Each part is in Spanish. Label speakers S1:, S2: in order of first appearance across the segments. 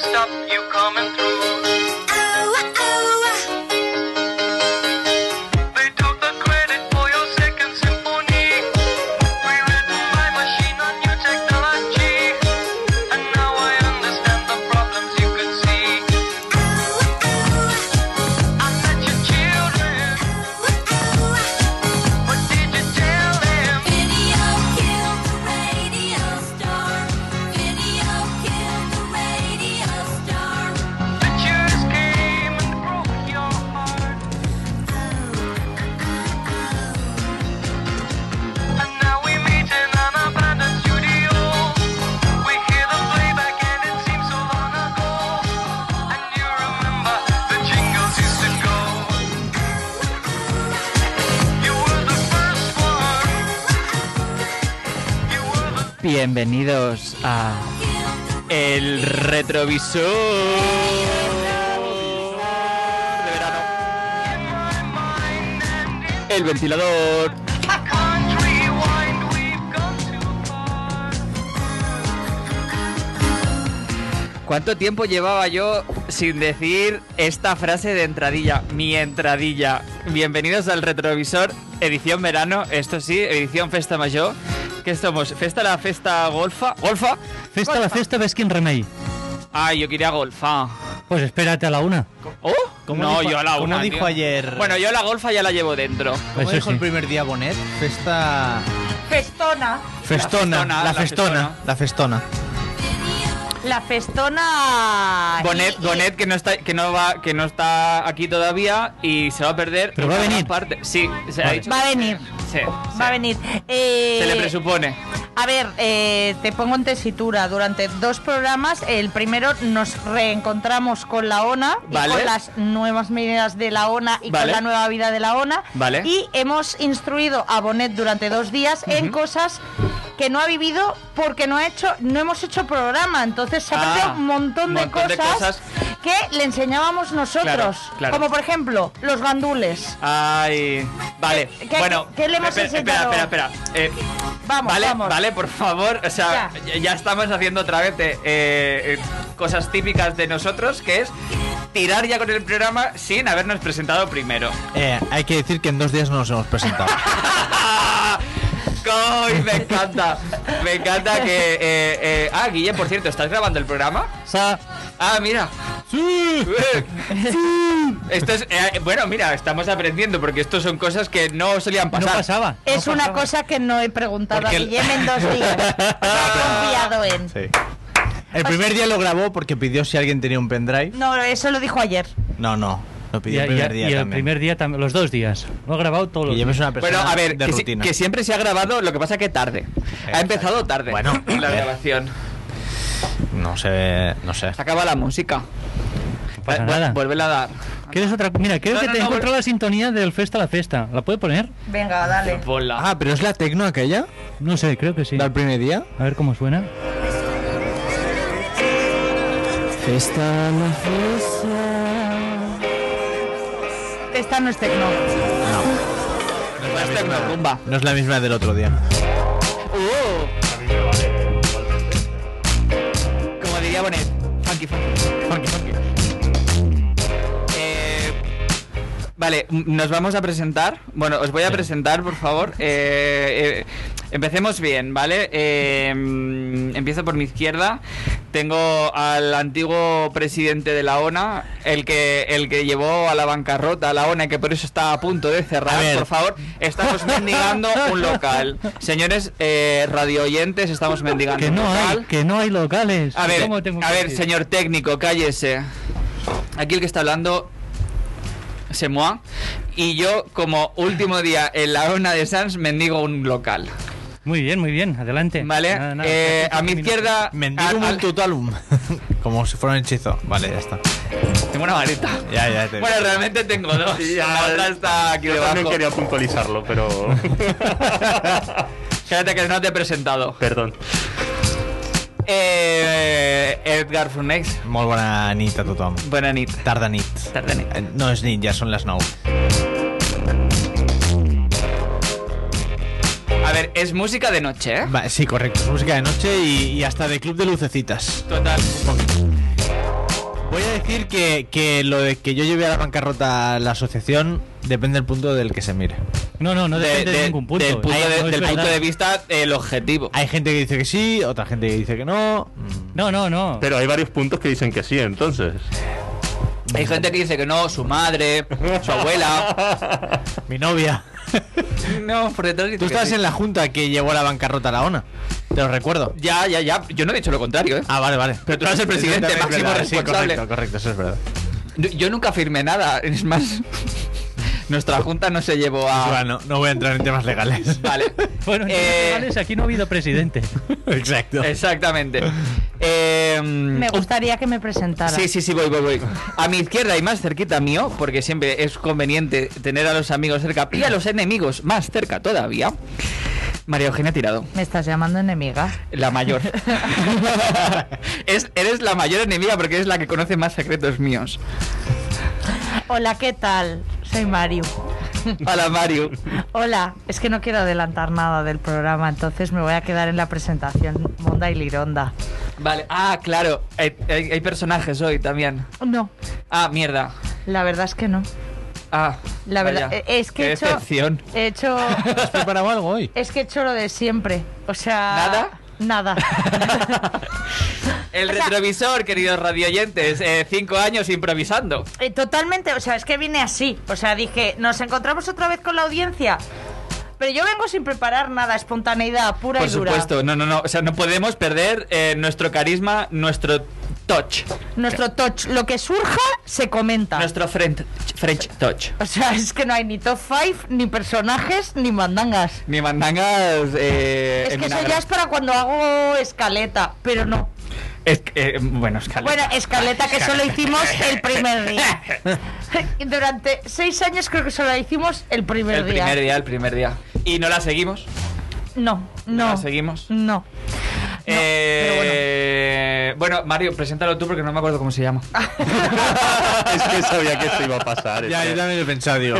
S1: stop you coming through. They took the credit for your second symphony. Rewritten by machine on new technology. And now I understand the problems you could see. I met your children. What did you tell them?
S2: Video killed the radio star. Video killed the radio star.
S1: Pictures came and broke your heart. And now we meet in an abandoned studio. We hear the playback and it seems so long ago. And you remember the jingles used to go. You were the first one. You were the
S3: Bienvenidos a El Retrovisor de verano.
S1: in my mind and in
S3: El ventilador.
S1: the country wine we've gone too far.
S3: ¿Cuánto tiempo llevaba yo sin decir esta frase de entradilla? Mi entradilla. Bienvenidos al Retrovisor, edición verano, esto sí, edición Festa Mayor. ¿Qué somos? ¿Festa la festa golfa? ¿Golfa?
S4: Festa la festa ves quin remei.
S3: Ay, yo quería golfa.
S4: Pues espérate a la una.
S3: ¿Oh?
S5: ¿Cómo
S3: no,
S5: dijo-
S3: yo a la
S5: cómo
S3: una,
S5: dijo
S3: tío.
S5: ayer?
S3: Bueno, yo la golfa ya la llevo dentro.
S5: Como
S4: Eso
S5: dijo
S4: sí.
S5: el primer día Bonet, festa...
S6: Festona.
S5: Festona,
S3: festona,
S5: la
S3: la
S5: festona, la festona.
S6: La festona. eh,
S3: Bonet,
S6: Y- y-
S3: Bonet que no está que no va que no está aquí todavía y se va a perder.
S4: Pero va a
S3: una gran
S4: venir.
S3: parte. Sí, se ha
S4: Vale.
S3: dicho.
S6: Va a venir.
S3: Sí, sí.
S6: Va a venir. Eh,
S3: Se le presupone.
S6: A ver, eh, te pongo en tesitura. Durante dos programas, el primero nos reencontramos con la ONA y
S3: Vale.
S6: con las nuevas medidas de la ONA y
S3: Vale.
S6: con la nueva vida de la ONA.
S3: Vale.
S6: Y hemos instruido a Bonet durante dos días en cosas que no ha vivido porque no ha hecho, no hemos hecho programa. Entonces se ha
S3: Ah,
S6: perdido un montón, de,
S3: montón de
S6: cosas
S3: cosas.
S6: que le enseñábamos nosotros.
S3: claro.
S6: Como por ejemplo, los gandules.
S3: Ay, vale.
S6: ¿Qué- qué-
S3: bueno,
S6: qué le hemos
S3: espera, espera,
S6: enseñado?
S3: espera, espera. Eh,
S6: Vamos,
S3: vale,
S6: vamos.
S3: vale, por favor, o sea, ya, ya estamos haciendo otra vez eh, eh, cosas típicas de nosotros, que es tirar ya con el programa sin habernos presentado primero.
S5: Eh, hay que decir que en dos días no nos hemos presentado.
S3: ¡Ay, me encanta! Me encanta que... eh, eh, Ah, Guille, por cierto, ¿estás grabando el programa?
S4: Sa...
S3: Ah, mira.
S4: Sí.
S3: Esto es... eh, bueno, mira, estamos aprendiendo porque esto son cosas que no solían
S4: No
S3: pasar.
S4: pasaba.
S6: Es
S4: No
S6: una
S4: pasaba.
S6: cosa que no he preguntado
S5: Porque
S6: a
S5: el-
S6: Guillem en dos días. No he confiado en.
S5: Sí. El primer día lo grabó porque pidió si alguien tenía un pendrive.
S6: No, eso lo dijo ayer.
S5: No, no. Lo
S4: Y,
S5: pidió el
S4: y-
S5: primer
S4: y
S5: día
S4: el
S5: también.
S4: primer día tam- los dos días. Lo he grabado todos los
S5: Guillem es
S4: días.
S5: una persona
S3: Bueno, a ver,
S5: de
S3: que, si-
S5: rutina.
S3: que siempre se ha grabado, lo que pasa que tarde. Ha
S5: Exacto.
S3: empezado tarde
S5: Bueno,
S3: la
S5: a ver.
S3: grabación.
S5: No sé, no sé.
S3: Se acaba la música.
S4: No pasa
S3: Eh, vu-
S4: nada.
S3: vuélvela a dar.
S4: ¿Quieres otra? Mira, creo
S3: No,
S4: que
S3: no,
S4: te
S3: no,
S4: encontré
S3: vol-
S4: la sintonía del Festa a la Festa. ¿La puede poner?
S6: Venga, dale.
S3: Ponla.
S5: Ah, pero es la tecno aquella
S4: No sé, creo que sí.
S5: del primer día.
S4: A ver cómo suena.
S5: Festa la
S6: Esta no es tecno.
S3: Hasta una tumba.
S5: No es la misma del otro día.
S6: Oh.
S3: Como diría Bonet, funky, funky. Funky, funky. Eh, vale, m- nos vamos a presentar. Bueno, os voy a presentar, por favor. Eh, eh, empecemos bien, ¿vale? Eh, mm, empiezo por mi izquierda. Tengo al antiguo presidente de la ONA, el que, el que llevó a la bancarrota a la ONA, y que por eso está a punto de cerrar.
S5: A ver.
S3: Por favor, estamos mendigando un local. Señores eh, radio oyentes, estamos mendigando
S4: Que
S3: un
S4: no
S3: local.
S4: hay, que no hay locales.
S3: A ver,
S4: ¿Cómo tengo que
S3: a ver,
S4: decir?
S3: señor técnico, cállese. Aquí el que está hablando se moi y yo como último día en la ONA de Sans mendigo un local,
S4: Muy bien, muy bien. Adelante.
S3: ¿vale?
S4: Nada, nada,
S3: Eh,
S4: cinco
S3: a mi
S4: minutos.
S3: izquierda
S5: Mendigo
S3: al- al-
S5: un tutalum. Como si fuera un hechizo. Vale, ya está.
S3: tengo una varita.
S5: Ya, ya te
S3: Bueno, realmente tengo dos. La otra está aquí
S7: Yo también
S3: debajo.
S7: quería puntualizarlo, pero.
S3: Espérate que no te he presentado.
S7: Perdón.
S3: Eh, Edgar Funex.
S5: Molt bona nit a tothom.
S3: Buena nit.
S5: Tarda nit.
S3: Tarda nit.
S5: Eh, No és nit, ja són les 9.
S3: A ver, es música de noche, ¿eh?
S5: Va, sí, correcto. Es música de noche y, y hasta de club de lucecitas.
S3: Total.
S5: Voy a decir que, que lo de que yo lleve a la bancarrota a la asociación depende del punto del que se mire.
S4: No, no, no
S3: De-
S4: depende de,
S3: de-
S4: ningún punto.
S3: Del punto,
S4: Ahí
S3: de,
S4: no es
S3: del punto
S4: verdad.
S3: de vista, el objetivo.
S5: Hay gente que dice que sí, otra gente que dice que no. Mm.
S4: No, no, no.
S7: Pero hay varios puntos que dicen que sí, entonces.
S3: Hay gente que dice que no, su madre, su abuela.
S5: Mi novia.
S3: No, por detrás dice
S5: Tú
S3: que
S5: estabas
S3: sí.
S5: en la junta que llevó a la bancarrota a la ONA. Te lo recuerdo.
S3: Ya, ya, ya. Yo no he dicho lo contrario, ¿eh?
S5: Ah, vale, vale.
S3: Pero tú eres el presidente,
S5: Eso también es
S3: máximo
S5: verdad,
S3: responsable.
S5: Sí, correcto, correcto, eso es verdad.
S3: Yo- Yo nunca firmé nada. Es más, nuestra junta no se llevó a.
S5: Bueno, no voy a entrar en temas legales.
S3: Vale.
S4: Bueno, en
S3: Eh,
S4: términos generales, aquí no ha habido presidente.
S5: Exacto.
S3: Exactamente. Eh,
S6: Me
S3: un-
S6: gustaría que me presentara.
S3: Sí, sí, sí, voy, voy, voy. A mi izquierda y más cerquita mío, porque siempre es conveniente tener a los amigos cerca y a los enemigos más cerca todavía. María Eugenia Tirado,
S6: Me estás llamando enemiga.
S3: la mayor. es, eres la mayor enemiga porque eres la que conoce más secretos míos.
S6: Hola, ¿qué tal? Soy Mario.
S3: Hola, Mario.
S6: Hola, es que no quiero adelantar nada del programa, entonces me voy a quedar en la presentación Monda y Lironda.
S3: Vale, ah, claro. Hay, hay- hay personajes hoy también.
S6: No,
S3: Ah, mierda.
S6: la verdad es que no.
S3: Ah,
S6: La verdad
S3: vaya.
S6: eh, es que
S3: Qué
S6: he hecho,
S3: decepción.
S6: he hecho
S5: ¿Has preparado algo hoy?
S6: es que he hecho lo de siempre, o sea,
S3: ¿Nada?
S6: nada.
S3: El
S6: O sea-
S3: retrovisor, queridos radioyentes. eh, cinco años improvisando.
S6: Eh, totalmente, o sea, es que vine así, o sea, dije, nos encontramos otra vez con la audiencia. Pero yo vengo sin preparar nada, espontaneidad pura
S3: Por
S6: y dura.
S3: supuesto, no, no, no. O sea, no podemos perder eh, nuestro carisma, nuestro touch,
S6: Nuestro touch, lo que surja se comenta.
S3: nuestro French, French touch.
S6: O sea, es que no hay ni top 5, ni personajes, ni mandangas.
S3: Ni mandangas. eh,
S6: Es
S3: en
S6: que eso
S3: vinagre.
S6: ya es para cuando hago escaleta, pero no.
S3: Es que, eh, bueno, escaleta.
S6: Bueno, escaleta que solo hicimos el primer día. Durante seis años creo que solo la hicimos el primer
S3: el
S6: día.
S3: primer día, el primer día. Y no la seguimos.
S6: No,
S3: No
S6: no.
S3: la seguimos.
S6: No.
S3: Eh, bueno. Mario, preséntalo tú porque no me acuerdo cómo se llama.
S7: es que sabía que esto iba a pasar. es
S5: Ya,
S7: que-
S5: yo también lo he pensado, digo.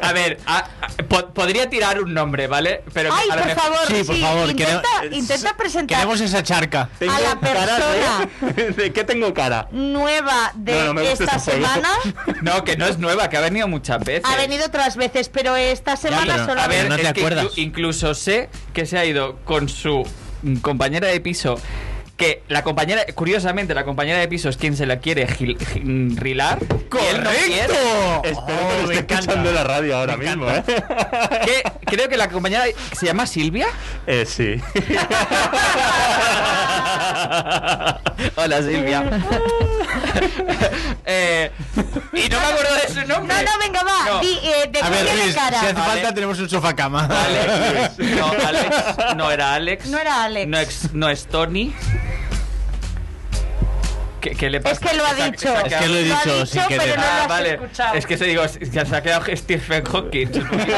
S3: A ver, a- a- po- podría tirar un nombre, ¿vale? Pero
S6: Ay,
S3: a lo
S6: por
S3: mejor-
S6: favor,
S5: Sí, por favor,
S6: intenta,
S7: queremos-
S6: intenta presentar
S5: Queremos esa charca.
S7: Tengo
S6: a la
S7: cara de- ¿De, qué tengo cara?
S6: nueva de
S7: No, no me gusta
S5: este
S6: esta
S7: ese juego.
S6: semana.
S3: No, que no es nueva, que ha venido muchas veces.
S6: Ha venido otras veces, pero esta semana
S5: Este pero,
S6: solo
S3: A
S6: ha
S3: ver,
S5: no te
S3: es que
S5: acuerdas.
S3: inclu- incluso sé que se ha ido con su mm, compañera de piso. Que la compañera, curiosamente, la compañera de piso es quien se la quiere gil- gil- rilar. y él no quiere.
S7: Espero que lo esté Oh, escuchando en la radio ahora mismo, ¿eh?
S3: Que- creo que la compañera se llama Silvia.
S7: Eh, sí.
S3: Hola, Silvia. Eh, y no me acuerdo de su nombre.
S6: No, no, venga, va.
S3: No.
S6: Di, eh, ¿De
S5: A
S6: qué
S5: ver,
S6: tiene
S5: Luis, si
S6: cara?
S5: hace
S3: Vale.
S5: falta tenemos un sofá cama.
S3: Alex. No, Alex. No era Alex.
S6: No era Alex.
S3: No, ex- no es Tony. ¿Qué, qué le
S6: Es
S3: pasa?
S6: que lo ha
S3: Se ha-
S6: dicho.
S3: se ha
S5: Es que lo he
S6: ha
S5: dicho sin querer.
S6: pero no lo
S3: Ah,
S6: has
S3: vale.
S6: escuchado.
S3: Es que se digo, es que se ha quedado Stephen Hawking. un poquito.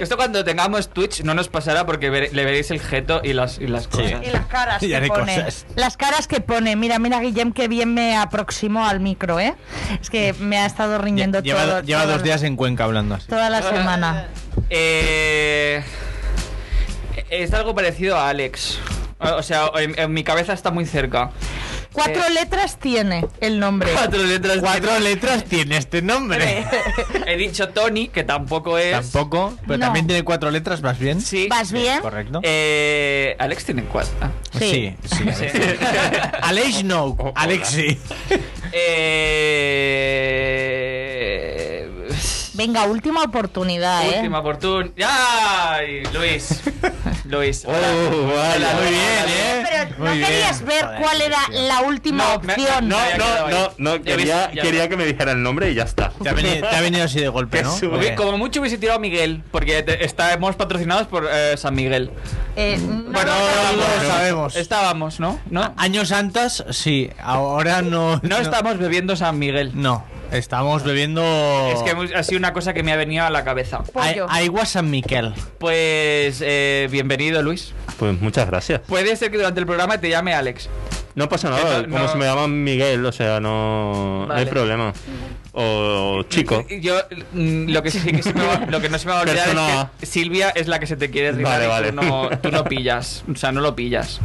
S3: Esto cuando tengamos Twitch no nos pasará porque ver- le veréis el jeto y las, y las cosas.
S6: Y las caras
S5: Y
S6: que
S5: haré
S6: pone.
S5: cosas.
S6: Las caras que pone. Mira, mira, Guillem, que bien me aproximó al micro, ¿eh? Es que me ha estado riñendo
S5: lleva
S6: todo.
S5: lleva
S6: todo-
S5: dos días en Cuenca hablando así.
S6: Toda la semana.
S3: Eh, es algo parecido a Alex. O o sea, en, en mi cabeza está muy cerca. Eh,
S6: Cuatro letras tiene el nombre.
S3: Cuatro letras.
S5: Cuatro letras tiene este nombre.
S3: He dicho Tony, que tampoco es.
S5: Tampoco, pero
S6: No.
S5: también tiene cuatro letras, ¿vas bien?
S3: Sí.
S6: ¿Vas bien?
S5: ¿Correcto?
S3: Eh, Alex tiene cuatro. Ah.
S5: sí, sí.
S3: Sí.
S5: Alex no, Alex sí.
S3: Eh,
S6: Venga, última oportunidad, ¿eh?
S3: Última oportunidad. ¡Ay! Luis. Luis.
S5: vale,
S3: Hola,
S5: Oh, muy
S3: hola,
S5: bien,
S3: hola.
S5: ¿eh?
S6: Pero no
S5: Muy bien.
S6: querías ver
S5: Joder,
S6: cuál era
S5: tío.
S6: la última
S3: No, me-
S6: opción.
S3: no,
S7: No,
S3: Ya
S7: no,
S3: quedó
S7: no,
S3: ahí. Ya
S7: no.
S3: ves,
S7: Quería,
S3: ya
S7: quería
S3: ves.
S7: que me dijera el nombre y ya está.
S5: Te ha venido, te ha venido así de golpe,
S7: Qué
S5: ¿no?
S7: sube.
S5: Muy bien.
S3: Como mucho hubiese tirado Miguel, porque te- estamos patrocinados por eh, San Miguel.
S6: Eh,
S3: Bueno,
S6: no lo
S5: No,
S6: sabemos.
S5: no lo sabemos.
S3: Estábamos, ¿no? No,
S5: Años antes, sí. Ahora no.
S3: no estamos bebiendo San Miguel.
S5: No, estamos bebiendo.
S3: Es que hemos- ha sido una cosa que me ha venido a la cabeza. ah,
S6: Pollo.
S5: A- Aigua San Miquel.
S3: Pues eh, bienvenido, Luis.
S7: Pues muchas gracias.
S3: Puede ser que durante el programa te llame Alex.
S7: No pasa
S3: Pero
S7: nada,
S3: no-
S7: como se me llaman Miguel, o sea, no, no hay
S3: Vale.
S7: problema. O chico.
S3: Yo mm, lo que sí que se me va- lo que no se me va a olvidar
S7: Persona.
S3: es que Silvia es la que se te quiere rival
S7: Vale,
S3: y tú
S7: vale.
S3: no- tú no pillas, o sea, no lo pillas.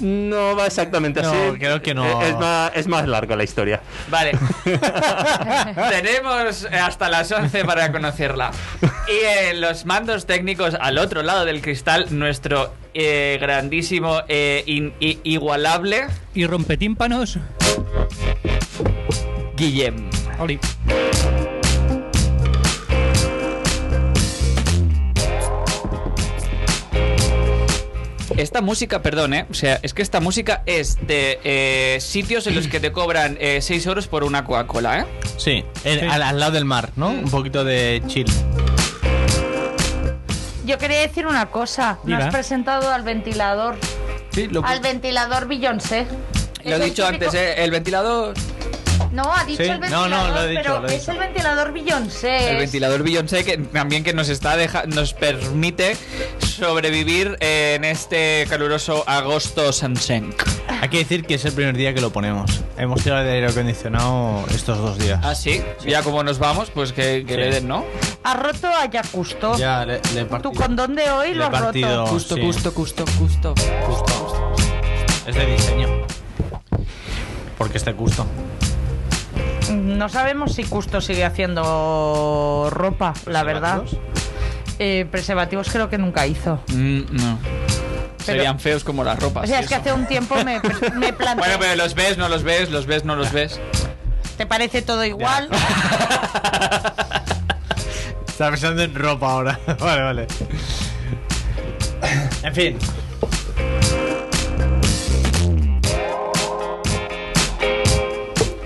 S7: No va exactamente
S5: No,
S7: así.
S5: creo que no.
S7: Eh, Es más, es más larga la historia.
S3: Vale. Tenemos hasta las 11 para conocerla. Y en los mandos técnicos al otro lado del cristal, nuestro eh, grandísimo, eh, in- i- igualable
S4: Y rompetímpanos.
S3: Guillem.
S4: Oli.
S3: Esta música, perdón, ¿eh? O sea, es que esta música es de eh, sitios en los que te cobran 6 euros por una Coca-Cola, ¿eh?
S5: Sí, en- Al, al lado del mar, ¿no? Un poquito de chill.
S6: Yo quería decir una cosa. No
S4: Diga.
S6: has presentado al ventilador.
S5: Sí, lo-
S6: Al ventilador Beyoncé.
S3: Lo
S6: Es
S3: he
S6: el
S3: dicho
S6: típico-
S3: antes, ¿eh? El ventilador.
S6: No, ha dicho
S5: Sí, no,
S6: el
S5: no,
S6: ventilador,
S5: lo he dicho,
S6: pero
S5: lo he
S6: es
S5: dicho.
S6: el ventilador Beyoncé.
S3: El
S6: es-
S3: ventilador Beyoncé que también que nos está deja nos permite sobrevivir en este caluroso agosto Samsung.
S5: Hay que decir que es el primer día que lo ponemos. Hemos tirado de aire acondicionado estos dos días.
S3: Ah, sí. Ya como nos vamos, pues que, que
S5: Sí.
S3: le den, ¿no?
S6: Has roto a Yacusto.
S5: Ya, le, le he
S6: Tu
S5: partido-
S6: condón de hoy
S5: le
S6: lo
S5: he
S6: has
S5: partido,
S6: roto.
S5: sí.
S3: gusto, gusto.
S5: Justo. Es de diseño. Porque es de gusto.
S6: No sabemos si Custo sigue haciendo ropa, la verdad.
S5: ¿Preservativos?
S6: Eh, preservativos creo que nunca hizo.
S3: Mm, no. Serían feos como las ropas.
S6: O sea,
S3: y
S6: es que
S3: eso.
S6: hace un tiempo me, me planteé.
S3: Bueno, pero los ves, no los ves, los ves, no los ves.
S6: ¿Te parece todo igual?
S5: Estaba pensando en ropa ahora. vale, vale. En fin.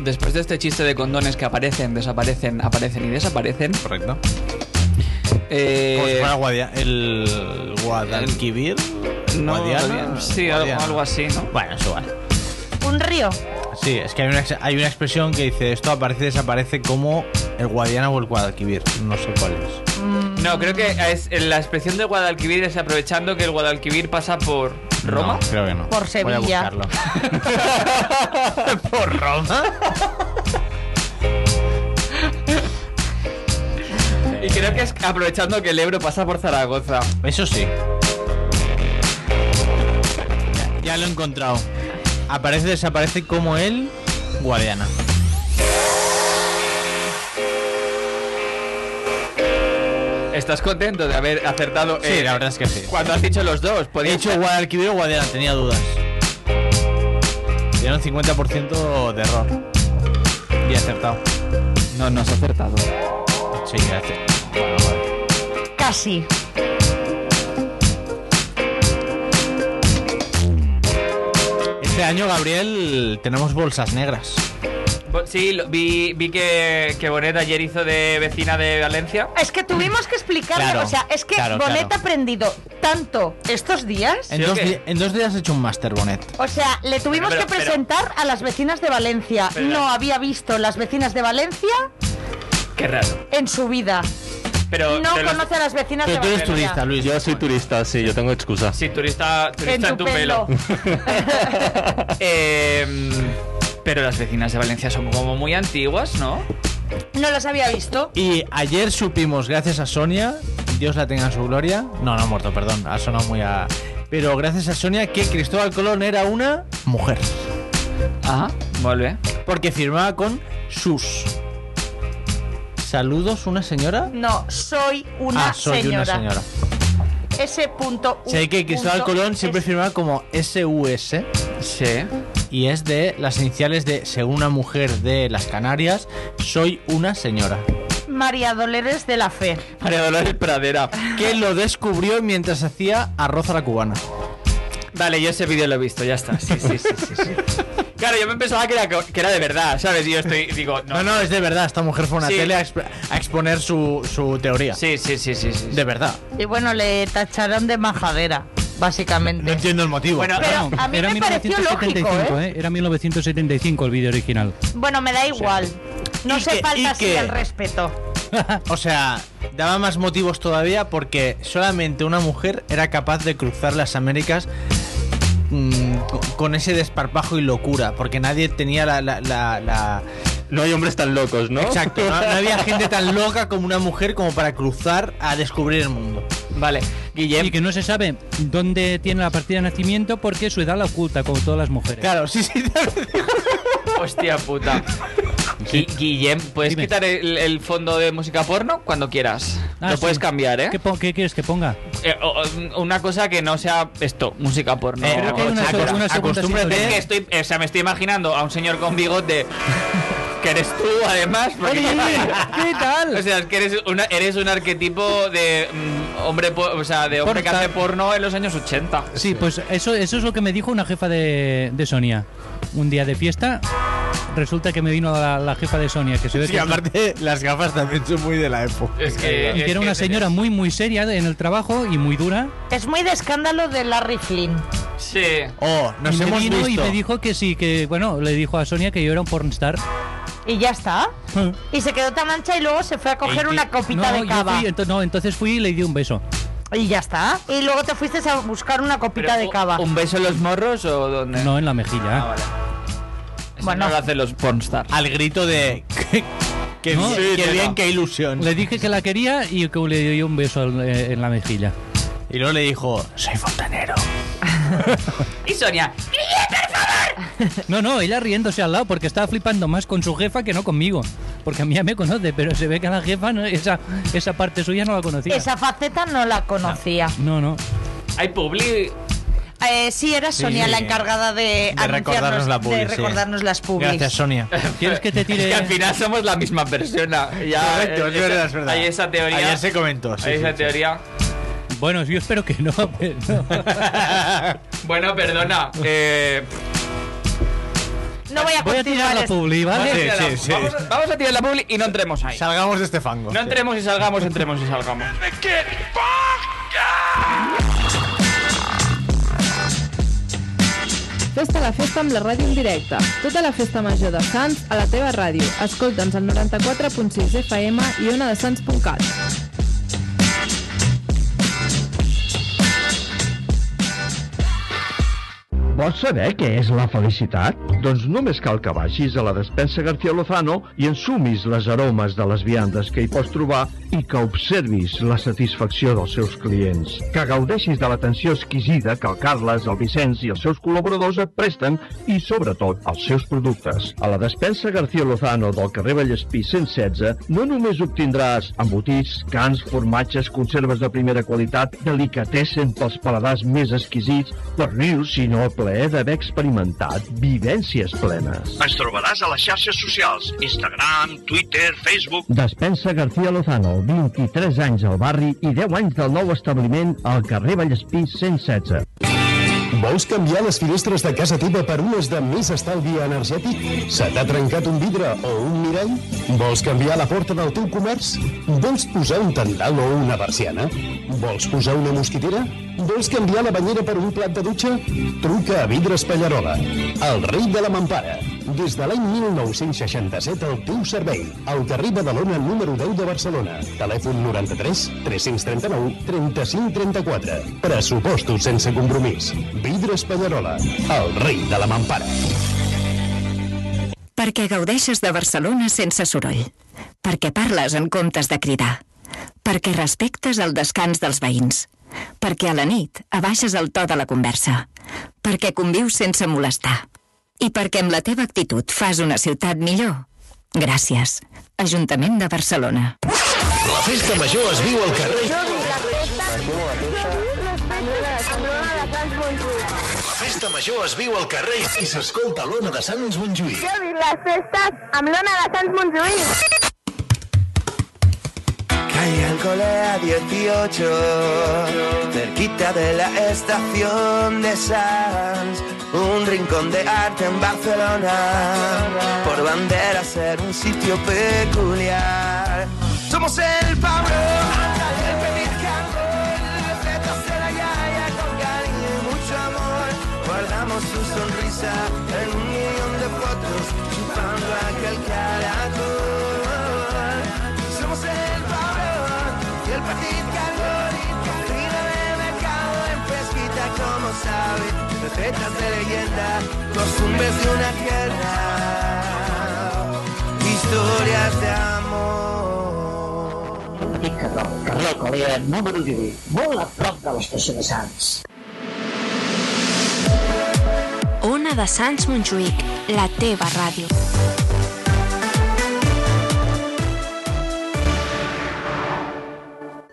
S3: Después de este chiste de condones que aparecen, desaparecen, aparecen y desaparecen.
S5: Correcto.
S3: eh,
S5: Como si fuera Guadia el Guadalquivir.
S3: no,
S5: Guadiana,
S3: sí, algo-
S5: Guadiana.
S3: algo así, ¿no?
S5: Bueno, es igual.
S6: Un río.
S5: Sí, es que hay una, ex- hay una expresión que dice esto aparece y desaparece como el Guadiana o el Guadalquivir. No sé cuál es.
S3: No, creo que es, la expresión de Guadalquivir es aprovechando que el Guadalquivir pasa por Roma.
S5: No, creo que no.
S6: Por
S5: Voy a
S6: Sevilla.
S5: buscarlo. ¿Por Roma?
S3: Y creo que es aprovechando que el Ebro pasa por Zaragoza.
S5: Eso sí. Ya, ya lo he encontrado. Aparece, desaparece como el Guadiana.
S3: ¿Estás contento de haber acertado? Eh,
S5: Sí, la verdad es que sí.
S3: Cuando has dicho los dos,
S5: He
S3: podéis
S5: dicho Guadalquivir o Guadiana, tenía dudas. Tiene un 50% de error. Y he acertado.
S3: No, no has acertado.
S5: Sí, gracias. Bueno, vale.
S6: Casi.
S5: Este año, Gabriel, tenemos bolsas negras.
S3: Sí, lo- vi, vi que, que Bonet ayer hizo de vecina de Valencia.
S6: Es que tuvimos que explicarle,
S5: Claro,
S6: o sea, es que
S5: claro,
S6: Bonet
S5: claro.
S6: ha aprendido tanto estos días.
S5: En,
S3: ¿Sí o
S5: dos,
S3: qué?
S5: di- en dos días he hecho un master bonnet.
S6: O sea, le tuvimos
S3: Pero,
S6: que
S3: pero-
S6: presentar a las vecinas de Valencia.
S3: Pero-
S6: no había visto las vecinas de Valencia
S3: Qué raro.
S6: en su vida.
S3: Pero
S6: no
S3: de los-
S6: conoce a las vecinas
S5: Pero
S6: de
S5: tú eres
S6: Valencia.
S5: turista, Luis.
S7: Yo soy turista, sí, yo tengo excusa.
S3: Sí, turista, turista
S6: En tu pelo.
S3: Eh, pero las vecinas de Valencia son como muy antiguas, ¿no?
S6: No las había visto.
S5: Y ayer supimos, gracias a Sonia, Dios la tenga en su gloria. No, no ha muerto, perdón, ha sonado muy a. Pero gracias a Sonia, que Cristóbal Colón era una mujer.
S3: Ajá. Vuelve.
S5: Porque firmaba con sus. Saludos, una señora.
S6: No, soy una
S5: ah, soy
S6: señora.
S5: una señora.
S6: Ese punto. u
S5: Sé que Cristóbal
S6: punto
S5: Colón siempre
S6: es-
S5: firmaba como SUS
S3: Sí.
S5: y es de las iniciales de, según una mujer de las Canarias, soy una señora.
S6: María Dolores de la Fe.
S3: María Dolores Pradera.
S5: Que lo descubrió mientras hacía arroz a la cubana.
S3: Vale, yo ese vídeo lo he visto, ya está. Sí, sí, sí, sí. sí. Claro, yo me pensaba que era, co- que era de verdad, ¿sabes? Y yo estoy, digo, no.
S5: No, no, es de verdad. Esta mujer fue a una
S3: Sí.
S5: tele a, exp- a exponer su, su teoría.
S3: Sí, sí, sí, sí. sí.
S5: De verdad.
S6: Y bueno, le tacharon de majadera, básicamente.
S5: No entiendo el motivo.
S3: Bueno,
S6: Pero
S4: No,
S6: a mí
S4: era
S6: me pareció lógico,
S4: 1975,
S6: ¿eh?
S4: ¿eh? Era 1975 el vídeo original.
S6: Bueno, me da igual. No
S5: Y
S6: se
S5: que- y
S6: falta así
S5: que-
S6: el respeto.
S5: o sea, daba más motivos todavía porque solamente una mujer era capaz de cruzar las Américas mm, co- con ese desparpajo y locura. Porque nadie tenía la- la- la- la
S7: No hay hombres tan locos, ¿no?
S5: Exacto, no, no había gente tan loca como una mujer como para cruzar a descubrir el mundo.
S3: Vale. Guillem.
S4: Y que no se sabe dónde tiene la partida de nacimiento porque su edad la oculta, como todas las mujeres.
S5: Claro, sí, sí.
S3: Hostia puta. Gui- Guillem, ¿puedes
S4: Dime.
S3: quitar el, el fondo de música porno cuando quieras?
S4: Ah,
S3: Lo
S4: sí.
S3: puedes cambiar, ¿eh?
S4: ¿Qué, pon- qué quieres que ponga?
S3: Eh, o- o- Una cosa que no sea esto, música porno.
S4: Creo que hay una,
S3: chaqueta.
S4: una segunda
S5: acostúmbrate.
S3: Es
S4: sintonía.
S3: que estoy, o sea, me estoy imaginando a un señor con bigote que eres tú, además. porque-
S4: ¿Qué tal?
S3: O sea, es que eres, una, eres un arquetipo de mm, hombre, po- o sea, de hombre que
S4: Porta.
S3: hace porno en los años 80.
S4: Sí, pues eso, eso es lo que me dijo una jefa de, de Sonia. Un día de fiesta, resulta que me vino la, la jefa de Sonia, que se ve
S5: Sí,
S4: que,
S5: aparte, las gafas también son muy de la época.
S3: Es que,
S4: y que era una señora muy, muy seria en el trabajo y muy dura.
S6: Es muy de escándalo de Larry Flynn.
S3: Sí.
S4: Ah,
S5: Oh, nos
S4: y me
S5: hemos
S4: vino
S5: visto.
S4: y me dijo que sí, que bueno, le dijo a Sonia que yo era un pornstar.
S6: Y ya está. Y se quedó tan ancha y luego se fue a coger
S3: Ey,
S6: una copita
S4: no,
S6: de
S4: yo
S6: cava.
S4: fui, ento- no, entonces fui y le di un beso.
S6: Y ya está. Y luego te fuiste a buscar una copita
S3: Pero,
S6: de
S3: ¿u-
S6: cava.
S4: oh,
S3: ¿Un beso en los morros o dónde?
S4: No en la mejilla.
S3: Ah, vale. Eso
S6: Bueno.
S3: no lo hacen los pornstars.
S5: Al grito de. ¡Qué, qué
S4: No,
S5: bien,
S4: sí,
S5: qué,
S3: no,
S5: bien,
S3: no.
S5: qué ilusión!
S4: Le dije que la quería y que le di un beso al- eh, en la mejilla.
S5: Y luego le dijo: Soy fontanero.
S3: Y Sonia,
S4: No, no, ella riéndose al lado porque estaba flipando más con su jefa que no conmigo. Porque a mí ya me conoce, pero se ve que a la jefa no- esa, esa parte suya no la conocía.
S6: Esa faceta no la conocía.
S4: No, no.
S3: hay publi.
S6: Eh, sí, era Sonia
S5: Sí.
S6: la encargada de,
S5: De recordarnos
S6: anunciarnos-
S5: la publi,
S6: de
S5: sí.
S6: recordarnos las publis.
S5: Gracias, Sonia.
S4: ¿Quieres que te
S3: Es que al
S4: tire?
S3: final somos la misma persona. Ya,
S5: Correcto,
S3: eh,
S5: es
S3: esa-
S5: verdad, es verdad.
S3: Hay esa teoría.
S5: Ayer se comentó. sí,
S3: hay
S5: sí,
S3: esa
S5: sí.
S3: teoría.
S4: Bueno, yo espero que no. pero-
S3: Bueno, perdona. Eh,
S6: No voy a
S4: Voy a
S6: continuar
S4: tirar la
S6: es-
S4: publi,
S3: vamos, a
S4: ¿vale?
S3: tirar
S5: sí,
S3: la-
S5: sí.
S3: Vamos, a, vamos a tirar la publi y no entremos ahí.
S5: Salgamos de este fango.
S3: No entremos y salgamos, entremos y salgamos.
S8: Festa la festa amb la ràdio en directe. Tota la festa major de Sants a la teva ràdio. Escolta'ns al 94.6 FM i onadesans.cat.
S9: Vols saber què és la felicitat? Doncs només cal que vagis a la despensa García Lozano i ensumis les aromes de les viandes que hi pots trobar i que observis la satisfacció dels seus clients. Que gaudeixis de l'atenció exquisida que el Carles, el Vicenç i els seus col·laboradors et presten i, sobretot, els seus productes. A la despensa García Lozano del carrer Vallespí 116 no només obtindràs embotits, cans, formatges, conserves de primera qualitat, delicatessen pels paladars més exquisits, pernils, sinó el plaer d'haver experimentat vivències plenes. Ens trobaràs a les xarxes socials, Instagram, Twitter, Facebook... Despensa García Lozano, 23 anys al barri i 10 anys del nou establiment al carrer Vallespí 116.
S10: Vols canviar les finestres de casa teva per unes de més estalvi energètic? Se t'ha trencat un vidre o un mirall? Vols canviar la porta del teu comerç? Vols posar un tendal o una barciana? Vols posar una mosquitera? Vols canviar la banyera per un plat de dutxa? Truca a Vidres Pallarola, el rei de la mampara. Des de l'any 1967 al teu servei, al carrer Badalona número 10 de Barcelona. Telèfon 93 339 35 34. Pressupostos sense compromís. Vidres Pallarola, el rei de la mampara.
S11: Perquè gaudeixes de Barcelona sense soroll. Perquè parles en comptes de cridar. Perquè respectes el descans dels veïns. Perquè a la nit abaixes el to de la conversa. Perquè convius sense molestar. I perquè amb la teva actitud fas una ciutat millor. Gràcies. Ajuntament de Barcelona.
S10: La festa major es viu al carrer. La festa major es viu al carrer i s'escolta a l'Ona de Sants Montjuïc.
S2: les festes amb l'Ona de Sants Montjuïc.
S1: Calle Alcolea 18, cerquita de la estación de Sanz, un rincón de arte en Barcelona, por bandera ser un sitio peculiar. Somos el Pablo, el Feliz Carlos, de la Yaya con cariño y mucho amor, guardamos su sonrisa en un millón de fotos, chupando aquel caracol. Somos el Pablo y el Petit Calori, cocina de mercado en fresquita como sabe, recetas de leyenda, costumbres de una tierra, historias de amor.
S12: del carrer Colera, número 18, molt a prop de l'estació de Sants.
S13: Ona de Sants Montjuïc, la teva ràdio.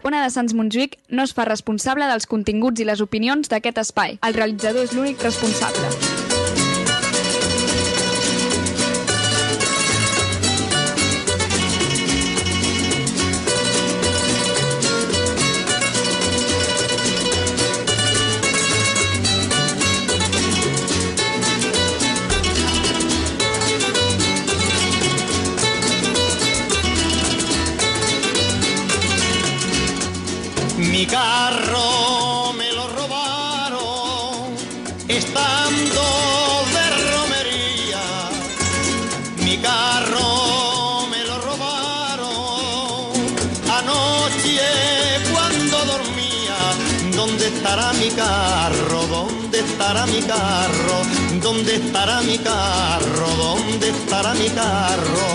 S14: Ona de Sants Montjuïc no es fa responsable dels continguts i les opinions d'aquest espai. El realitzador és l'únic responsable.
S15: Mi carro me lo robaron estando de romería. Mi carro me lo robaron anoche cuando dormía. ¿Dónde estará mi carro? ¿Dónde estará mi carro? ¿Dónde estará mi carro? ¿Dónde estará mi carro?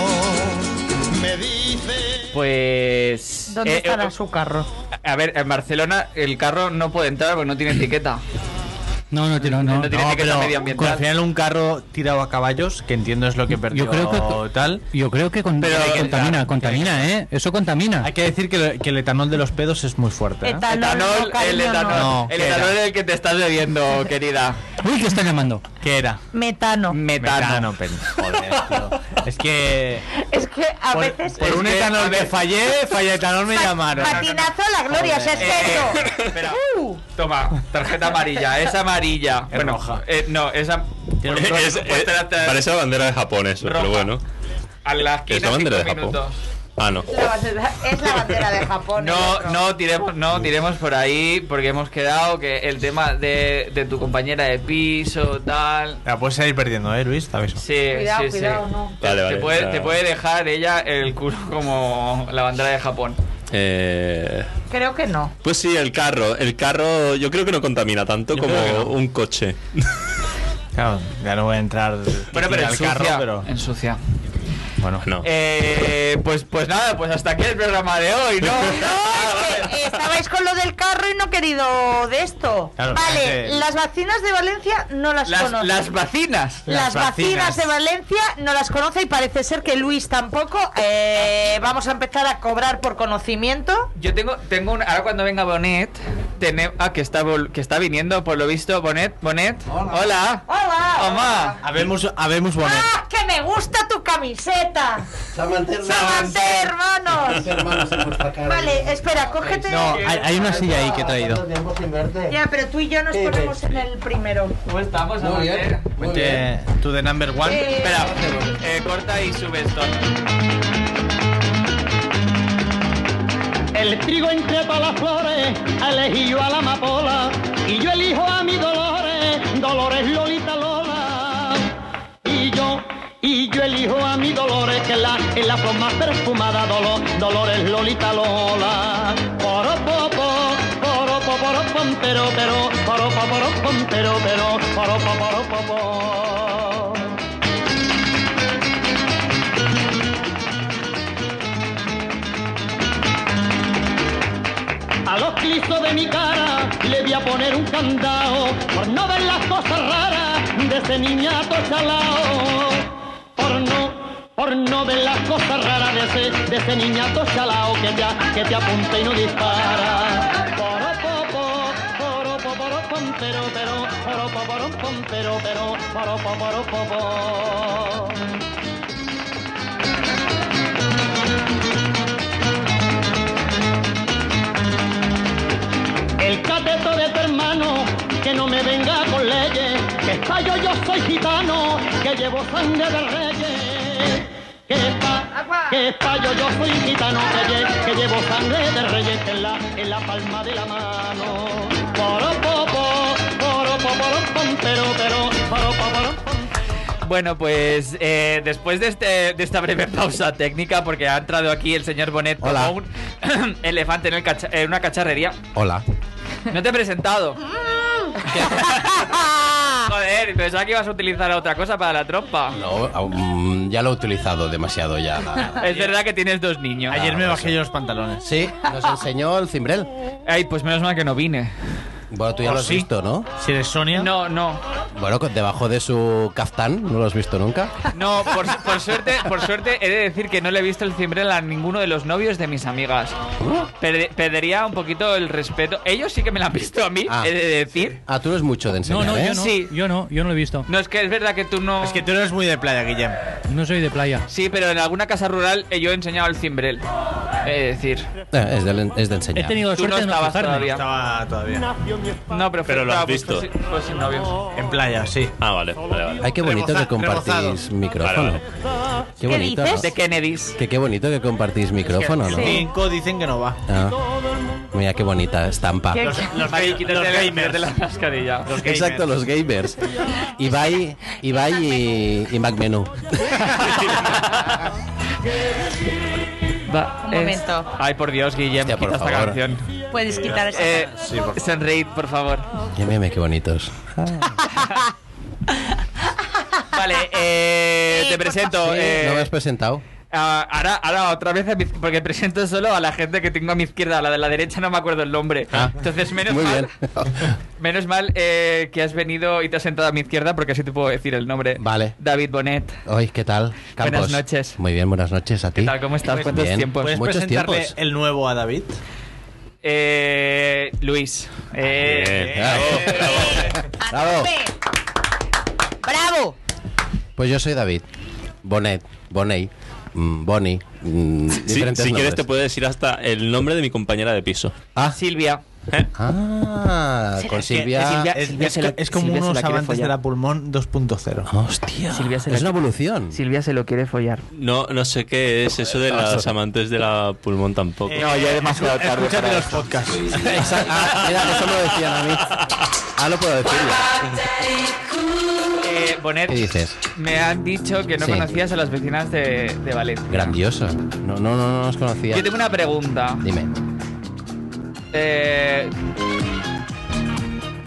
S15: Me dice
S3: Pues.
S15: ¿Dónde estará
S3: su carro? A ver, en Barcelona el carro no puede entrar porque no tiene etiqueta.
S4: No, no, no,
S3: no tiene etiqueta
S5: pero
S3: medioambiental.
S5: Al final un carro tirado a caballos, que entiendo es lo que perdió
S4: creo que-
S5: tal.
S4: Yo creo que con- contamina, contamina, ¿eh? Eso contamina.
S5: Hay que decir que, lo- que el etanol de los pedos es muy fuerte. ¿eh?
S3: Etanol, el etanol.
S5: No,
S3: el
S5: ¿qué
S3: etanol
S5: era?
S3: es el que te estás bebiendo, querida.
S4: Uy, que están llamando.
S5: ¿Qué era?
S6: Metano.
S5: Metano, pen- joder, tío. Es que.
S6: Es que a veces.
S5: Por un etanol me fallé, fallé etanol me llamaron.
S6: Patinazo a la gloria, se ha escrito. Uh.
S3: Toma, tarjeta amarilla, es amarilla. bueno, eh, no, esa.
S7: Es- eh, parece la bandera de Japón eso, pero bueno.
S3: A la
S7: ¿Es la bandera de Japón? Ah, no.
S6: Es la bandera de Japón.
S3: No, no tiremos, no tiremos por ahí porque hemos quedado que el tema de, de tu compañera de piso, tal.
S5: La puedes salir perdiendo, ¿eh, Luis? Te aviso.
S3: Sí,
S5: Cuidado,
S3: sí, sí.
S5: cuidado, no.
S3: Te-
S5: Vale,
S3: te,
S5: vale,
S3: puede,
S5: claro.
S3: te puede dejar ella el culo como la bandera de Japón.
S7: Eh,
S6: Creo que no.
S7: pues sí, el carro. El carro yo creo que no contamina tanto como un coche.
S5: Claro, ya no voy a entrar
S3: Bueno, pero
S5: al carro,
S3: ensucia,
S5: pero.
S3: Ensucia.
S5: Bueno, no.
S3: Eh, pues, pues nada, pues hasta aquí el programa de hoy, ¿no?
S6: Estabais con lo del carro y no querido de esto.
S3: Claro,
S6: vale,
S3: es que-
S6: las vacinas de Valencia no las,
S3: Las,
S6: conozco.
S3: las vacinas.
S6: Las vacinas de Valencia no las conoce y parece ser que Luis tampoco. Eh, vamos a empezar a cobrar por conocimiento.
S3: Yo tengo, tengo un, ahora cuando venga Bonet, tenemos, ah, que está, vol- que está viniendo, por lo visto, Bonet, Bonet, hola,
S6: ¡Hola!
S3: Omar.
S5: Habemos, habemos Bonet.
S6: ¡Ah, que me gusta tu camiseta!
S16: Samanter,
S6: Samanter, hermanos.
S16: hermanos en vuestra cara.
S6: Vale, espera, cógete.
S5: No, hay, hay una silla ahí que he traído.
S16: Tiempo sin verte.
S6: Ya, pero tú y yo nos
S16: Sí,
S6: ponemos en el primero.
S3: ¿Cómo estamos,
S16: Muy bien.
S3: Samanter?
S5: Vente tú de number one.
S6: Eh.
S3: Espera, eh, corta y sube esto.
S17: El trigo entrepa las flores, elegí yo a la amapola, y yo elijo a mi Dolores, Dolores Lolita Lola. Y yo, y yo elijo a mi Dolores, que es la, es la flor más perfumada, Dolo- Dolores Lolita Lola. Poropopo, poropo, poropom, pero, pero, poropo, poropom, pero, pero, poropo, poropopo. A los clisos de mi cara le voy a poner un candado por no ver las cosas raras de ese niñato chalao. Por no, por no ver las cosas raras de ese, de ese niñato chalao que ya, que te apunta y no dispara. Poropopo, poropo, poropom, pero, pero, poropo, poropom, pero, pero, poropo, poropopo. El cateto de tu hermano, que no me venga con leyes, que está yo, yo soy gitano, que llevo sangre de reyes. Que pa, que pa, yo, yo soy gitano, que, lle- que llevo sangre de reyes en la, en la palma de la mano. Poropopo, poropo, poropom, pero, pero, poropo, poropom.
S3: Bueno, pues eh, después de, este, de esta breve pausa técnica, porque ha entrado aquí el señor Bonet
S5: Hola.
S3: como un elefante en, el cacha- en una cacharrería,
S5: Hola.
S3: no te he presentado. Joder, Joder, pensaba que ibas a utilizar otra cosa para la trompa.
S18: No, aún- Oh, mm, ya lo he utilizado demasiado ya. la-
S3: Es verdad que tienes dos niños.
S18: Ayer me bajé
S3: yo los pantalones.
S18: Sí, nos enseñó el cimbrel.
S3: Ay, pues menos mal que no vine.
S18: Bueno, tú ya
S4: ¿Oh,
S3: ¿O
S18: lo has
S3: sí?
S18: visto, ¿no?
S5: Si eres Sonia.
S3: No, no.
S18: Bueno, con- debajo de su caftán, ¿no lo has visto nunca?
S3: No, por, por suerte, por suerte he de decir que no le he visto el cimbrel a ninguno de los novios de mis amigas. Perde- perdería un poquito el respeto. Ellos sí que me la han visto a mí,
S18: Ah.
S3: he de decir.
S18: Ah, tú eres mucho de
S4: No,
S18: enseñar,
S4: no,
S18: ¿eh?
S4: yo no.
S3: Sí.
S4: Yo no, yo no lo he visto.
S3: No, es que es verdad que tú no... Es que
S5: tú eres muy de playa, Guillem.
S4: No soy de playa.
S3: Sí, pero en alguna casa rural eh, yo he enseñado el cimbrel. He de decir.
S18: Eh, es, de, es de enseñar.
S3: Tú no estabas todavía.
S5: Estaba todavía.
S3: No, pero, fue-
S18: Pero lo has
S3: estaba- pues, fue
S18: visto.
S3: sin- fue sin novios.
S5: En playa, sí.
S7: Ah, vale, vale, vale.
S18: Ay, qué bonito que compartís micrófono. Qué bonito, ¿no?
S3: De Kennedys.
S18: Que qué bonito que compartís micrófono, ¿no?
S5: Cinco dicen que no va.
S18: Ah. Mira qué bonita estampa.
S3: Los, los,
S5: los
S3: gamers. De la mascarilla.
S18: Exacto, los gamers. Ibai, Ibai y, y McMenu.
S3: Va,
S6: Un
S3: es-
S6: momento.
S3: Ay, por Dios, Guillem,
S18: por
S3: quita esta
S18: favor.
S3: canción.
S6: Puedes quitar esa.
S3: Eh, Sunraid, por favor.
S18: Y mírame qué bonitos.
S3: Vale, eh, te presento. eh,
S18: ¿No me has presentado?
S3: a- ahora, ahora otra vez, a mi- porque presento solo a la gente que tengo a mi izquierda, a la de la derecha no me acuerdo el nombre. Entonces, menos
S18: Ah, Muy
S3: mal,
S18: bien.
S3: menos mal eh, que has venido y te has sentado a mi izquierda, porque así te puedo decir el nombre.
S18: Vale.
S3: David Bonet.
S18: Hoy, ¿qué tal? Campos.
S3: Buenas noches.
S18: Muy bien, buenas noches a ti. Pues
S3: tal? ¿Cómo estás? ¿Cuántos
S18: Bien.
S3: tiempos?
S5: ¿Puedes
S18: Muchos
S5: presentarle
S18: tiempos.
S5: el nuevo a David? Ah,
S3: Eh, Luis. Eh,
S18: Bravo.
S6: ¡Bravo!
S18: Pues yo soy David. Bonet, Boney, mm, Bonnie. mm,
S7: Si- si
S18: diferentes
S7: quieres te
S18: nombres.
S7: puedo decir hasta el nombre de mi compañera de piso. ¿Eh?
S18: Ah.
S3: Silvia.
S18: Ah, con Silvia.
S5: Es, es co- es como unos avances de la pulmón 2.0.
S18: Hostia. es una evolución.
S3: Silvia se lo quiere follar.
S7: No, no sé qué es eso
S5: Ah,
S7: de las amantes de la pulmón tampoco.
S3: No, ya es
S5: Eh,
S3: demasiado tarde
S5: Escúchate
S3: para
S5: los
S3: esto.
S5: podcasts.
S18: Exacto. Ah, mira, eso me lo decían a mí. Ah, lo puedo decir.
S3: Eh, Bonet,
S18: ¿Qué dices?
S3: me han dicho que no
S18: Sí.
S3: conocías a las vecinas de, de Valencia.
S18: Grandioso. No, no, no, no nos conocía.
S3: Yo tengo una pregunta.
S18: Dime.
S3: Eh,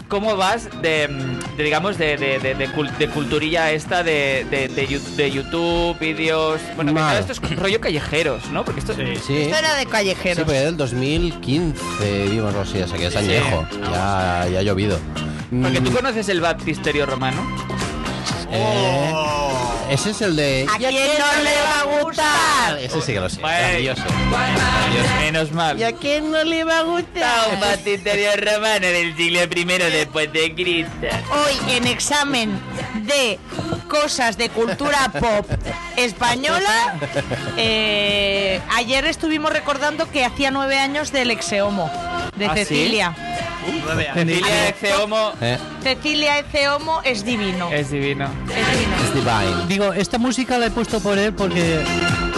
S3: ¿Cómo vas de, mm, de, digamos, de, de, de- de cul- de culturilla esta de, de- de yu- de YouTube, vídeos? Bueno, que
S18: Mal.
S3: claro, esto es rollo callejeros, ¿no? Porque esto
S18: Sí.
S6: Esto era de callejeros.
S18: Sí, porque del 2015 vimos algo así, o sea que es
S3: Sí.
S18: añejo. Ya, ya ha llovido.
S3: Porque tú
S18: Mm,
S3: conoces el baptisterio romano.
S18: eh,
S3: Oh.
S18: ese es el de.
S6: ¿A quién no le va a gustar?
S18: Ese sí que lo sé.
S3: Bueno.
S18: Grandioso.
S3: Menos mal.
S6: ¿Y a quién no le va a gustar?
S3: Un baptisterio romano del siglo I después de Cristo.
S6: Hoy en examen de cosas de cultura pop española, eh, ayer estuvimos recordando que hacía nueve años del exeomo de
S3: ¿Ah, sí?
S6: Cecilia.
S3: Cecilia Exeomo
S18: Eh,
S6: Cecilia Exeomo es divino.
S3: es divino.
S6: Es divino.
S18: es divine.
S4: Digo, esta música la he puesto por él porque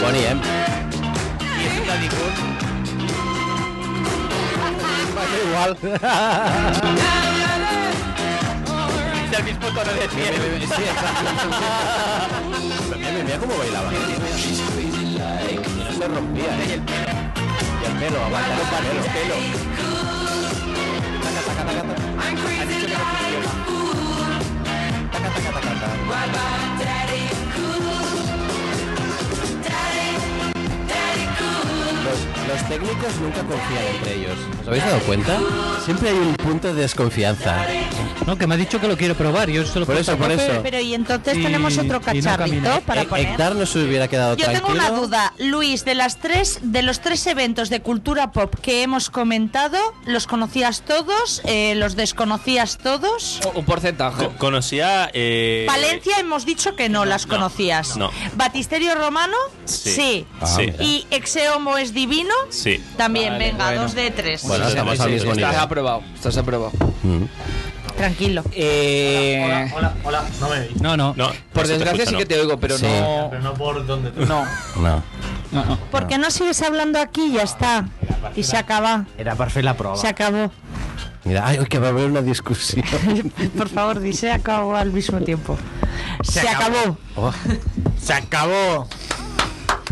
S18: Bonnie M. Igual.
S3: Del mismo tono de piel.
S18: Mira, mira cómo bailaba. Se rompía. ¿eh? Y el pelo, aguanta el pelo. Los, los técnicos nunca confían entre ellos. ¿Os habéis dado cuenta? Siempre hay un punto de desconfianza.
S4: no, que me ha dicho que lo quiere probar, yo se lo
S18: Por
S4: he puesto
S18: eso, por
S4: a tope.
S18: eso. Eh,
S6: Pero y Eh, entonces
S4: Y-
S6: tenemos otro
S4: y no
S6: cacharrito
S4: camina.
S6: para
S18: He-
S6: poner.
S18: Hector no se hubiera quedado
S6: Yo
S18: tranquilo.
S6: tengo una duda, Luis, de las tres, de los tres eventos de cultura pop que hemos comentado, ¿los conocías todos? Eh, ¿Los desconocías todos?
S3: Un porcentaje.
S7: Co- conocía. oh, eh,
S6: Valencia hemos dicho que no, las conocías.
S7: no.
S6: Batisterio Romano,
S7: Sí.
S6: sí.
S18: Ah, Sí. mira.
S6: Y Exeomo es divino,
S7: Sí.
S6: también.
S3: Vale,
S6: venga,
S3: bueno.
S6: dos de tres.
S18: Bueno, estamos al mismo nivel.
S3: Estás aprobado. Estás aprobado.
S18: Mm.
S6: Tranquilo.
S3: Eh,
S16: Hola, hola, no me veis.
S4: No, no.
S7: No,
S3: por
S7: no se te
S3: desgracia
S7: escucha,
S3: sí
S7: ¿no?
S3: que te oigo, pero
S18: Sí.
S3: no.
S16: Pero no por donde te
S3: No.
S18: No.
S3: no, no.
S6: ¿Por qué no sigues hablando aquí? Ya está. Y se acaba.
S5: Era para hacer la prueba.
S6: Se acabó.
S18: Mira, ay, que va a haber una discusión.
S6: Por favor, di se acabó al mismo tiempo. Se, acabó.
S18: Oh,
S5: Se acabó.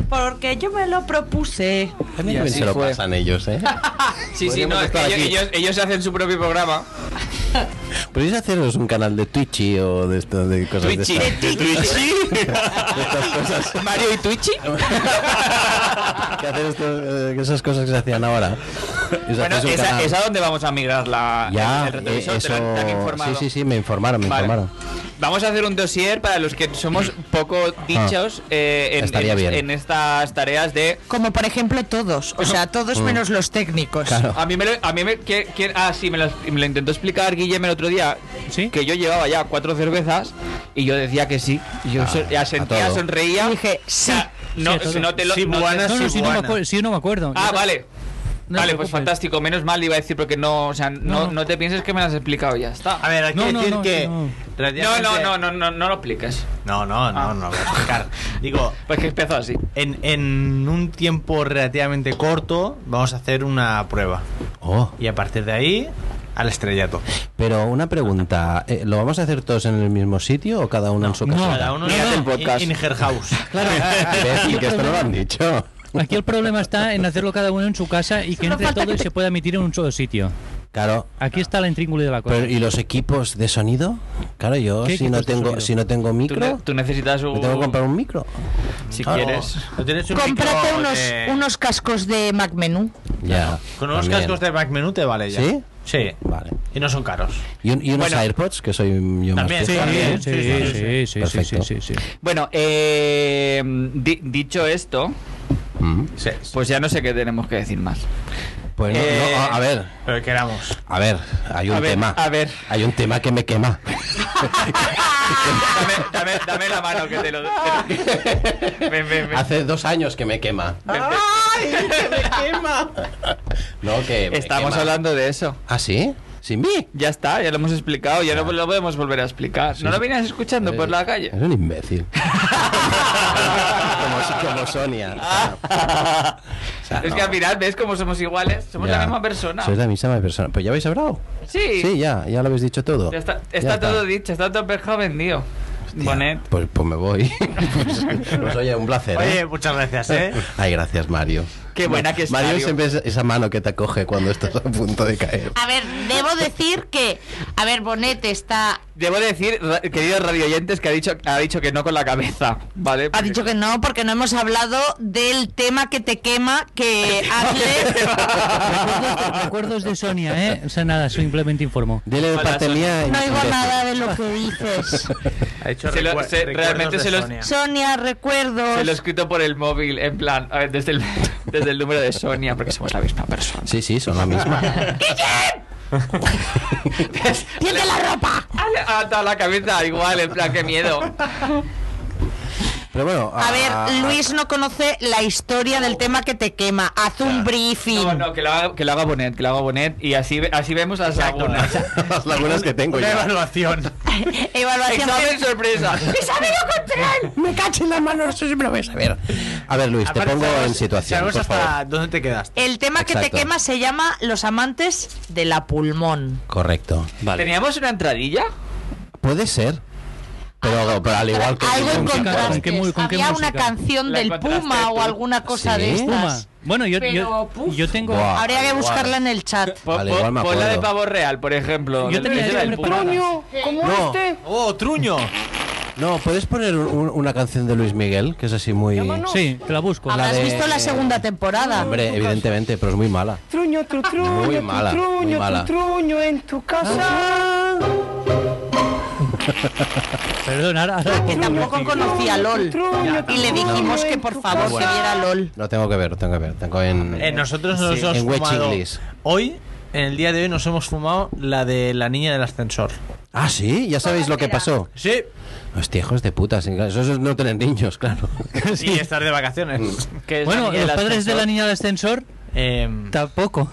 S6: Porque yo me lo propuse.
S18: a mí
S3: Y
S18: también
S3: así
S18: se lo
S3: fue.
S18: pasan ellos, ¿eh?
S3: Sí, sí,
S18: Podríamos
S3: no, es que
S18: estar
S3: ellos,
S18: aquí.
S3: ellos- ellos hacen su propio programa.
S18: Podéis haceros un canal de Twitchy o de, esto- de cosas
S1: Twitchy.
S18: de estas.
S1: ¿De Twitchy?
S18: De estas cosas. Ah,
S1: ¿Mario y Twitchy?
S18: Que hacer esto- eh, que esas cosas que se hacían ahora. Y os
S3: Bueno,
S18: hacéis un
S3: esa,
S18: canal.
S3: esa donde vamos a migrar la,
S18: Ya,
S3: el retrovisor,
S18: eh,
S3: te lo han- te han
S18: eso.
S3: informado.
S18: Sí, sí, sí, me informaron, me
S3: Vale.
S18: informaron.
S3: Vamos a hacer un dossier para los que somos poco dichos eh, en,
S18: Mm. Ah, Estaría
S3: en-
S18: bien.
S3: en estas tareas de...
S6: Como por ejemplo todos, o sea, todos
S3: Mm.
S6: menos los técnicos.
S3: A mí me lo, a mí me, que- que- ah, sí, me lo, me lo intentó explicar Guillem el otro día, que yo llevaba ya cuatro cervezas y yo decía que sí. Y
S18: Ah,
S3: yo so- ya sentía,
S4: todo.
S3: sonreía. dije, sí. no,
S4: Sí, a todo.
S3: no te lo...
S4: Sí,
S3: no te-
S4: buena, No, no, sí, no me buena. acuer- sí, no me acuerdo.
S3: Ah,
S4: Yo-
S3: vale.
S4: No
S3: vale,
S4: te
S3: pues
S4: preocupes.
S3: fantástico. Menos mal iba a decir porque no, o sea, no,
S4: no.
S3: no te pienses que me lo has explicado y ya está. A ver, hay
S5: que No, no, decir no, que no.
S3: No,
S5: relativamente-
S3: no, no, no, no, no lo expliques.
S5: No, no, no, no lo voy a explicar. Digo.
S3: Pues que empezó así.
S5: En, en un tiempo relativamente corto, vamos a hacer una prueba. Y a partir de ahí, al estrellato.
S18: Pero una pregunta, eh, ¿lo vamos a hacer todos en el mismo sitio o cada uno en su casa?
S5: Cada uno en el podcast. In, in her house.
S18: Imbécil, que esto no lo han dicho.
S4: Aquí el problema está en hacerlo cada uno en su casa y que
S18: Solo
S4: entre
S18: falta
S4: todo
S18: que
S4: y
S18: te-
S4: se pueda emitir en un solo sitio.
S18: Claro.
S4: Aquí está la intríngulis de la cosa.
S18: Pero, ¿Y los equipos de sonido? Claro, yo
S4: ¿Qué
S18: si no
S4: equipos de
S18: tengo
S4: sonido?
S18: si no tengo
S3: Tú, ne-
S18: micro,
S3: tú necesitas un...
S18: me tengo que comprar un micro.
S3: Si
S18: Claro.
S3: quieres.
S6: Cómprate unos, Eh. unos cascos de Mac Menú.
S18: Ya.
S5: Con unos
S18: también.
S5: cascos de Mac Menú te vale ya.
S18: ¿Sí?
S5: Sí.
S18: Vale.
S5: Y no son caros.
S18: Y, un- y unos
S5: Bueno.
S18: AirPods, que soy yo más
S5: También,
S18: fiel.
S5: también, sí, sí, sí,
S4: sí, sí,
S18: Perfecto.
S3: Bueno, eh, di- dicho esto, pues ya no sé qué tenemos que decir más.
S18: Pues Mm. no,
S3: Eh,
S18: no, a- a ver,
S5: Pero queramos.
S18: a ver, hay un
S3: A ver,
S18: tema.
S3: a ver.
S18: Hay un tema que me quema.
S3: Dame, dame- dame la mano que te lo... te lo- Ven, ven, ven.
S18: Hace dos años que me quema.
S1: ¡Ay, que me quema!
S18: No, que me
S3: Estamos
S18: quema.
S3: hablando de eso.
S18: ¿Ah, sí? ¿Sin mí? Ah.
S3: Ya está, ya lo hemos explicado, ya no lo podemos volver a explicar. ¿No lo venías escuchando
S18: Eh,
S3: por la calle?
S18: Eres un imbécil. ah, como, como Sonia. O sea,
S3: Ah. Es
S18: no.
S3: que al final, ¿ves cómo somos iguales? Somos
S18: Ya.
S3: la misma persona.
S18: Sois la misma persona. ¿Pero ya habéis hablado?
S3: Sí.
S18: Sí, ya, ya lo habéis dicho todo.
S3: Ya está,
S18: Ya
S3: está
S18: está.
S3: todo dicho, está todo pescado vendido. Bonet.
S18: Pues, pues me voy. pues, pues, oye, un placer. ¿eh?
S5: Oye, muchas gracias, ¿eh?
S18: Ay, gracias, Mario.
S3: Qué buena que es
S18: Mario
S3: Mario.
S18: siempre es esa mano que te acoge cuando estás a punto de caer.
S6: A ver, debo decir que, a ver, Bonet está...
S3: Debo decir, ra- queridos radioyentes, que ha dicho, ha dicho que no con la cabeza, ¿vale?
S6: Ha dicho que no, porque no hemos hablado del tema que te quema, que hazle...
S4: Recuerdos de Sonia, ¿eh? O sea, nada, simplemente informo.
S18: Dile de
S4: Hola,
S18: parte mía.
S6: No oigo nada de lo que dices.
S3: Se lo- se- realmente se los,
S6: Sonia, recuerdos.
S3: se lo he escrito por el móvil, en plan, a ver, desde el, desde el número de Sonia, porque somos la misma persona.
S18: Sí, sí, son la misma.
S6: ¡Tiende la ropa!
S3: Hasta ah, la cabeza, igual, en plan, qué miedo.
S18: Pero bueno, ah,
S6: A
S3: Ah,
S6: ver, Luis no conoce la historia del tema que te quema. Haz un briefing.
S3: Oh. No, no, que lo haga, que lo haga Bonet, que lo haga Bonet, y así, ve- así vemos las lagunas.
S18: Las lagunas que tengo ya.
S5: evaluación.
S6: Evaluación.
S3: Examen sorpresa.
S6: ¡Isabel Contreras!
S18: Me cacho en las manos, no sé si me lo vais a ver. A ver, Luis, te
S5: Aparte,
S18: pongo
S5: sabemos-
S18: en situación,
S5: sabemos
S18: por
S5: hasta
S18: favor.
S5: dónde te quedaste.
S6: El tema que te
S18: Exacto.
S6: quema se llama Los amantes de la pulmón.
S18: Correcto. Vale.
S3: ¿Teníamos una entradilla?
S18: Puede ser. Pero, pero al igual que.
S6: Ah, Algo
S18: ningún-
S6: encontraste.
S18: Correcto.
S6: Había una canción
S3: ¿La
S6: del
S3: encontraste
S6: Puma
S3: tú?
S6: o alguna cosa
S18: ¿Sí?
S6: de
S4: Puma.
S6: estas.
S4: Bueno, yo,
S6: Pero,
S4: yo,
S6: puf.
S4: yo tengo...
S18: Buah.
S6: Habría que buscarla en el chat.
S3: Pon,
S18: Al
S3: pon-
S18: igual me
S3: pon la de
S18: acuerdo.
S3: pavo real, por ejemplo.
S18: Yo
S3: del-
S18: tenía
S3: del
S18: ya
S3: Puma.
S6: ¿Cómo
S18: No.
S6: este?
S5: ¡Oh, truño!
S18: No, ¿puedes poner un- un- una canción de Luis Miguel? Que es así muy.
S4: Sí, te la busco.
S6: Habrás
S18: de-
S6: visto la segunda temporada.
S18: Hombre, evidentemente, pero es muy mala.
S12: Truño, tu truño,
S18: Ah. Muy
S12: tu
S18: mala,
S12: truño,
S18: muy
S12: tu
S18: mala. Ah.
S12: truño en tu casa.
S4: Perdón, ahora...
S6: Que tampoco conocía LOL. Y le dijimos
S12: No.
S6: que por favor que
S18: Bueno.
S6: viera LOL.
S18: Lo tengo que ver, lo tengo que ver. Tengo en.
S5: Eh, nosotros nos
S18: Sí.
S5: hemos
S18: En Wedge
S5: fumado
S18: English.
S5: hoy, en el día de hoy, nos hemos fumado la de la niña del ascensor.
S18: Ah, sí, ya sabéis lo que pasó.
S5: Sí.
S18: Hostia, hijos de puta. sin- Eso es no tener niños, claro.
S5: Y estar de vacaciones.
S3: Mm. Que es la
S4: Bueno,
S3: niña del
S4: los padres de
S3: ascensor.
S4: la niña del ascensor
S5: Em,
S4: tampoco.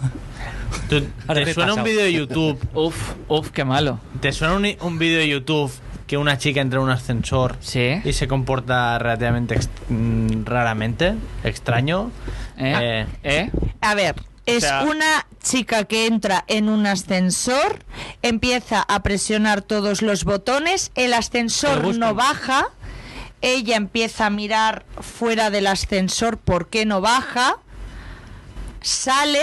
S5: ¿tú-
S4: Ahora me
S5: ¿Te
S4: he
S5: suena un
S4: pasado.
S5: vídeo de YouTube?
S3: Uf, uf, qué malo.
S5: ¿Te suena un, un vídeo de YouTube que una chica entra en un ascensor
S3: Sí.
S5: y se comporta relativamente ex- mm, raramente? Extraño.
S3: ¿Eh? ¿Eh?
S6: A ver, es
S3: sea-
S6: una chica que entra en un ascensor, empieza a presionar todos los botones, el ascensor no baja, ella empieza a mirar fuera del ascensor por qué no baja, sale,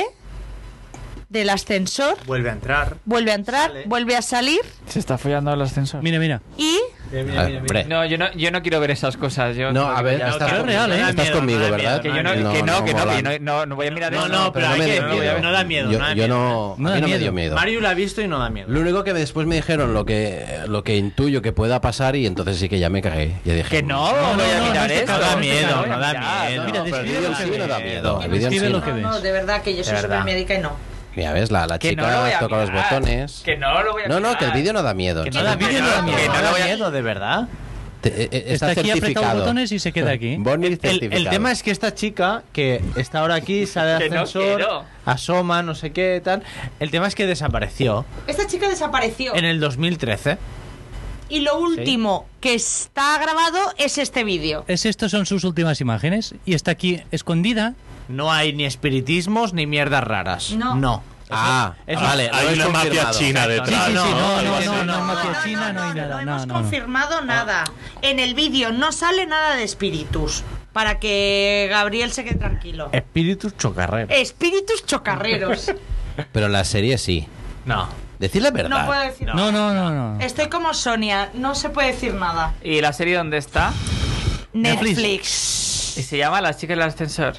S6: del ascensor,
S16: Vuelve a entrar.
S6: vuelve a entrar, vuelve a salir
S3: Se está follando el ascensor.
S4: Mira, mira.
S6: y
S3: No, yo no, yo no quiero ver esas cosas. Yo
S18: No, a ver,
S3: Ya,
S18: estás, ¿eh?
S3: que-
S18: estás conmigo, ¿verdad?
S3: Que yo no, que no, que no, que no, no, no voy a mirar eso.
S18: no, pero no me dio miedo.
S16: no da miedo,
S18: Yo
S16: no da
S18: yo
S16: miedo.
S18: no,
S5: ¿eh?
S18: a mí
S16: No da
S18: no me
S16: miedo.
S18: dio miedo.
S16: Mario la ha visto y no da miedo.
S18: Lo único que después me dijeron lo que lo que intuyo que pueda pasar y entonces sí que ya me cagué. Ya dije,
S3: Que no, voy a mirar esto.
S5: No da miedo,
S3: voy a
S5: no da
S3: mirar.
S5: miedo.
S3: Mira,
S18: pero el
S3: describe
S18: vídeo
S3: lo
S18: en
S3: que
S18: sí no da
S3: ves.
S18: miedo. El vídeo en sí no.
S6: No, de verdad que yo
S18: De
S6: soy
S18: verdad.
S6: súper médica y no.
S18: Mira, ves, la, la
S3: Que
S18: chica
S3: no lo voy a
S18: toca los
S3: mirar.
S18: botones.
S3: Que no lo voy a
S18: No, no,
S3: mirar.
S18: que el vídeo no da miedo.
S3: Que
S18: tío.
S3: no da miedo, no da miedo.
S5: Que no
S3: no
S5: da
S3: voy a-
S5: miedo, de verdad.
S18: Te- eh, eh, está,
S5: Está aquí apretado
S18: certificado.
S5: botones
S4: y se queda aquí.
S18: Bonnie
S5: El,
S18: certificado.
S5: el tema es que esta chica, que está ahora aquí, sale al
S18: Que no
S5: ascensor,
S18: quiero.
S5: asoma, no sé qué, tal. El tema es que desapareció
S6: Esta chica desapareció.
S5: en el 2013.
S6: Y lo último que está grabado es este vídeo.
S4: Es estos son sus últimas imágenes y está aquí escondida.
S5: No hay ni espiritismos ni mierdas raras.
S6: No.
S18: Ah,
S5: Eso-
S18: vale,
S5: hay
S18: lo es
S5: una mafia
S18: confirmado.
S5: china
S18: Exacto.
S5: detrás,
S18: Sí, sí,
S5: ¿no?
S18: sí, no, no,
S5: Algo
S18: no,
S5: así.
S18: no.
S4: china, no hay nada. No, no, no.
S6: Confirmado nada. En el vídeo no sale nada de espíritus. Para que Gabriel se quede tranquilo.
S5: Espíritus chocarreros.
S6: Espíritus chocarreros.
S18: Pero la serie sí.
S5: No.
S18: Decir la verdad.
S6: No puedo decir
S4: No, no, no, no.
S6: Estoy como Sonia, no se puede decir nada.
S3: ¿Y la serie dónde está?
S6: Netflix.
S3: Y se llama Las chicas del ascensor.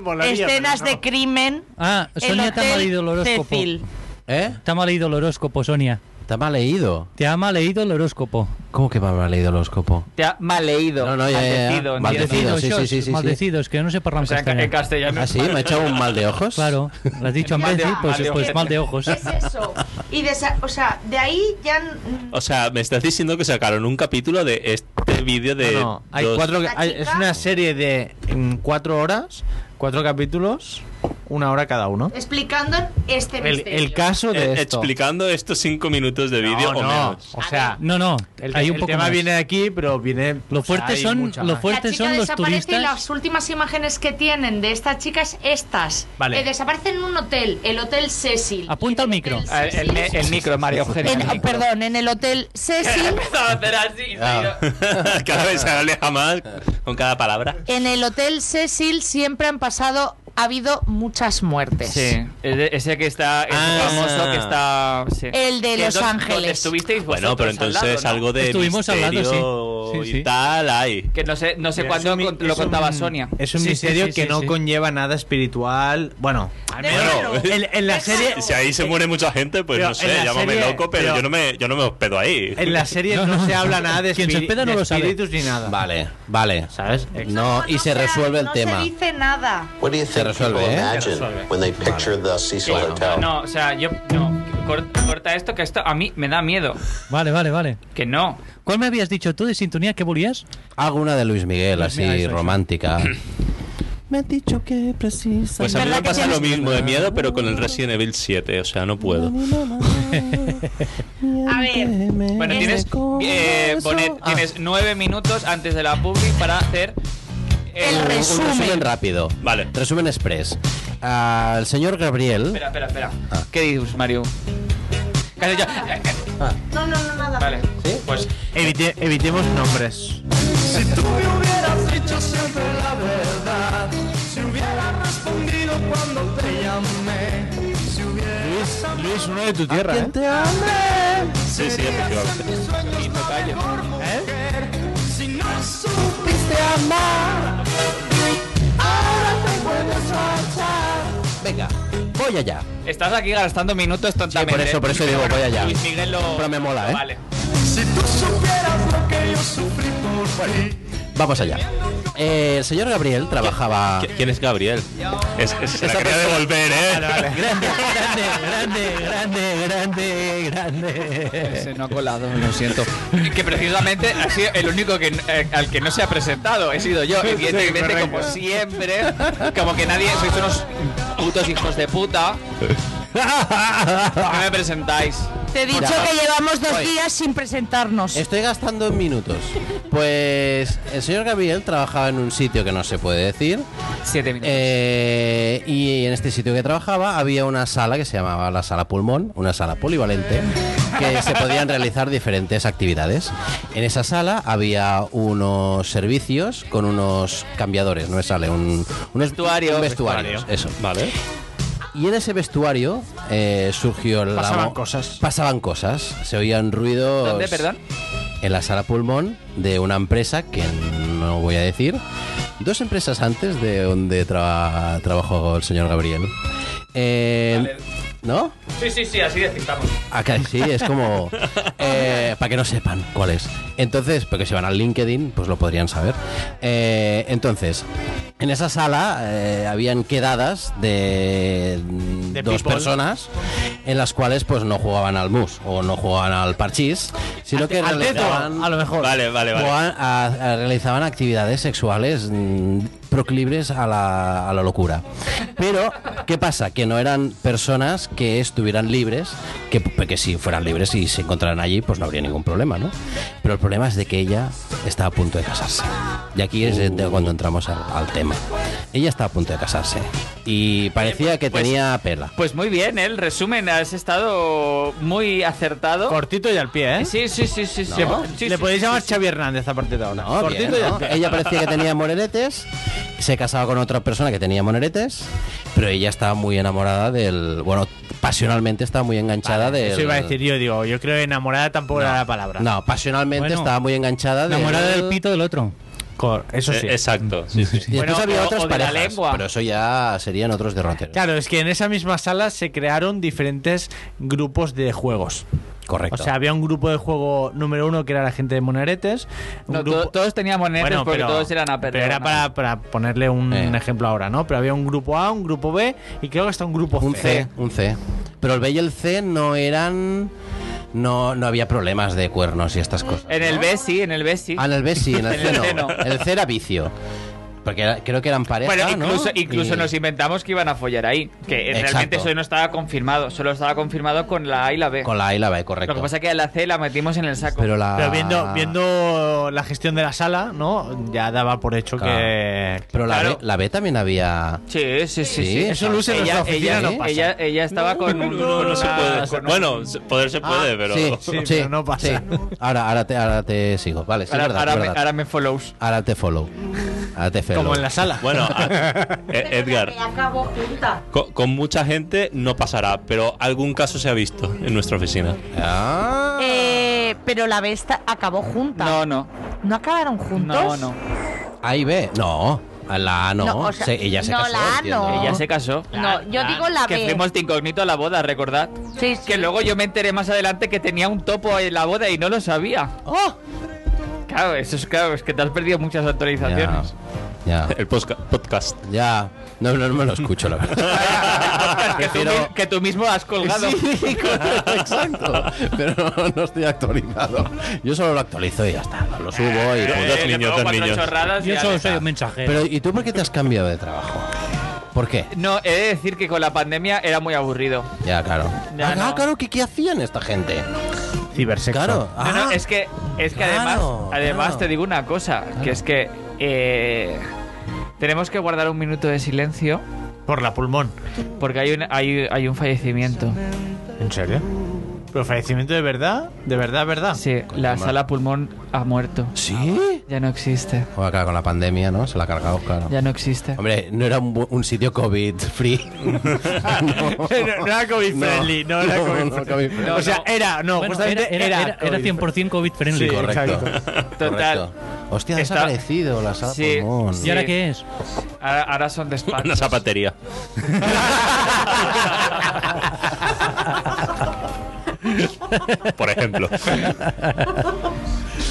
S3: Molaría,
S6: escenas
S3: pero no.
S6: de crimen.
S4: Ah,
S6: El
S4: Sonia te ha
S6: Hotel
S4: leído el horóscopo.
S6: Cecil.
S18: ¿Eh?
S4: Te ha mal leído el horóscopo, Sonia.
S18: Te ha mal leído.
S4: Te ha mal leído el horóscopo.
S18: ¿Cómo que me ha leído el horóscopo?
S3: Te ha mal leído.
S18: No, no, ya, ya, ya.
S3: Maldecido,
S18: Maldecido,
S3: entiendo.
S18: sí, sí, sí, sí, sí.
S4: Maldecidos, que no se parlan
S3: O sea, en ca- en
S4: castellano.
S3: castellano.
S18: Ah, sí, me ha echado un mal de ojos.
S4: Claro, lo has dicho en vez de, pues, pues mal de ojos.
S6: Es eso. Y de esa- o sea, de ahí ya n-
S7: O sea, me estás diciendo que sacaron un capítulo de este vídeo de.
S5: No, no, hay
S7: dos- eh,
S5: cuatro, hay- es una serie de mm, cuatro horas, cuatro capítulos, una hora cada uno.
S18: Eh,
S6: explicando este
S5: El-
S6: misterio.
S5: el caso de
S7: Eh,
S5: esto.
S7: Explicando estos cinco minutos de vídeo
S5: no,
S7: o
S5: no,
S7: menos.
S5: o sea,
S4: No, no,
S5: el,
S4: hay
S5: el
S4: un poco
S5: tema
S4: más.
S5: viene de aquí, pero viene.
S4: Lo fuerte
S5: fuertes
S4: son- lo
S6: la
S4: fuerte este
S6: chica
S4: son los
S6: desaparece y
S4: turistas.
S6: las últimas imágenes que tienen de esta chica es estas.
S4: Vale.
S6: Eh, desaparece en un hotel, el Hotel Cecil.
S4: Apunta al micro.
S3: Ah, El, me- el micro, Ah, María Eugenia.
S6: En- oh, perdón, en el Hotel Cecil.
S3: Empezaba a hacer así.
S7: cada vez se aleja más con cada palabra.
S6: En el Hotel Cecil siempre han pasado, ha habido muchas muertes.
S3: Sí, es de- ese que está. ese
S7: Ah.
S3: famoso que está. sí.
S6: El de
S3: Que
S6: Los
S3: do- donde
S6: Ángeles.
S3: Estuvisteis
S7: Bueno, pero
S3: vosotros al lado,
S7: entonces
S3: ¿no?
S7: algo de
S4: Estuvimos al lado, sí.
S7: misterio
S4: Sí, sí.
S7: y tal hay.
S3: Que no sé, no sé
S5: Mira,
S3: cuándo
S5: es un mi-
S3: con- lo
S5: es un-
S3: contaba Sonia.
S5: Es un
S3: Sí, sí,
S5: misterio
S3: sí,
S5: que
S3: sí,
S5: no
S3: sí.
S5: conlleva nada espiritual. Bueno, al menos en, en la serie.
S7: Si ahí se muere mucha gente, pues
S5: Pero
S7: no
S5: en
S7: sé,
S5: la
S7: llámame
S5: serie-
S7: loco, pero,
S5: pero-
S7: yo no me yo no me hospedo ahí.
S5: En la serie no, se habla nada de,
S4: Quien se
S5: espiri-
S4: hospeda no
S5: de
S4: lo sabe.
S5: espíritus ni nada.
S18: Vale, vale.
S5: ¿Sabes?
S18: No, y se resuelve el
S6: no
S18: tema.
S6: se dice nada.
S19: What do you
S18: Se
S19: think people
S18: resuelve, ¿eh?
S19: imagine when they picture the Cecil Hotel?
S3: No, o sea, yo. No, cor- corta esto, que esto a mí me da miedo.
S4: Vale, vale, vale.
S3: Que no.
S4: ¿Cuál me habías dicho tú de sintonía que volías?
S18: Alguna de Luis Miguel, así
S4: Miguel, eso, eso.
S18: romántica.
S1: Me has dicho que precisa.
S7: Pues a mí me pasa lo mismo de miedo, pero con el Resident Evil 7, o sea, no puedo.
S6: A ver.
S3: Bueno,
S6: es-
S3: tienes. eh, Bonet, tienes nueve minutos antes de la public para hacer. eh,
S18: Un- Un resumen rápido. Vale. Resumen express. Ah, el señor Gabriel. Ah.
S3: Espera, espera, espera. ¿Qué dices, Mario? ¿Qué has hecho? Eh, eh,
S6: No, no, no, nada.
S3: Vale. Pues
S5: Evite- evitemos nombres.
S1: Si tú me hubieras dicho siempre la verdad, si hubieras respondido cuando te llamé, si hubieras
S5: Luis, uno de tu tierra. ¿eh?
S1: te amé,
S7: Sí, sí, efectivamente.
S18: ¿Eh?
S1: si no supiste amar, ahora te puedes marchar.
S18: Venga, voy allá.
S3: estás aquí gastando minutos tontamente.
S18: por eso- por eso digo, voy allá.
S3: Luis Miguel lo.
S18: Pero me mola, ¿eh?
S3: Vale.
S1: Si tú supieras lo que yo sufrí por ti.
S18: Vamos allá. Eh, el señor Gabriel trabajaba.
S7: ¿Qui- ¿Quién es Gabriel? Es, es- se la
S18: Esa
S7: quería
S18: persona-
S7: devolver, ¿eh?
S18: Grande, grande, grande, grande, grande, grande.
S3: no ha colado, lo siento. Que precisamente ha sido el único que, eh, al que no se ha presentado. He sido yo, evidentemente, como siempre. Como que nadie. Sois unos putos hijos de puta. No me presentáis.
S6: Te he dicho
S18: Ya.
S6: que llevamos dos
S18: Voy.
S6: días sin presentarnos.
S18: Estoy gastando en minutos. Pues el señor Gabriel trabajaba en un sitio que no se puede decir.
S3: Siete minutos.
S18: Eh, y en este sitio que trabajaba había una sala que se llamaba la sala pulmón, una sala polivalente, que se podían realizar diferentes actividades. En esa sala había unos servicios con unos cambiadores, no me sale, un, un
S3: Vestuario.
S18: vestuarios, eso.
S7: Vale.
S18: Y en ese vestuario eh, surgió la.
S5: Pasaban
S18: mo- Pasaban cosas. Se oían ruidos.
S3: ¿Dónde, perdón?
S18: En la sala pulmón de una empresa que no voy a decir. Dos empresas antes de donde traba- trabajó el señor Gabriel. Eh, ¿No?
S16: Sí, sí, sí, así despistamos.
S18: Acá Ah, sí, es como. eh, para que no sepan cuál es. Entonces, porque si van al LinkedIn, pues lo podrían saber. Eh, entonces, en esa sala eh, habían quedadas de, dos
S5: people.
S18: personas en las cuales pues no jugaban al mus o no jugaban al parchís, sino que
S5: al teto,
S18: realizaban,
S5: a lo mejor.
S7: Vale, vale, vale.
S18: jugaban a- a- realizaban actividades sexuales mm, proclibres a la, a la locura. Pero, ¿qué pasa? Que no eran personas que estuvieran libres, que, que si fueran libres y se encontraran allí, pues no habría ningún problema, ¿no? Pero el problema es de que ella está a punto de casarse. Y aquí es de cuando entramos al, al tema. Ella está a punto de casarse. Y parecía que
S3: pues-
S18: tenía pela.
S3: Pues muy bien, ¿eh? el resumen, has estado muy acertado.
S5: Cortito y al pie, ¿eh?
S3: Sí, sí, sí, sí. sí.
S5: ¿No?
S3: Sí,
S5: Le
S3: sí,
S5: podéis
S3: sí,
S5: llamar
S3: sí.
S5: Xavi Hernández a partir de ahora.
S18: No, bien,
S5: y al
S18: ¿no?
S5: pie.
S18: Ella parecía que tenía moreretes, se casaba con otra persona que tenía moreretes, pero ella estaba muy enamorada del. Bueno, pasionalmente estaba muy enganchada del.
S5: Eso iba a decir yo, digo, yo creo que enamorada tampoco era la palabra.
S18: No, pasionalmente
S5: Bueno,
S18: estaba muy enganchada del.
S5: enamorada del
S18: pito del otro.
S5: Eso sí.
S7: Eh, exacto, sí, sí.
S18: Y después
S5: Bueno,
S18: había
S5: o-
S18: otras
S5: o de la
S18: parejas,
S5: lengua.
S18: pero eso ya serían otros derroteros.
S5: Claro, es que en esa misma sala se crearon diferentes grupos de juegos.
S18: Correcto.
S5: O sea, había un grupo de juego número uno que era la gente de Moneretes. un
S3: No,
S5: grupo-
S3: to- todos tenían monetes
S5: Bueno,
S3: porque
S5: pero-
S3: todos eran a
S5: Pero era para, para ponerle un
S18: Eh.
S5: ejemplo ahora, ¿no? Pero había un grupo A, un grupo B y creo que hasta un grupo
S18: Un C, un C. Pero el B y el C no eran. No, no había problemas de cuernos y estas cosas.
S3: En el B sí, en el B sí.
S18: Ah, en el B sí, en el
S3: En
S18: C
S3: el C
S18: no.
S3: no.
S18: El C era vicio. Porque era- creo que eran pareja,
S3: Bueno,
S18: ¿no?
S3: incluso, incluso
S18: Y-
S3: nos inventamos que iban a follar ahí. Que eh,
S18: Exacto.
S3: realmente eso no estaba confirmado. Solo estaba confirmado con la A y la B.
S18: Con la A y la B, correcto.
S3: Lo que pasa es que la C la metimos en el saco.
S18: Pero la-
S5: Pero viendo, viendo la gestión de la sala, ¿no? Ya daba por hecho
S18: Claro.
S5: que.
S18: Pero la,
S5: Claro.
S18: B, la B también había...
S3: Sí, sí, sí.
S18: Sí,
S3: sí.
S18: eso luce en
S3: ella,
S18: nuestra oficina,
S3: ella,
S18: no pasa.
S3: ella, ella estaba con un.
S7: No se
S3: una-
S7: puede.
S3: con un-
S7: Bueno, se- poder se puede, pero.
S18: Ah, Sí, sí, sí. Ahora, ahora, te, ahora te sigo. Vale, sí,
S3: Ahora-
S18: es verdad,
S3: ahora
S18: es
S3: me-
S18: verdad.
S3: ahora me follows.
S18: Ahora te follow. Ahora te follow.
S7: Como en la
S5: sala.
S7: Bueno, a- eh, Edgar,
S6: acabo junta.
S7: con, con mucha gente no pasará, pero algún caso se ha visto en nuestra oficina.
S18: Ah.
S6: Eh, pero la besta acabó junta.
S3: No, no.
S6: ¿No acabaron juntos?
S3: No, no.
S18: A y B. No. a La A no.
S6: No, o sea,
S18: Se- ella se
S6: no,
S18: casó.
S6: la A
S18: entiendo.
S6: no.
S3: Ella se casó.
S6: No, yo digo la
S3: Que
S6: B.
S3: fuimos de incógnito a la boda, recordad.
S6: Sí, sí.
S3: Que luego yo me enteré más adelante que tenía un topo en la boda y no lo sabía.
S6: ¡Oh!
S3: Claro, eso es claro, es que te has perdido muchas actualizaciones.
S18: Ya.
S7: El posca- podcast.
S18: Ya. No, no, me lo escucho, la verdad.
S3: Que, tú, mi- que tú mismo has colgado.
S18: Sí, correcto, exacto. Pero no, no estoy actualizado. Yo solo lo actualizo y ya está. Lo subo y...
S7: Eh,
S18: punto.
S7: dos le niños, pongo dos cuatro niños. chorradas y
S4: Yo
S7: ya
S4: solo
S7: está.
S4: soy un mensajero.
S18: Pero, ¿y tú por qué te has cambiado de trabajo? ¿Por qué?
S3: No, he de decir que con la pandemia era muy aburrido.
S18: Ya, claro.
S3: Ya,
S18: ah,
S3: no.
S18: claro, ¿qué, ¿qué hacían esta gente?
S5: Cibersexo.
S18: Claro. Ah,
S3: No, no, es que, es que
S18: claro,
S3: además, además
S18: claro.
S3: te digo una cosa, que es que eh, tenemos que guardar un minuto de silencio
S5: Por la pulmón.
S3: porque hay un, hay, hay un fallecimiento.
S5: ¿En serio? ¿Pero fallecimiento de verdad? ¿De verdad, verdad?
S3: Sí, la sala pulmón ha muerto.
S18: ¿Sí?
S3: Ya no existe.
S18: Bueno, claro, con la pandemia, ¿no? Se la ha cargado, claro.
S3: Ya no existe.
S18: Hombre, no era un, bu- un sitio COVID-free.
S5: no, no era COVID friendly, no, era
S18: no,
S5: COVID
S18: no,
S5: friendly.
S18: COVID friendly.
S5: O sea, era, no,
S4: Bueno,
S5: justamente
S4: era, era, era, era
S5: COVID
S4: 100% COVID friendly.
S5: Sí,
S18: Correcto.
S3: Total.
S18: Correcto. Hostia, ha
S3: Está-
S18: desaparecido la sala
S3: Sí,
S18: pulmón.
S3: sí.
S4: ¿Y ahora qué es?
S3: Ahora, ahora son despachos.
S7: Una zapatería. Por ejemplo.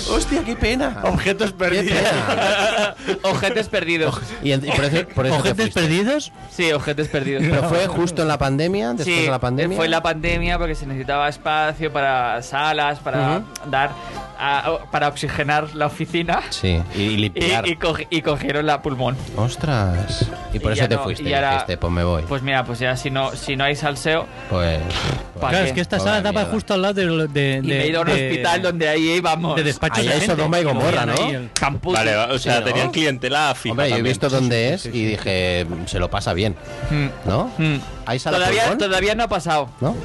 S18: Hostia, qué pena.
S5: Objetos perdidos.
S3: Ojetes perdidos.
S18: Y, en- y por eso, por eso te
S4: ¿Ojetes
S18: fuiste.
S4: perdidos?
S3: Sí, ojetes perdidos.
S18: Pero fue justo en la pandemia, después
S3: Sí,
S18: de la pandemia.
S3: fue la pandemia porque se necesitaba espacio para salas, para dar, a- para oxigenar la oficina.
S18: Sí, y, y
S3: Y,
S18: limpiar.
S3: y cogi- y cogieron la pulmón.
S18: Ostras. Y por
S3: Y
S18: eso
S3: ya
S18: te
S3: no,
S18: fuiste.
S3: y ahora-
S18: dijiste, pues me voy.
S3: Pues mira, pues ya si no, si no hay salseo,
S18: Pues.
S3: ¿pa'
S4: Claro,
S3: qué?
S4: es que esta
S18: Joder,
S4: sala estaba
S18: mierda.
S4: justo al lado de... lo- de, de
S3: Y me he ido a un
S4: de-
S3: hospital donde ahí vamos.
S4: de despachos
S18: Ahí
S4: de
S18: hay
S4: gente.
S18: Sodoma y
S4: Lo
S18: Gomorra,
S4: veían
S18: ¿no?
S4: ahí, el
S3: Campus.
S7: Vale, o sea,
S18: Sí, ¿no?
S7: tenían clientela fija.
S18: Hombre, yo he
S7: también.
S18: visto dónde es y dije, se lo pasa bien,
S3: Mm,
S18: ¿no?
S3: mm.
S18: ¿Hay sala
S3: Todavía,
S18: pulmón?
S3: todavía no ha pasado.
S18: ¿No?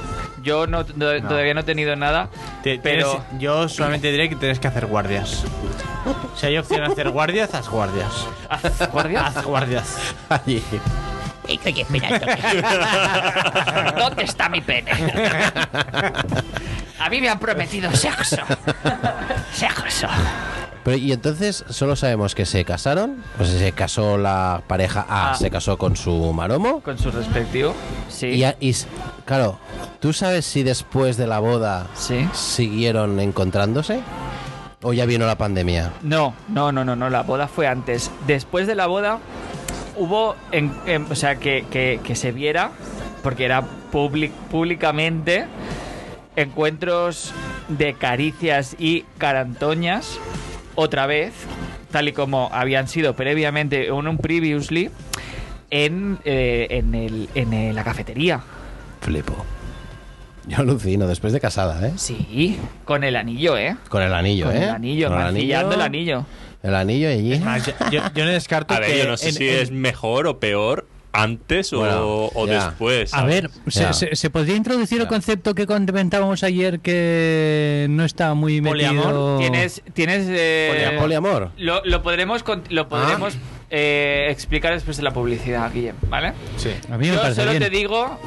S3: Yo no, no- todavía no he tenido nada.
S5: Te-
S3: Pero-
S5: tienes- yo solamente diré que tienes que hacer guardias. Si hay opción de hacer guardias, haz guardias.
S3: ¿Guardia?
S5: Haz guardias.
S18: Allí.
S20: estoy esperando. ¿Dónde está mi pene? A mí me han prometido sexo. Sexo.
S18: Pero, y entonces solo sabemos que se casaron, o sea, se casó la pareja A,
S3: Ah.
S18: se casó con su maromo.
S3: Con su respectivo. Sí.
S18: Y, a- y s- claro, ¿tú sabes si después de la boda siguieron encontrándose? ¿O ya vino la pandemia?
S3: No, no, no, no, no, la boda fue antes. Después de la boda hubo, en- en- o sea, que, que- que se viera, porque era public- públicamente, encuentros de caricias y carantoñas, otra vez, tal y como habían sido previamente en un previously, en, eh, en el- en el- la cafetería.
S18: Flipo. Yo alucino, después de casada, ¿eh?
S3: Sí. Con el anillo, ¿eh?
S18: Con el anillo,
S3: Con
S18: ¿eh?
S3: el anillo,
S18: Con el
S3: mancillando el
S18: anillo.
S3: anillo.
S18: El anillo allí.
S5: yo, no descarto
S7: A ver, yo no sé si es mejor o peor antes o, o
S18: ya.
S7: después.
S4: A ver,
S7: ¿sabes?
S4: se, se- se podría introducir el concepto que comentábamos ayer que no está muy metido...
S3: Tienes, tienes. eh,
S4: Poliam- poliamor. Ah.
S3: Lo, lo podremos, con- lo podremos eh, explicar después de la publicidad, Guillem, ¿vale?
S5: Sí.
S4: A mí me
S3: Yo
S4: parece
S3: solo
S4: bien.
S3: te digo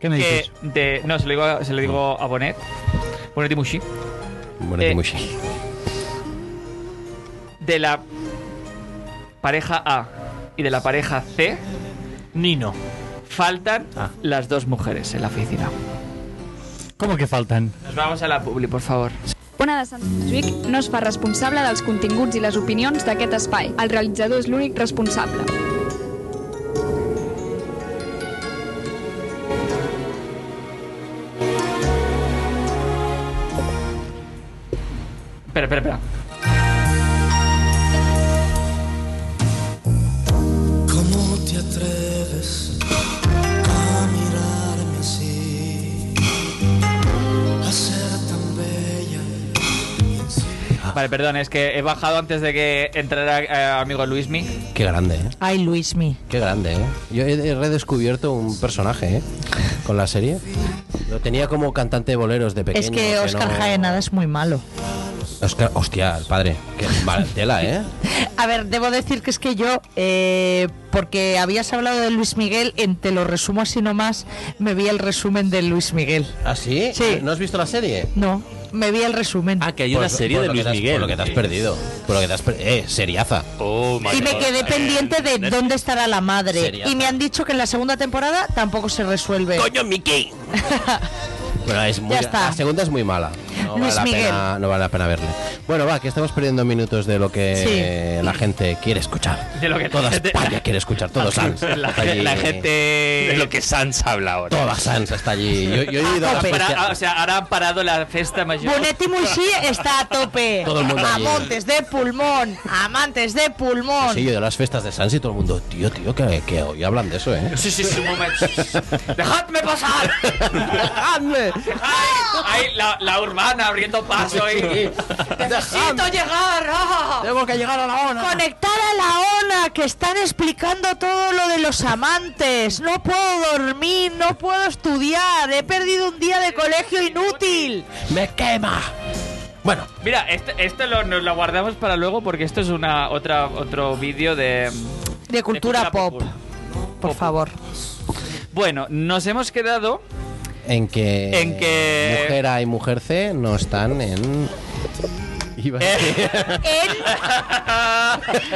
S4: ¿Qué me
S3: que
S4: dices?
S3: de- no, se lo digo, a- se lo digo a Bonet. Bonet y Mushi.
S18: Bueno,
S3: Eh,
S18: Timushi.
S3: De la pareja A y de la pareja C.
S5: Nino.
S3: Faltan
S4: Ah.
S3: las dos mujeres en la oficina.
S4: ¿Cómo que faltan?
S3: Nos vamos a la publi, por favor.
S14: Ona de Sant Montjuïc no es fa responsable dels continguts i les opinions d'aquest espai. El realitzador és l'únic responsable.
S3: Espera, espera, espera.
S1: ¿Cómo te atreves a mirarme así? A ser tan bella.
S3: Vale, perdón, es que he bajado antes de que entrara eh, amigo Luismi.
S18: Qué grande, ¿eh?
S6: Ay, Luismi.
S18: Qué grande, ¿eh? Yo he he redescubierto un personaje, ¿eh? Con la serie. Lo tenía como cantante de boleros de pequeño.
S6: es que Oscar
S18: no-
S6: Jaenada es muy malo.
S18: Oscar, hostia, el padre. Que, vale, tela, ¿eh?
S6: A ver, debo decir que es que yo, eh, porque habías hablado de Luis Miguel, en Te lo resumo así nomás, me vi el resumen de Luis Miguel.
S18: ¿Ah, sí?
S6: Sí.
S18: ¿No has visto la serie?
S6: No, me vi el resumen. Ah,
S18: Que hay
S7: una serie de Luis Miguel.
S18: Por lo que te has perdido. Por lo que te has per- Eh, seriaza.
S7: Oh, my
S6: Y me
S7: God.
S6: quedé
S7: Eh,
S6: pendiente de
S7: Netflix.
S6: dónde estará la madre.
S18: Sería
S6: Y me han dicho que en la segunda temporada tampoco se resuelve.
S18: ¡Coño, Mickey! Bueno, es muy,
S6: Ya está.
S18: La segunda es muy mala. No
S6: Luis
S18: vale, la
S6: Miguel.
S18: pena, no vale la pena verle. Bueno, va, que estamos perdiendo minutos de lo que
S6: Sí.
S18: eh, la gente quiere escuchar.
S3: De lo que
S18: Toda
S3: de-
S18: España quiere escuchar, todos Sans.
S7: La,
S18: Está allí-
S7: la gente. De lo que Sans habla ahora.
S18: Toda Sans está allí. Yo, yo he ido a
S3: Ahora
S18: las
S3: han para- ah,
S18: festi-
S3: o sea, ahora han parado la fiesta mayor.
S6: Ah, Bonetti Mushi está a tope.
S18: Todo el mundo allí.
S6: Amantes de pulmón, amantes de
S3: ah.
S6: pulmón.
S18: Sí, yo de las festas de Sans y todo el mundo, tío, tío, que, que hoy hablan de eso, ¿eh?
S3: Sí, sí, sí, un momento. ¡Dejadme pasar!
S18: ¡Dejadme!
S3: ¡Ay, la, la urbana abriendo paso! Y, ¡Necesito llegar!
S18: ¡Tengo que llegar a la ONA!
S6: Conectar a la ONA, que están explicando todo lo de los amantes. No puedo dormir, no puedo estudiar. He perdido un día de colegio inútil.
S18: ¡Me quema! Bueno.
S3: Mira, esto, esto lo, nos lo guardamos para luego porque esto es una otra otro vídeo de...
S6: De cultura pop. Por favor.
S3: Bueno, nos hemos quedado...
S18: En que,
S3: En que-
S18: mujer A y mujer C no están en... Iba a decir-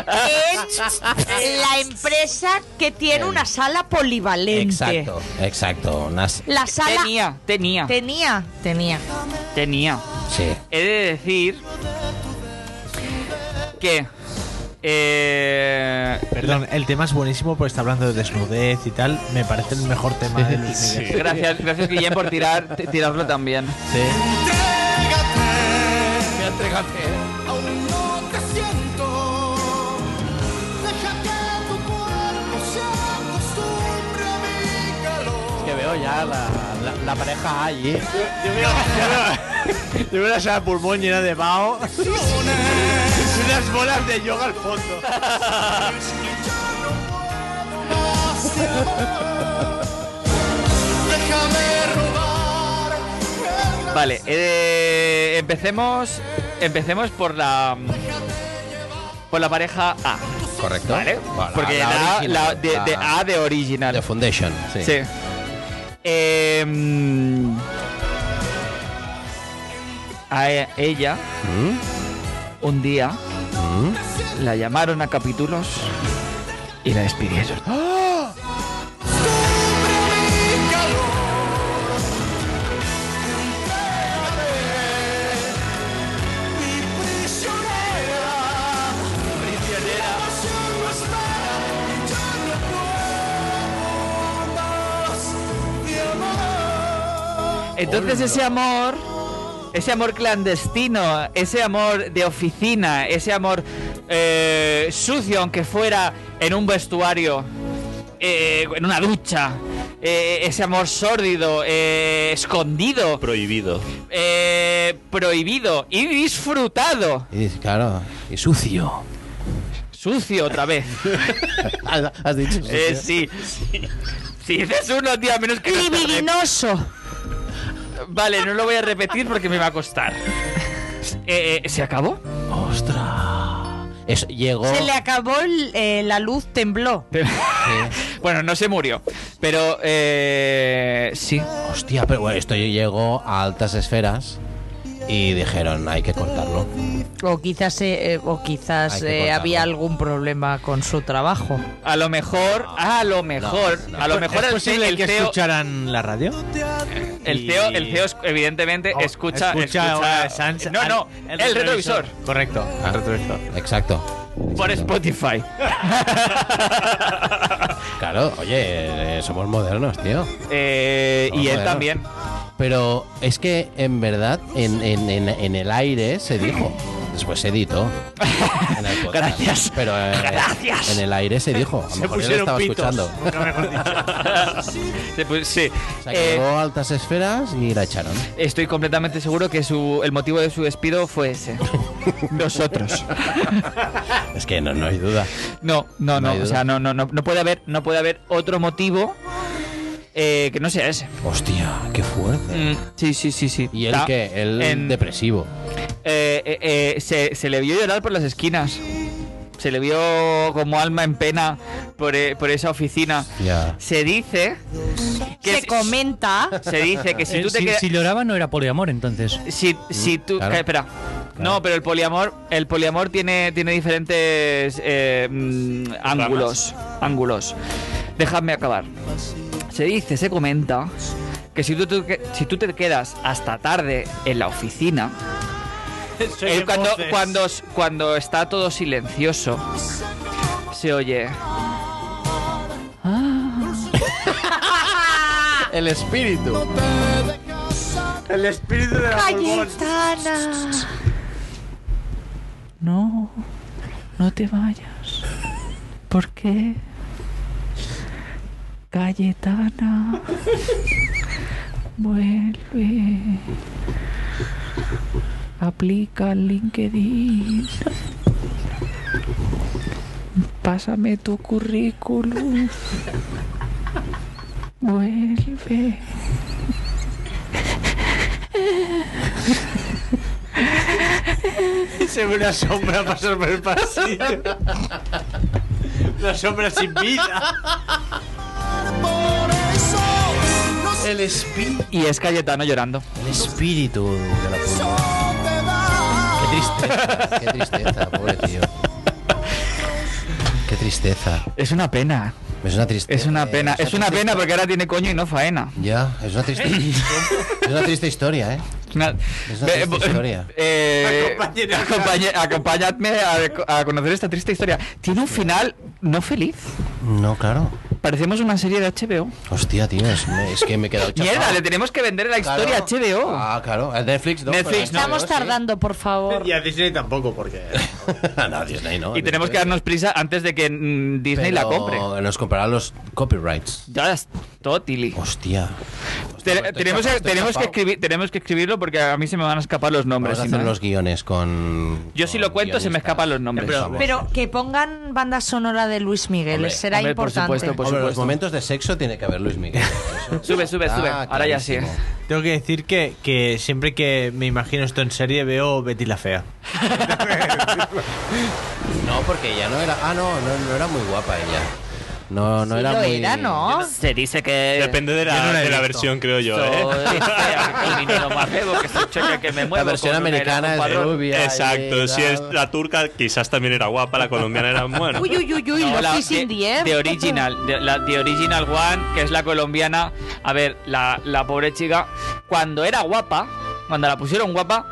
S3: Eh.
S6: En la empresa que tiene una sala polivalente.
S18: Exacto, exacto. Nas...
S6: La sala
S3: Tenía, tenía,
S6: tenía, tenía.
S18: Oh.
S3: tenía.
S18: Sí.
S3: He de decir que... Eh,
S5: Perdón, el tema es buenísimo porque está hablando de desnudez y tal. Me parece el mejor tema de Luis Miguel.
S3: Gracias, gracias Guillem por tirar, t- tirarlo también.
S5: Sí.
S1: Aún no te siento. Deja que tu cuerpo se acostumbre a mi calor.
S18: que veo ya la, pareja ¿eh? allí. Yo,
S5: veo la sala pulmón llena de vaho. unas bolas de yoga al fondo.
S1: Déjame robar.
S3: Vale, eh, empecemos, empecemos por la por la pareja A.
S18: Correcto.
S3: ¿Vale?
S18: Bueno,
S3: Porque
S18: la
S3: la-
S18: original,
S3: la- de, de
S18: la-
S3: A de original.
S18: De Foundation, sí.
S3: Sí. Em, a e- ella, un día, la llamaron a capítulos y la despidieron. Entonces ese amor, ese amor clandestino, ese amor de oficina, ese amor eh, sucio, aunque fuera en un vestuario, eh, en una ducha, eh, ese amor sórdido, eh, escondido,
S7: Prohibido.
S3: eh, prohibido y disfrutado,
S18: Y dices, claro, y sucio.
S3: sucio otra vez.
S18: Has dicho.
S3: Eh, sí. Si dices uno, tío, a menos que...
S6: Libidinoso.
S3: Vale, no lo voy a repetir porque me va a costar. Eh, eh, ¿Se acabó?
S18: Eso llegó.
S6: Se le acabó el- eh, la luz, tembló.
S3: bueno, no se murió, pero eh, sí.
S18: Hostia, pero bueno, esto llegó a altas esferas y dijeron, hay que cortarlo.
S6: O quizás, eh, eh, o
S18: Hay
S6: quizás
S18: que
S6: eh,
S18: cortarlo.
S6: había algún problema con su trabajo.
S3: A lo mejor, a lo mejor,
S5: No, no.
S3: a lo mejor
S5: ¿Es
S3: el,
S5: posible
S3: el
S5: que
S3: CEO,
S5: escucharan la radio?
S3: el CEO, el CEO es- evidentemente
S5: Oh,
S3: escucha,
S5: escucha
S3: escucha-
S5: a Sans-
S3: no, no, el,
S5: al- el
S3: retrovisor.
S5: retrovisor. Correcto.
S18: Ah, Exacto.
S3: por Spotify.
S18: Claro, oye, eh, somos modernos, tío.
S3: Eh, y él
S18: Modernos.
S3: también.
S18: Pero es que en verdad en, en- en- en el aire se dijo. Después se editó. en el podcast.
S1: Gracias.
S18: Pero eh,
S1: Gracias.
S18: en el aire se dijo. A lo
S1: Se
S18: mejor yo lo
S1: pusieron
S18: estaba
S1: pitos.
S18: escuchando.
S3: Sí, pues, sí.
S18: Se
S3: Eh,
S18: llegó a altas esferas y la echaron.
S3: Estoy completamente seguro que su, el motivo de su despido fue ese. Nosotros.
S18: Es que no, no hay duda.
S3: No, no,
S18: No
S3: no.
S18: hay
S3: o
S18: duda.
S3: sea, no, no, no, no puede haber, no puede haber otro motivo eh, que no sea ese.
S18: Hostia, qué fuerte.
S3: Mm, sí, sí, sí, sí.
S18: ¿Y el
S3: Está
S18: qué? El
S3: en-
S18: depresivo.
S3: eh, eh, eh, se, se le vio llorar por las esquinas. Se le vio como alma en pena por, eh, por esa oficina.
S18: Ya.
S3: Se dice que
S6: Se
S3: si-
S6: comenta.
S3: se dice que si
S4: Eh,
S3: tú te quedas-
S4: si lloraba no era poliamor, entonces.
S3: si, si tú
S4: Mm,
S3: eh,
S4: claro.
S3: ca- espera no pero el poliamor el poliamor tiene tiene diferentes eh, mm, ángulos ángulos dejadme acabar se dice se comenta que si tú, tú que- si tú te quedas hasta tarde en la oficina
S1: Se
S3: eh,
S1: oyen
S3: cuando,
S1: voces.
S3: cuando cuando está todo silencioso se oye
S18: El espíritu.
S1: El espíritu de la Borbón.
S3: No, no te vayas. ¿Por qué? Cayetana, vuelve. Aplica el LinkedIn. Pásame tu currículum. Vuelve.
S1: Se ve una sombra pasar por el pasillo. Una sombra sin vida.
S18: El espíritu.
S3: Y es Cayetano llorando.
S18: El espíritu de la Qué tristeza, qué tristeza, pobre tío. Qué tristeza.
S3: Es una pena.
S18: Es una tristeza.
S3: Es una pena,
S18: eh,
S3: es una pena porque ahora tiene coño y no faena.
S18: Ya, es una
S3: Eh.
S18: triste, es una triste historia, ¿eh?
S3: Una-
S18: Es una triste
S3: Eh, eh, eh,
S18: historia.
S3: acompañe- acompañadme a, a conocer esta triste historia. Tiene un final no feliz.
S18: No, claro.
S3: Parecemos una serie de HBO.
S18: Hostia, tío, es, me- es que me he quedado chapado.
S3: Mierda, le tenemos que vender la
S18: Claro.
S3: historia a HBO.
S18: Ah, claro, a Netflix no.
S3: Netflix
S18: pero a HBO
S6: Estamos
S18: sí.
S6: tardando, por favor.
S5: Y a Disney tampoco, porque.
S18: no, Disney no.
S3: Y tenemos que darnos prisa antes de que mm, Disney la
S18: Pero
S3: compre.
S18: Pues, Nos comprará los copyrights.
S3: Ya es todo tili.
S18: Hostia.
S3: Te- tenemos, que- tenemos, que escribir, tenemos que escribirlo porque a mí se me van a escapar los nombres.
S18: Vamos a
S3: si no.
S18: hacer los guiones con.
S3: Yo si lo cuento se me escapan los nombres.
S6: Pero que pongan banda sonora de Luis Miguel,
S18: Hombre,
S6: será
S18: hombre, por
S6: importante.
S18: supuesto, por Los momentos de sexo tiene que haber Luis Miguel.
S3: Sube, sube,
S18: Ah,
S3: sube. Ahora ya sí.
S18: clarísimo.
S5: Tengo que decir que, que siempre que me imagino esto en serie veo Betty la Fea.
S18: No, porque ella no era. Ah, no, no, no era muy guapa ella. No, no
S6: Sí
S18: era
S6: lo
S18: muy.
S6: era, ¿no?
S3: Se dice que.
S7: Depende de la,
S18: Yo no la he
S7: de la
S18: visto.
S7: versión, creo yo, ¿eh?
S18: La versión americana es rubia.
S7: Exacto, si es la turca, quizás también era guapa, la colombiana era buena.
S6: Uy, uy, uy, uy,
S3: No,
S6: los
S3: la-
S6: Fishing
S3: de,
S6: Diez.
S3: de original, de, la de original one, que es la colombiana. A ver, la, la pobre chica, cuando era guapa, cuando la pusieron guapa,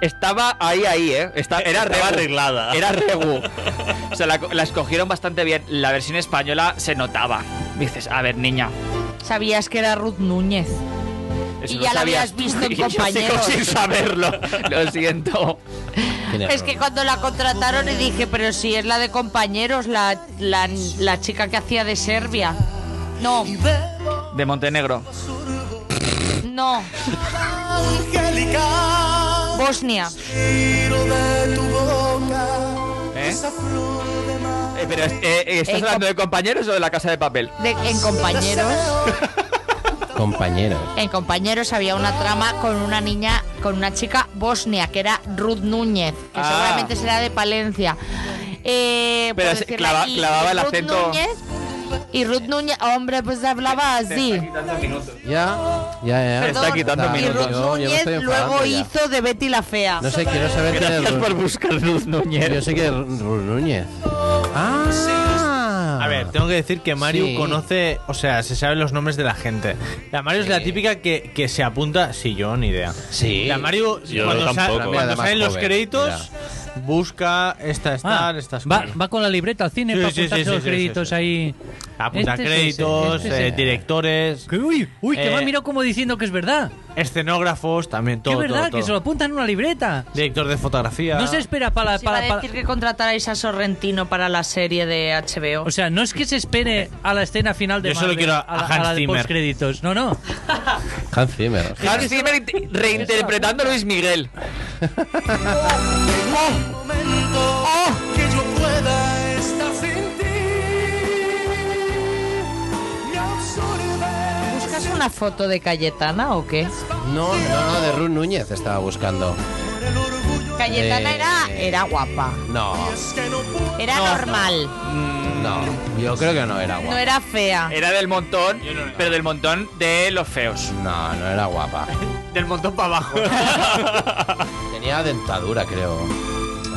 S3: estaba ahí, ahí, ¿eh? Esta- era
S7: Estaba
S3: regu.
S7: arreglada.
S3: Era regu. O sea, la, co- la escogieron bastante bien. La versión española se notaba. Dices, a ver, niña.
S6: Sabías que era Ruth Núñez.
S3: eso
S6: Y
S3: lo
S6: ya la
S3: sabías
S6: habías
S3: tú,
S6: visto en
S3: y yo sigo
S6: compañeros.
S3: sin saberlo. Lo siento.
S6: Es que cuando la contrataron y dije, pero si es la de compañeros, la, la, la chica que hacía de Serbia. No,
S3: De Montenegro.
S6: no. Bosnia.
S3: ¿Eh? Eh, pero, eh, eh, ¿estás hablando de compañeros o de la casa de papel?
S6: De- en compañeros.
S18: Compañeros.
S6: En compañeros había una trama con una niña, con una chica bosnia, que era Ruth Núñez, que
S3: Ah.
S6: seguramente será de Palencia. Eh,
S3: Pero
S6: por
S3: se
S6: decirla,
S3: clava-
S6: y
S3: clavaba el
S6: Ruth
S3: acento.
S6: Núñez- y Ruth Núñez, hombre, pues hablaba así.
S18: Ya, ya, ya.
S6: Perdón, Y Ruth
S18: Yo- yo me
S6: Núñez
S18: estoy
S6: luego
S18: enfadando ya.
S6: hizo de Betty la Fea.
S18: No sé, quiero saber quién es
S3: Gracias
S18: Ruth-
S3: por buscar Ruth Núñez.
S18: Yo sé que es Ruth Núñez. Ah.
S5: A ver, tengo que decir que Mario
S18: Sí.
S5: conoce, o sea, se sabe los nombres de la gente. La Mario es la típica que, que se apunta, sí, yo ni idea.
S18: Sí.
S5: La Mario,
S18: Yo
S5: cuando, sa-
S18: tampoco.
S5: cuando
S18: Mira, de más
S5: salen los
S18: joven,
S5: créditos, busca esta, esta,
S4: Ah,
S5: estas
S4: va,
S5: cosas.
S4: va con la libreta al cine
S5: Sí,
S4: para
S5: sí, sí,
S4: apuntarse
S5: sí,
S4: los
S5: sí,
S4: créditos
S5: sí,
S4: ahí.
S5: Apunta
S4: Este es ese,
S5: créditos,
S4: este es
S5: eh,
S4: ese.
S5: directores.
S4: Uy, Uy, que
S5: eh,
S4: me ha mirado como diciendo que es verdad.
S5: Escenógrafos, también
S4: Que
S5: todo.
S4: es verdad,
S5: todo, todo.
S4: que se lo apuntan en una libreta.
S5: Director de fotografía.
S4: No se espera para la.
S6: Se iba
S4: Para,
S6: a
S4: para-
S6: decir que contratarais a Sorrentino para la serie de HBO.
S4: O sea, no es que se espere a la escena final de
S5: Yo solo
S4: Marvel,
S5: quiero a-
S4: la-
S5: a
S4: la
S5: Hans
S4: de
S5: Zimmer.
S4: postcréditos. No, no.
S18: Hans Zimmer.
S3: Hans Zimmer int- reinterpretando a Luis Miguel.
S1: que yo pueda estar sin
S6: ¿Buscas una foto de Cayetana o qué?
S18: No, no, no, de Ruth Núñez estaba buscando.
S6: Cayetana
S18: Eh,
S6: era, era guapa.
S18: No,
S6: Era normal.
S18: no. Yo creo que no era
S6: No
S18: guapa.
S6: era fea.
S3: Era del montón, pero del montón de los feos.
S18: No, no era guapa.
S3: Del montón para abajo.
S18: Tenía dentadura, creo.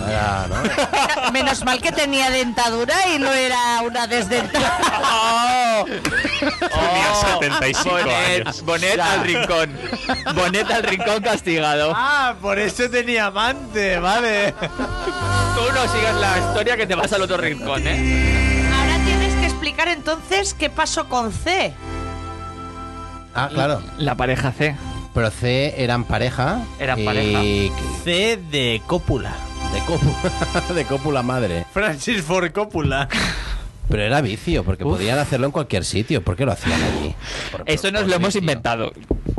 S18: Era, ¿no?
S6: Menos mal que tenía dentadura y no era una desdentada.
S3: ¡Oh!
S7: Tenía 75
S3: Bonet,
S7: años.
S3: Bonet al rincón. Bonet al rincón castigado.
S5: Ah, por eso tenía amante, vale.
S3: Tú no sigas la historia que te vas al otro rincón, ¿eh?
S6: Ahora tienes que explicar entonces qué pasó con C.
S18: Ah, claro.
S3: La pareja C.
S18: Pero C eran pareja.
S3: Eran
S18: y-
S3: pareja.
S5: C de Coppola.
S18: De cópula, de cópula madre.
S5: Francis Ford Coppola.
S18: Pero era vicio, porque podían hacerlo en cualquier sitio. ¿Por qué lo hacían allí? Por- por-
S3: Eso nos
S18: por
S3: lo hemos
S18: vicio.
S3: inventado.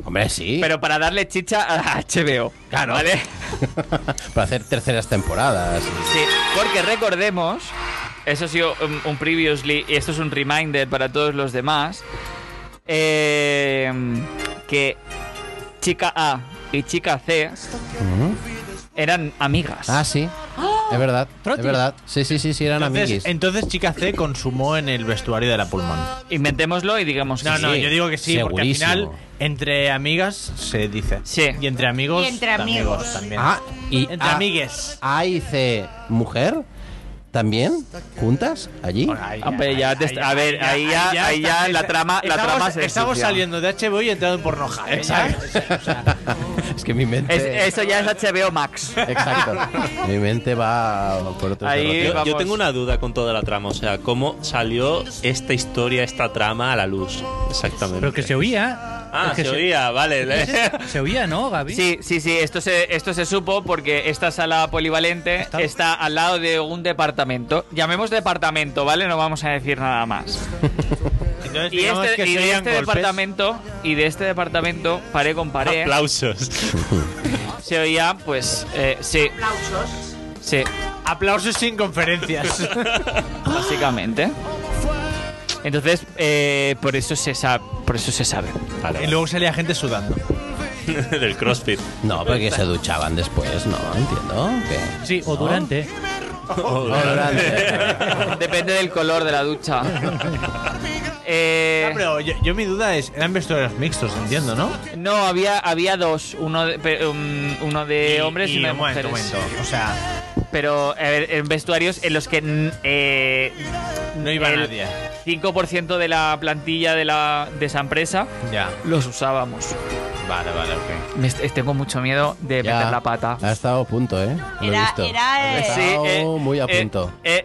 S18: Hombre, sí.
S3: Pero para darle chicha a HBO. Claro.
S18: Eh,
S3: ¿Vale?
S18: Para hacer terceras temporadas.
S3: Sí, porque recordemos, eso ha sido un, un previously y esto es un reminder para todos los demás, eh, que chica A y chica C eran amigas.
S18: Ah, sí. Es verdad. Es
S3: Trotti.
S18: verdad. Sí, sí, sí, sí, eran amiguis.
S5: Entonces, entonces chica C consumó en el vestuario de la Pullman.
S3: eh, Inventémoslo y digamos
S5: No,
S3: que
S5: no,
S3: sí.
S5: yo digo que sí,
S18: Segurísimo.
S5: porque al final entre amigas se dice.
S3: Sí.
S5: Y entre amigos.
S6: Y entre
S5: amigos
S6: amigos.
S5: también.
S18: Ah, y
S5: entre
S18: A-
S5: amigues.
S18: A y C, mujer, también, juntas, allí.
S5: Ahí ya,
S3: Hombre, ya te-
S5: ahí
S3: a ver, ahí ya- ahí ya
S5: está-
S3: la trama- la
S5: estamos,
S3: trama se
S5: Estamos
S3: ensucia.
S5: saliendo de HBO y entrando en Pornhub. ¿eh? Ya-
S18: es que mi mente.
S3: Es- eso ya es HBO Max.
S18: Exacto. mi mente va por otros
S3: Ahí
S18: derroteros.
S3: va.
S7: Yo, yo
S3: vamos.
S7: tengo una duda con toda la trama, o sea, ¿cómo salió esta historia, esta trama a la luz? Exactamente.
S4: Pero que se oía.
S7: Ah,
S4: Es que
S7: se oía, vale. le-
S4: Se oía, ¿no, Gaby?
S3: Sí, sí, sí, esto se, esto se supo porque esta sala polivalente está... al lado de un departamento. Llamemos departamento, ¿vale? No vamos a decir nada más.
S5: Entonces,
S3: y
S5: digamos
S3: este,
S5: que
S3: y de
S5: serían
S3: este
S5: golpes.
S3: departamento y de este departamento paré con paré
S7: aplausos
S3: se oía pues eh, sí
S6: Aplausos.
S3: sí
S5: aplausos sin conferencias
S3: básicamente entonces eh, por eso se sabe por eso se sabe
S5: Y luego salía gente sudando.
S7: Del CrossFit.
S18: No, porque se duchaban después, no, entiendo. que-
S4: Sí, o
S18: ¿no?
S4: durante.
S18: O durante.
S3: depende del color de la ducha
S5: No,
S3: Eh,
S5: pero yo, yo mi duda es, eran vestuarios mixtos, entiendo, ¿no?
S3: no había había dos uno de, pe- um, uno de
S5: Y-
S3: hombres y,
S5: y
S3: uno de
S5: un momento,
S3: mujeres
S5: un momento, o sea
S3: pero a ver, en vestuarios en los que mm, eh,
S5: No iba
S3: el
S5: nadie.
S3: 5% de la plantilla de, la, de esa empresa
S5: Ya.
S3: los usábamos.
S5: Vale, vale, ok.
S3: Me est- tengo mucho miedo de
S18: Ya.
S3: meter la pata.
S18: Ha estado a punto, ¿eh? Lo he
S3: Era-
S18: visto.
S6: era,
S18: Ha
S6: eh,
S18: estado
S3: Sí, eh,
S18: Oh, muy a
S3: eh,
S18: punto. Mm.
S3: Eh,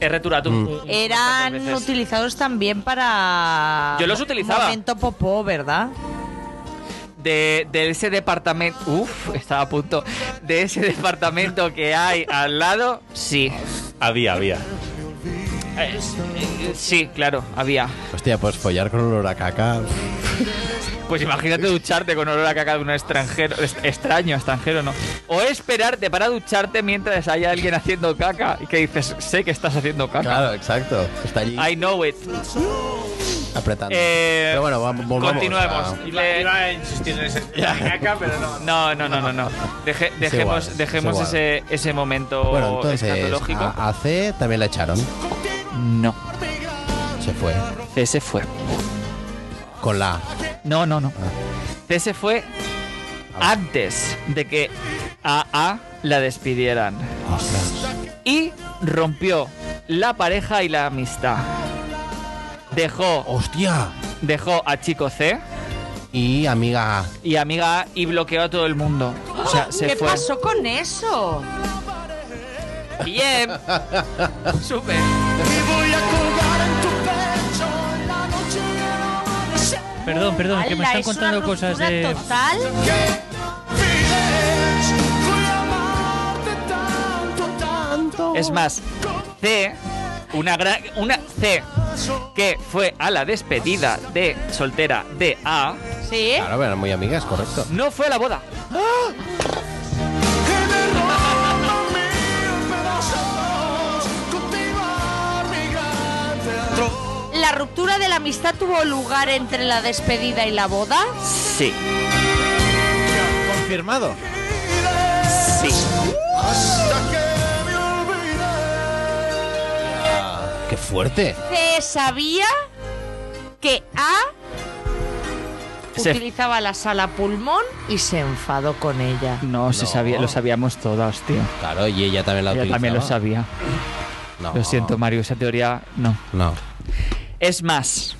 S3: he returado.
S6: Eran
S3: veces.
S6: utilizados también para.
S3: Yo los utilizaba.
S6: Momento popó, ¿verdad?
S3: de, de ese departamento. Uf, estaba a punto. De ese departamento que hay al lado, sí.
S7: Había, había.
S3: Eh, sí, claro, había.
S18: Hostia, pues follar con olor a caca.
S3: Pues imagínate ducharte con olor a caca de un extranjero, es- extraño, extranjero, ¿no? O esperarte para ducharte mientras haya alguien haciendo caca y que dices, sé que estás haciendo caca.
S18: Claro, exacto. Está allí
S3: I know it.
S18: apretando.
S3: Eh,
S18: Pero bueno, vamos, volvamos. Ah.
S3: Continuemos.
S18: a-
S3: Iba, a insistir en ese caca, pero no. No, no, no, no. Deje-
S18: Es
S3: dejemos
S18: igual,
S3: dejemos
S18: es igual.
S3: ese, ese momento
S18: Bueno, entonces, ah,
S3: escatológico.
S18: a, a C también la echaron.
S3: No.
S18: Se fue.
S3: C se fue.
S18: Con la A. Ah.
S3: No, no, no. Ese fue antes de que AA la despidieran. Y rompió la pareja y la amistad. Dejó.
S18: ¡Hostia!
S3: Dejó a Chico C
S18: Y amiga A.
S3: y amiga A y bloqueó a todo el mundo. O sea, se
S6: ¿Qué
S3: fue.
S6: pasó con eso?
S3: Bien. Súper.
S4: Perdón, perdón, que me
S6: Ala,
S4: están
S6: es una
S4: contando cosas de.
S6: ruptura total.
S3: Es más, C, una gran. Una C, que fue a la despedida de soltera de A,
S6: Sí.
S18: Claro, pero eran muy amigas, correcto.
S3: no fue a la boda.
S6: ¿La ruptura de la amistad tuvo lugar entre la despedida y la boda?
S3: Sí.
S5: Confirmado.
S3: Sí.
S18: ¡Qué fuerte!
S6: Se sabía que A
S3: Se-
S6: utilizaba la sala pulmón y se enfadó con ella.
S3: No, se sabía, lo sabíamos todas, tío.
S18: Claro, y ella también la
S3: Yo
S18: utilizaba.
S3: también lo sabía.
S18: No.
S3: Lo siento, Mario, esa teoría no.
S18: No.
S3: Es más,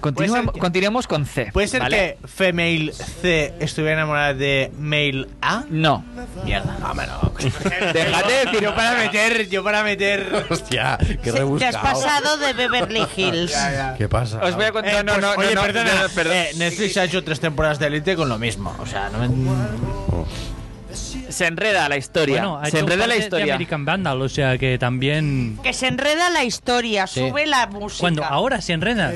S3: continuamos, continuemos con C.
S5: ¿Puede ser
S3: ¿vale?
S5: que Female C estuviera enamorada de Male A?
S3: No.
S5: Mierda. Ah, No, hombre, no.
S3: Déjate de decir-
S5: Yo para meter, yo para meter.
S18: Hostia, qué
S5: Mm,
S6: Te has
S18: rebuscado.
S6: pasado de Beverly Hills.
S18: ¿Qué pasa?
S3: Os voy a contar. no, no,
S5: Eh, pues, oye,
S3: no, no,
S5: perdona.
S3: no, perdón.
S5: eh, Netflix ha hecho tres temporadas de Elite con lo mismo. O sea, no me...
S6: Oh.
S3: Se enreda la historia.
S4: Bueno, ha
S3: se
S4: hecho un
S3: enreda
S4: par
S3: la
S4: de- de
S3: historia.
S4: American Vandal, o sea que también.
S6: Que se enreda la historia,
S4: Sí.
S6: sube la música.
S4: Cuando ahora se enreda.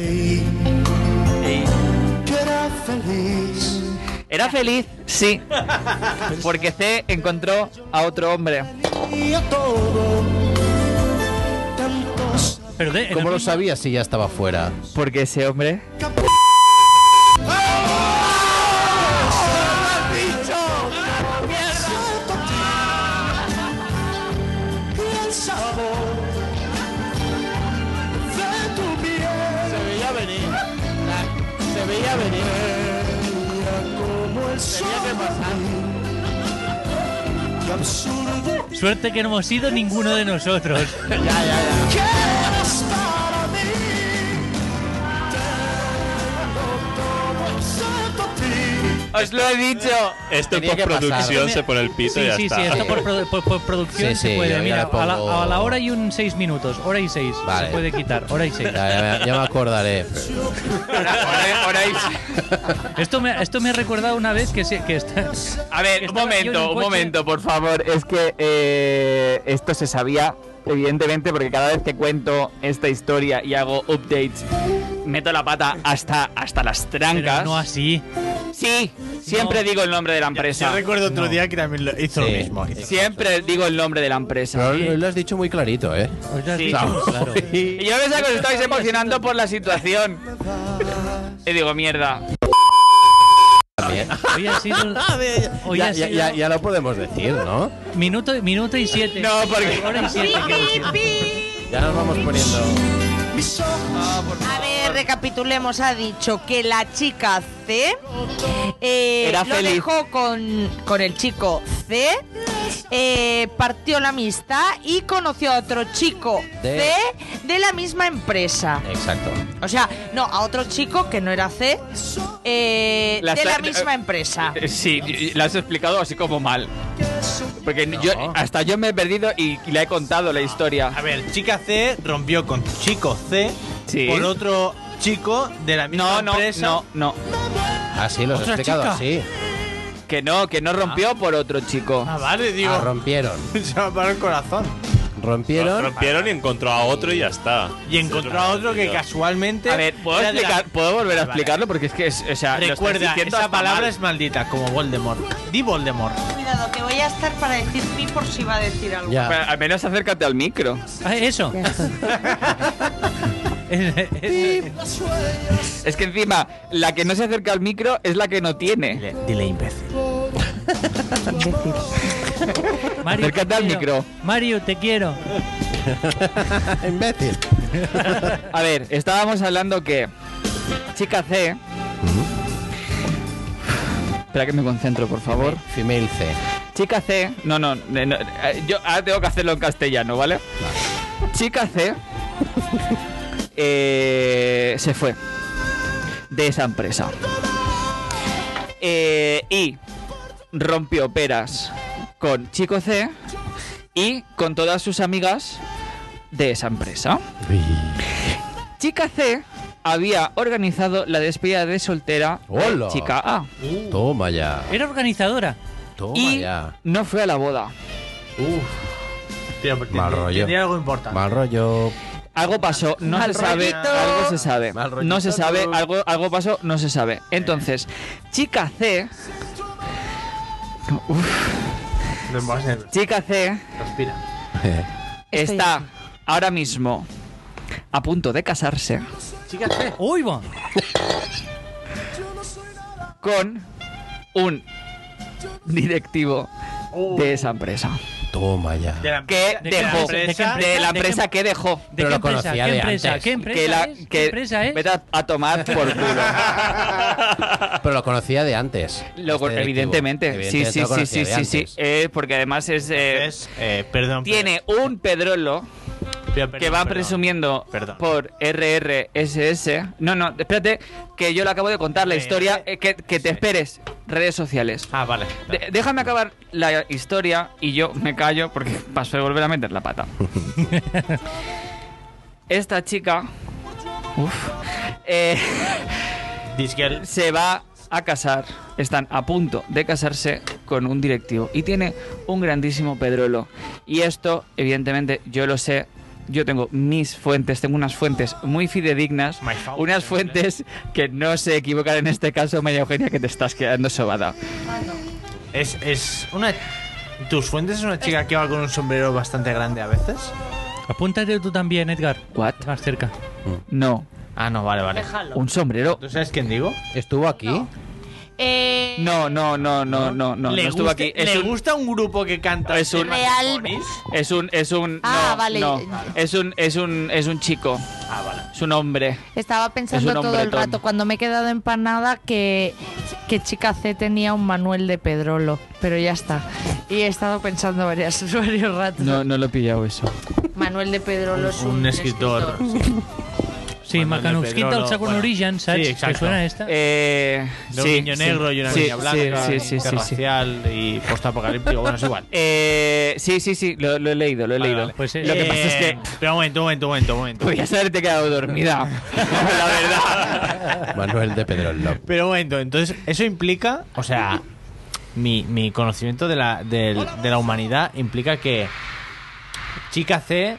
S3: Era feliz, sí. Porque C encontró a otro hombre.
S4: Pero de,
S18: ¿Cómo lo sabías si ya estaba fuera?
S3: Porque ese hombre.
S17: Se veía venir. Se veía venir. Tenía que pasar. Qué absurdo.
S4: Suerte que no hemos sido ninguno de nosotros.
S17: Quieres para mí. Te amo todo, excepto ti.
S3: ¡Os lo he dicho!
S7: Esto en
S18: Tenía que
S7: postproducción
S18: pasar.
S7: se pone el pito
S4: Sí,
S7: y ya
S4: sí,
S7: está.
S4: sí, esto por, produ- por- por producción
S18: Sí, sí,
S4: se puede.
S18: yo ya
S4: Mira,
S18: pongo-
S4: a, la, a la hora y un 6 minutos, hora y 6.
S18: Vale.
S4: Se puede quitar, hora y 6.
S18: Ya, ya me- ya me acordaré.
S3: Ahora, ahora- ahora hay-
S4: Esto me, esto me ha recordado una vez que, se- que está-
S3: A ver, un momento, un momento, por favor. Es que eh, esto se sabía, evidentemente, porque cada vez que cuento esta historia y hago updates, meto la pata hasta, hasta las trancas.
S4: no así.
S3: Sí, siempre digo el nombre de la empresa.
S5: Yo recuerdo otro
S3: No.
S5: día que también lo hizo
S18: Sí.
S5: lo mismo.
S3: Siempre digo el nombre de la empresa.
S18: Pero hoy lo has dicho muy clarito, ¿eh?
S3: Sí.
S18: Claro.
S3: Y yo pensaba que os estáis emocionando por la situación. Y digo, mierda.
S4: Hoy ha sido. hoy ha
S18: ya, ya-
S4: sido-
S18: ya- ya lo podemos decir, ¿no?
S4: Minuto, minuto y siete.
S3: No, porque-
S4: Hora y siete, quiero decir.
S18: Ya nos vamos poniendo.
S3: Ah,
S6: A ver, recapitulemos. Ha dicho que la chica C eh,
S3: Era
S6: lo
S3: feliz.
S6: dejó con, con el chico C, eh, partió la amistad y conoció a otro chico
S18: De-
S6: C de la misma empresa.
S18: Exacto.
S6: O sea, no, a otro chico que no era C eh,
S3: La
S6: de la
S3: sa-
S6: misma empresa.
S3: Eh, Sí, y- y la has explicado así como mal. Porque yo hasta yo me he perdido y, y le he contado la historia.
S5: Ah. A ver, chica C rompió con chico C
S3: Sí.
S5: por otro chico de la misma
S3: No, no,
S5: empresa.
S3: no, no.
S18: Así lo has
S5: ¿Otra
S18: explicado
S5: chica?
S18: así.
S3: Que no, que no rompió por otro chico.
S5: Ah, vale, digo.
S18: Ah, rompieron.
S5: Se me ha parado el corazón.
S18: Rompieron.
S7: Rompieron y encontró a otro y ya está.
S5: Y encontró a otro que casualmente.
S3: A ver, ¿puedo,
S5: era de la-
S3: explicar- ¿puedo volver a
S5: Vale,
S3: explicarlo? Porque es que, es, o sea, lo estáis
S5: Recuerda,
S3: diciendo
S5: esa
S3: hasta
S5: palabra
S3: mal.
S5: es maldita, como Voldemort. Di Voldemort.
S6: Cuidado, que voy a estar para decir pi por si va a decir algo.
S3: Pero al menos acércate al micro.
S4: Ah, eso.
S3: Es que encima, la que no se acerca al micro es la que no tiene. Dile,
S5: imbécil.
S4: Mario, te
S3: Acércate al
S4: quiero.
S3: micro.
S4: Mario, te quiero.
S18: Imbécil.
S3: A ver, estábamos hablando que chica C. Espera que me concentro, por favor.
S18: Female C.
S3: Chica C. No, no, eh, no, eh, yo ahora tengo que hacerlo en castellano, ¿vale? Chica C. eh, se fue de esa empresa. Eh, y rompió peras con Chico C y con todas sus amigas de esa empresa. Chica C había organizado la despedida de soltera
S18: Hola.
S3: de Chica A.
S18: Toma ya.
S4: Era organizadora.
S18: Toma
S3: Y
S18: ya.
S3: no fue a la boda.
S18: Uf.
S5: Tío, porque
S18: Mal
S5: ten-
S18: rollo.
S5: tendría algo importante.
S18: Mal rollo.
S3: Algo pasó, no
S5: Mal
S3: se sabe,
S5: rollito.
S3: algo se sabe.
S5: Mal rollito
S3: No se sabe,
S5: tú.
S3: algo, algo pasó, no se sabe. Entonces, chica C,
S5: No va a Eh. ser.
S3: chica C
S5: Respira.
S3: está ahora mismo a punto de casarse
S5: Chica C.
S4: Uy, va.
S3: con un directivo de esa empresa.
S18: Toma ya.
S5: De la,
S3: Que
S5: de
S3: dejó,
S5: la
S3: de,
S5: empresa.
S3: la
S4: empresa?
S3: empresa que dejó.
S4: ¿De
S18: Pero
S4: qué
S18: lo
S4: empresa?
S18: conocía
S4: ¿Qué
S18: de
S4: empresa?
S18: antes.
S4: ¿Qué empresa
S3: que la
S4: es? ¿Qué
S3: que
S4: empresa es?
S3: vete a, a tomar por culo.
S18: Pero lo conocía de antes.
S3: Lo-
S18: Este directivo.
S3: evidentemente, sí,
S18: Evidentemente
S3: sí,
S18: lo
S3: sí,
S18: conocía
S3: sí,
S18: de
S3: sí, sí.
S18: antes.
S3: Eh, porque además es eh,
S5: Es, eh, perdón.
S3: tiene un pedrolo
S5: pero- pero-
S3: que va
S5: perdón.
S3: presumiendo
S5: Perdón.
S3: por RRSS. No, no, espérate, que yo le acabo de contar la
S5: Eh,
S3: historia. eh, que, que te esperes. Redes sociales.
S5: Ah, vale.
S3: De- déjame acabar la historia y yo me callo porque paso de volver a meter la pata. Esta chica uf, eh,
S5: Disquel.
S3: se va a casar, están a punto de casarse con un directivo y tiene un grandísimo pedrolo. Y esto, evidentemente, yo lo sé. Yo tengo mis fuentes, tengo unas fuentes muy fidedignas,
S5: My fault,
S3: unas fuentes que no se equivocan en este caso, María Eugenia, que te estás quedando sobada.
S5: Es, es una. ¿Tus fuentes es una chica que va con un sombrero bastante grande a veces?
S4: Apúntate tú también, Edgar.
S3: ¿What?
S4: Más cerca.
S3: No,
S5: Ah, no, vale, vale.
S3: un sombrero.
S5: ¿Tú sabes quién digo?
S18: ¿Estuvo aquí?
S6: Eh,
S3: No, no, no, no, no, no, no
S5: ¿Le
S3: estuvo
S5: gusta-
S3: aquí. Es
S5: ¿Le
S3: un,
S5: gusta un grupo que canta?
S3: Es un-
S5: temas
S6: Real-
S5: bonis?
S3: es un, es un,
S6: Ah,
S3: no,
S6: vale.
S3: no. es un, es un, es un chico,
S5: Ah, vale.
S3: es un hombre.
S6: Estaba pensando
S3: Es un
S6: todo el
S3: hombretón.
S6: rato, cuando me he quedado empanada, que, que chica C tenía un Manuel de Pedrolo, pero ya está. Y he estado pensando varias, varios ratos.
S3: no lo he pillado eso.
S6: Manuel de Pedrolo es un,
S5: Un escritor.
S6: escritor.
S4: Sí, Macanusquita, el segon origen, saps?
S5: Sí, exacto.
S4: Que suena esta.
S3: Eh,
S5: De un
S3: sí,
S5: niño
S3: sí.
S5: negro y una
S3: Sí,
S5: niña
S3: sí,
S5: blanca,
S3: sí, sí,
S5: guerra
S3: sí, sí.
S5: racial y postapocalíptico. Bueno, es igual.
S3: Eh, sí, sí, sí, lo, lo he leído, lo he leído.
S4: Pues,
S3: lo
S4: eh,
S3: que pasa es que
S5: Pero un momento, un momento, un momento, un momento.
S3: podías haberte quedado dormida.
S18: Manuel de Pedrol López.
S5: Pero un momento, entonces, eso implica, o sea, mi, mi conocimiento de la, del- de la humanidad implica que Chica C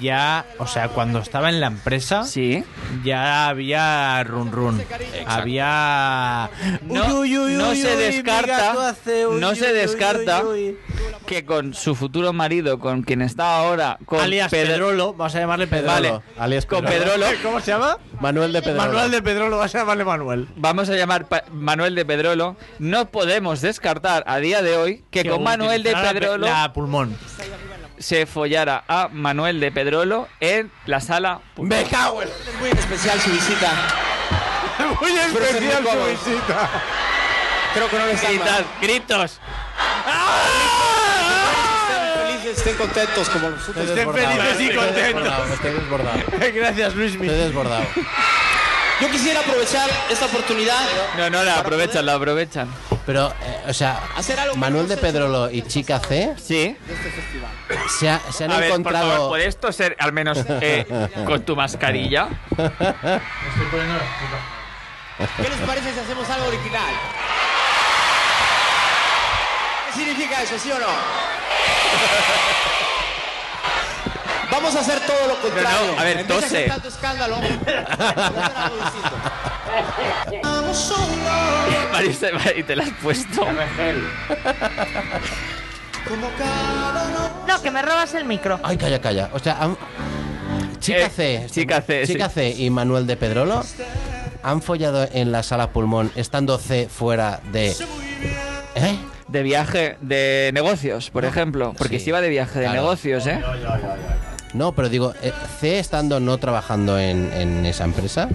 S5: ya, o sea, cuando estaba en la empresa, ya había run run. Había.
S3: No,
S5: Uy, uy, uy,
S3: no
S5: uy,
S3: se
S5: uy, mi
S3: descarta,
S5: gato hace uy,
S3: no
S5: uy,
S3: se
S5: uy,
S3: descarta
S5: uy, uy.
S3: que con su futuro marido, con quien está ahora, con
S5: Alias Pedrolo, vamos a llamarle Pedrolo.
S3: Vale,
S18: alias
S3: con Pedrolo,
S5: ¿Cómo se llama?
S18: Manuel de Pedrolo.
S5: Manuel de Pedrolo, vas a llamarle Manuel.
S3: Vamos a llamar pa- Manuel de Pedrolo. No podemos descartar a día de hoy que, con Manuel de
S5: utilizara la pe-
S3: Pedrolo
S5: La pulmón.
S3: se follara a Manuel de Pedrolo en la sala.
S13: Me cago en... Es muy especial su visita.
S5: muy
S13: especial su visita. Creo que no les Gritas,
S5: gritos.
S13: Estén felices, estén contentos como nosotros.
S5: Estén felices y contentos.
S18: Estoy desbordado.
S5: Gracias, Luismi.
S18: Estoy desbordado.
S13: Yo quisiera aprovechar esta oportunidad.
S3: No, no, la aprovechan, la aprovechan.
S18: Pero, eh, o sea, Manuel de Pedrolo y Chica C
S3: sí.
S18: se, ha- se han
S3: a ver,
S18: encontrado.
S3: por favor, ¿puede esto ser al menos eh, con tu mascarilla?
S13: ¿Qué les parece si hacemos algo original? ¿Qué significa eso, sí o no? Vamos a hacer todo lo
S3: no,
S13: contrario.
S3: a ver,
S13: En vez de hacer
S3: tose.
S13: tanto escándalo. vamos a hacer algo distinto. Vamos a
S3: Vale, se- vale, y te la has puesto.
S6: No, que me robas el micro.
S18: Ay, calla, calla. O sea, han-
S3: Eh,
S18: Chica C. Chica C. y Manuel de Pedrolo han follado en la sala pulmón estando C fuera de. ¿Eh? Ah,
S3: De viaje de negocios, por ejemplo. Porque si iba de viaje de
S18: claro.
S3: negocios, ¿eh?
S18: No, pero digo, eh, C estando no trabajando en, en esa empresa.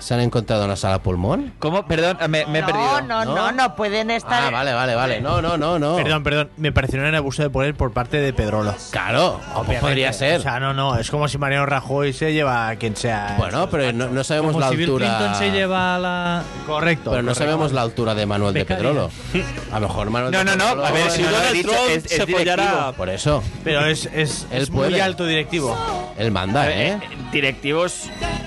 S18: ¿Se han encontrado en la sala pulmón?
S3: ¿Cómo? Perdón, me, he
S6: No, no, no, no pueden estar.
S18: Ah, vale, vale, vale. No, no, no, no.
S5: Perdón, perdón. Me pareció un abuso de poder por parte de Pedrolo.
S18: Claro,
S5: Obviamente.
S18: podría ser.
S5: O sea, no, no. Es como si Mariano Rajoy se lleva a quien sea.
S18: Bueno, pero no, no sabemos
S5: Como
S18: la
S5: si Bill
S18: altura.
S5: Clinton se
S4: lleva la.
S5: Correcto.
S18: Pero no
S5: correcto.
S18: sabemos la altura de Manuel de Pedrolo. A lo mejor Manuel
S5: No,
S18: de
S5: no, no,
S18: Pedrolo-
S5: a ver, si
S18: no lo
S5: Donald
S18: he dicho,
S5: Trump
S18: es- es
S5: se
S18: directivo.
S5: follara-
S18: Por eso.
S5: Pero es, es,
S18: Él
S5: es muy
S18: puede.
S5: alto directivo.
S18: Él manda, ¿eh?
S3: Directivos.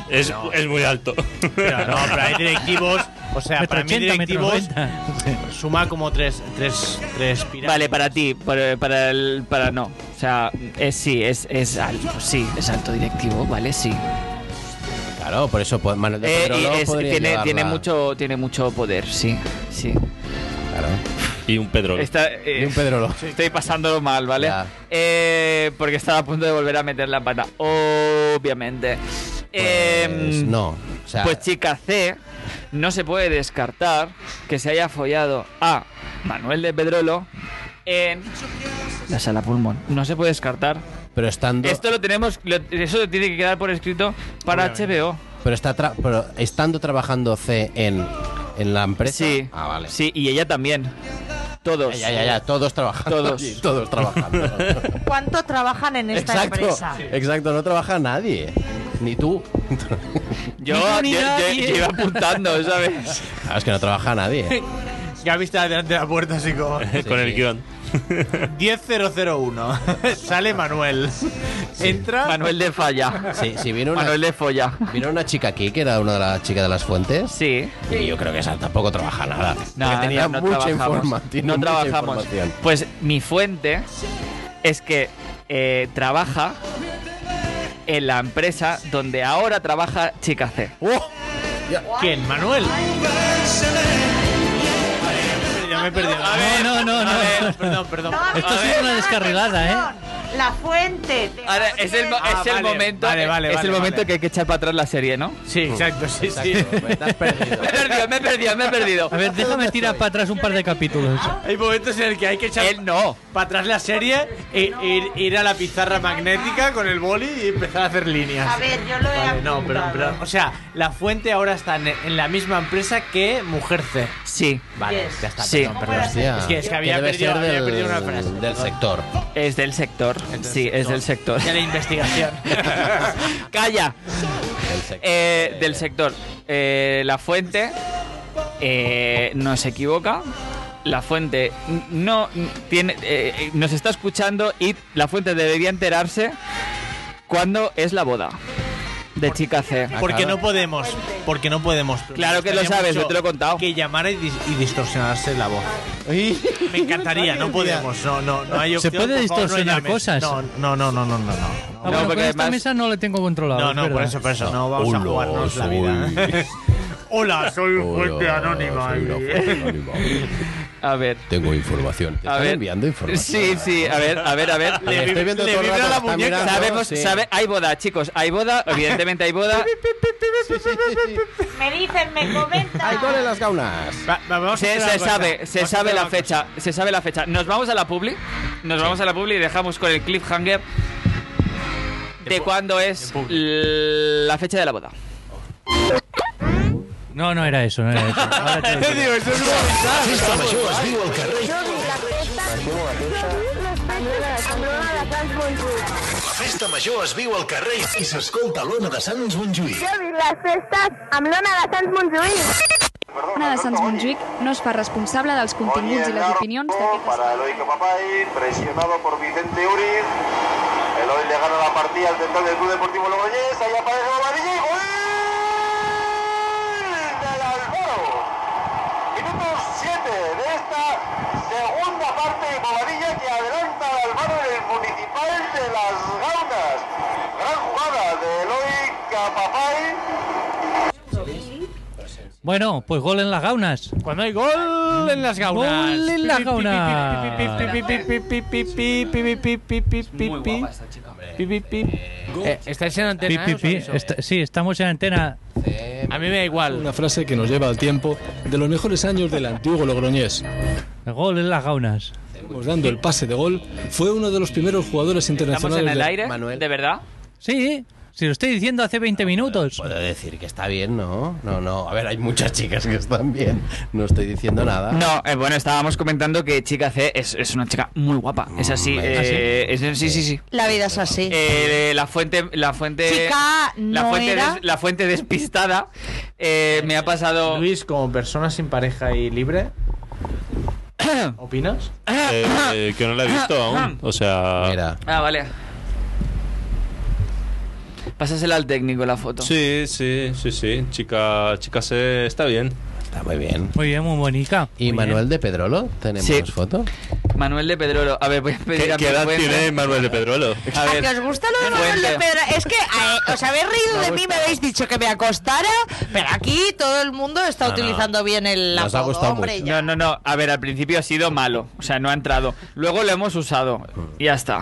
S7: Es, es muy alto.
S5: Pero no, pero hay directivos. O sea,
S7: Metro
S5: para mí
S7: 80, metro
S5: directivos suma como tres, tres, tres pirámides.
S3: Vale, para ti, para, para el. para no. O sea, es, sí, es, es alto, sí, es alto directivo, vale, sí.
S18: Claro, por eso pues, Manuel de
S3: Eh,
S18: Pedrolo
S3: y es-
S18: podría
S3: tiene,
S18: llevarla.
S3: tiene mucho, tiene mucho poder, sí, sí.
S18: Claro.
S7: Y un Pedro.
S3: Está, eh,
S18: Y un Pedrolo.
S3: Estoy pasándolo mal, ¿vale?
S18: Ya.
S3: Eh, porque estaba a punto de volver a meter la pata, obviamente.
S18: Pues
S3: Em,
S18: no. O sea,
S3: pues chica C, no se puede descartar que se haya follado a Manuel de Pedrolo en la sala pulmón. No se puede descartar.
S18: pero estando.
S3: Esto lo tenemos, lo- eso tiene que quedar por escrito para HBO.
S18: Pero, está tra- pero estando trabajando C en, en la empresa.
S3: Sí.
S18: Ah, vale.
S3: Sí, y ella también. Todos.
S18: Ya, ya, ya, todos trabajando.
S3: Todos.
S18: allí, todos trabajando.
S6: ¿Cuánto trabajan en esta
S18: exacto.
S6: empresa?
S18: Exacto, no trabaja nadie. Ni tú.
S3: Yo, yo, yo- yo iba apuntando, ¿sabes?
S18: Claro, Ah, es que no trabaja nadie.
S5: Gaby está delante de la puerta así como...
S18: Con el
S7: guión.
S5: 10001. Sale Manuel. Entra...
S3: Manuel de Falla.
S18: Sí, sí, vino una,
S3: Manuel de Folla.
S18: vino una chica aquí que era una de las chicas de las fuentes.
S3: Sí.
S18: Y yo creo que esa tampoco trabaja nada.
S3: No,
S18: Porque tenía
S3: no, no
S18: mucha
S3: trabajamos.
S18: información.
S3: No
S18: mucha
S3: trabajamos.
S18: información.
S3: Pues mi fuente es que eh, trabaja en la empresa donde ahora trabaja Chica C.
S5: ¿Quién? ¿Manuel? Ya me he perdido.
S4: no, no, no.
S5: A ver, perdón, perdón.
S4: Esto sí es una descarrilada, ¿eh?
S6: La fuente. de-
S3: Ahora es el, mo-
S5: Ah,
S3: es el
S5: vale,
S3: momento,
S5: vale, vale,
S3: es
S5: vale,
S3: el momento
S5: vale.
S3: que hay que echar para atrás la serie, ¿no?
S5: Sí, exacto, sí, sí.
S3: Me he perdido, me he perdido, me he perdido.
S4: A ver, déjame tirar para atrás un par de capítulos.
S5: Hay momentos en el que hay que echar
S3: Él no.
S5: para atrás la serie, e ir, ir a la pizarra magnética con el boli y empezar a hacer líneas.
S6: A ver, yo lo he
S5: Vale, no, pero,
S6: apuntado.
S5: pero- o sea, la fuente ahora está en, en la misma empresa que Mujer C.
S3: Sí.
S5: Vale,
S6: Yes.
S5: ya está,
S3: Sí.
S5: perdón, perdón.
S18: Hostia.
S5: Es que, es que había,
S18: debe
S5: perdido,
S18: ser
S5: había
S18: del-
S5: perdido una frase.
S18: Del sector.
S3: Es del sector. sí, es del sector.
S5: De la investigación.
S3: ¡Calla! Eh, del sector. Eh, la fuente eh, nos equivoca. La fuente n- no n- tiene, eh, eh, nos está escuchando y la fuente debería enterarse cuándo es la boda de chica C.
S18: Ah,
S5: Porque no podemos, porque no podemos.
S3: Claro que lo sabes, yo te lo he
S5: contado. Que llamar y, dis- y distorsionarse la voz. Me encantaría, no podemos, no, no, no hay
S4: Se
S5: opción.
S4: puede
S5: por favor, no
S4: distorsionar
S5: llames.
S4: cosas.
S5: No, no, no, no, no, no. no.
S4: Ah, bueno, con esta mesa no le tengo controlado.
S5: No,
S4: es
S5: no, por
S4: verdad.
S5: eso, por eso. No vamos a jugarnos la vida. Hola, soy fuente anónima.
S3: A ver.
S18: Tengo información. ¿Te
S3: A
S18: están
S3: ver.
S18: enviando información?
S3: Sí, sí, a ver, a ver, a ver.
S18: Le Estoy vi- viendo le todo el vibra rato, la está muñeca. mirando,
S3: Sabemos,
S18: sí.
S3: sabe- hay boda, chicos, hay boda, evidentemente hay boda.
S6: Me dicen, me comentan.
S18: ¡Ay, goles las gaunas!
S3: se se sabe, se sabe la fecha, se sabe la fecha. Nos vamos a la publi, nos vamos a la publi y dejamos con el cliffhanger de cuándo es l- la fecha de la boda.
S4: No, no era eso, no era eso. Ahora te lo digo.
S13: La
S2: festa
S13: major es viu al carrer. La festa major es viu al carrer i s'escolta a l'Ona de Sants Montjuïc.
S2: Jo vic les festes amb l'Ona de Sants Montjuïc.
S14: Ona de Sants Montjuic no es fa responsable dels continguts i les opinions d'aquest
S21: Para Eloico Papay, presionado por Vicente Uriz. Eloy le gana la partida al central del Club Deportivo Logroñés. Ahí aparece Bobadilla y ¡gol! Del Alfaro. Minuto 7 de esta segunda parte y Bobadilla que adelanta al Alfaro en el municipal de las Gaunas. Gran jugada de Eloy Capapay.
S4: Bueno, pues gol en las gaunas.
S5: Cuando hay gol en las gaunas.
S4: Gol en las gaunas.
S5: Eh, ¿Estáis en antena?
S4: Pi,
S5: eh,
S4: pi, pi.
S5: os aviso?
S4: Está- sí, estamos en antena.
S5: A mí me da igual.
S22: Una frase que nos lleva al tiempo de los mejores años del antiguo logroñés.
S4: Gol en las gaunas.
S22: Estamos dando el pase de gol. Fue uno de los primeros jugadores
S3: Estamos en
S22: internacionales.
S3: el
S22: de-
S3: aire, de verdad.
S4: Sí, si lo estoy diciendo hace 20 minutos.
S18: Puedo decir que está bien, ¿no? No, no. A ver, hay muchas chicas que están bien. No estoy diciendo nada.
S3: No, eh, bueno, estábamos comentando que chica C es, es una chica muy guapa. Es así,
S18: ¿Ah,
S3: eh, es- sí, sí, sí.
S6: La vida es así.
S3: Eh, la fuente, la fuente,
S6: Chica,
S3: la
S6: no
S3: fuente,
S6: era.
S3: des- la fuente despistada eh, me ha pasado.
S5: Luis, como persona sin pareja y libre, ¿opinas?
S7: Eh,
S5: ah.
S7: eh, que no la he visto aún. O sea.
S3: Ah, vale. Pásasela al técnico la foto.
S7: Sí, sí, sí, sí. Chica, chica se está bien.
S18: Está muy bien.
S4: Muy bien, muy bonita.
S18: ¿Y Manuel de Pedrolo? ¿Tenemos
S3: Sí.
S18: foto?
S3: Manuel de Pedrolo. A ver, voy a pedir
S7: ¿Qué,
S3: a
S7: qué
S3: mi
S7: edad
S3: fuente.
S7: tiene Manuel de Pedrolo?
S3: A
S6: ¿A que os
S3: ver,
S6: gusta lo de Manuel de
S3: Fuente.
S6: Pedra? Es que eh, os habéis reído de mí, me habéis dicho que me acostara, pero aquí todo el mundo está
S3: No, no.
S6: utilizando bien el apodo, hombre, ya.
S3: No, no, no. A ver, al principio ha sido malo. O sea, no ha entrado. Luego lo hemos usado. Y ya está.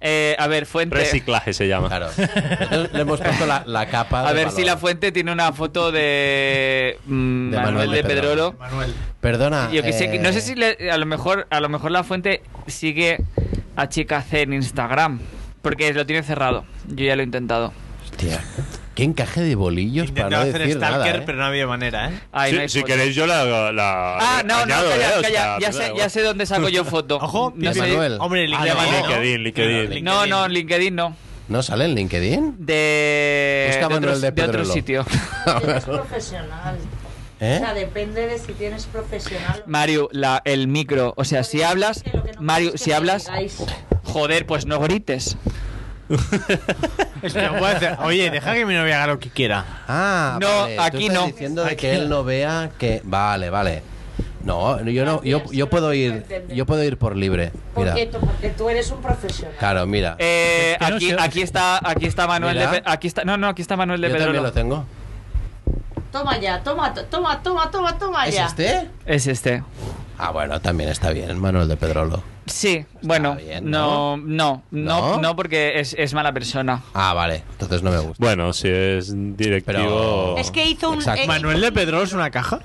S3: Eh, a ver, fuente.
S7: Reciclaje se llama.
S18: Claro. Le hemos puesto la, la capa.
S3: A
S18: de
S3: ver
S18: valor.
S3: si la fuente tiene una foto de, mm,
S18: De
S3: Manuel, de Pedrolo.
S18: Perdona.
S3: Yo que sé,
S18: eh,
S3: no sé si le- a lo mejor a lo mejor la fuente sigue a chica C en Instagram porque lo tiene cerrado. Yo ya lo he intentado.
S18: Hostia, qué encaje de bolillos para
S5: Intentaba
S18: no
S5: hacer
S18: decir nada.
S5: Stalker,
S18: ¿eh?
S5: pero no había manera, ¿eh?
S3: Ay,
S7: Sí,
S3: no hay
S7: si
S3: foto.
S7: queréis yo la... la
S3: Ah, no, no,
S7: añado,
S3: calla,
S7: eh, o
S3: calla,
S7: sea,
S3: ya
S7: me da
S3: sé, ya
S7: igual.
S3: sé dónde saco yo foto. Ojo,
S18: de Manuel. Hombre,
S3: LinkedIn.
S18: LinkedIn, ¿no?
S7: Ah, LinkedIn, LinkedIn.
S3: No, no, en LinkedIn no.
S18: ¿No sale en LinkedIn?
S3: De,
S18: Busca
S3: de
S18: Manuel
S3: otros-
S18: de
S3: de otro
S18: Pedrolo.
S3: sitio.
S23: profesional.
S18: ¿Eh?
S23: O sea, depende de si tienes profesional.
S3: Mario, la, el micro. O sea, si hablas, Mario, si hablas,
S23: digáis.
S3: joder, pues no grites.
S5: Es que no puedo hacer- Oye, deja que mi novia haga lo que quiera.
S18: Ah,
S5: No,
S18: vale, tú
S5: aquí
S18: estás
S5: no.
S18: diciendo de
S5: Aquí
S18: que él no vea que vale, vale. No, yo no, yo, yo puedo ir, yo puedo ir por libre. Mira,
S23: Porque, tú- porque tú eres un profesional.
S18: claro, mira.
S3: Eh, aquí, aquí está, aquí está Manuel
S18: Mira.
S3: de Pe- aquí está, no, no, aquí está Manuel de
S18: Yo también
S3: Pedrolo.
S18: lo tengo.
S23: Toma ya, toma, to- toma, toma, toma, toma Ah, ya.
S3: Es este.
S18: Ah, bueno, también está bien, Manuel de Pedrolo.
S3: Sí, bueno, no, no, no, no, porque es, es mala persona.
S18: Ah, vale, entonces no me gusta.
S7: Bueno, si es directivo...
S6: Es que hizo un... eh,
S5: ¿Manuel de Pedrolo es una caja?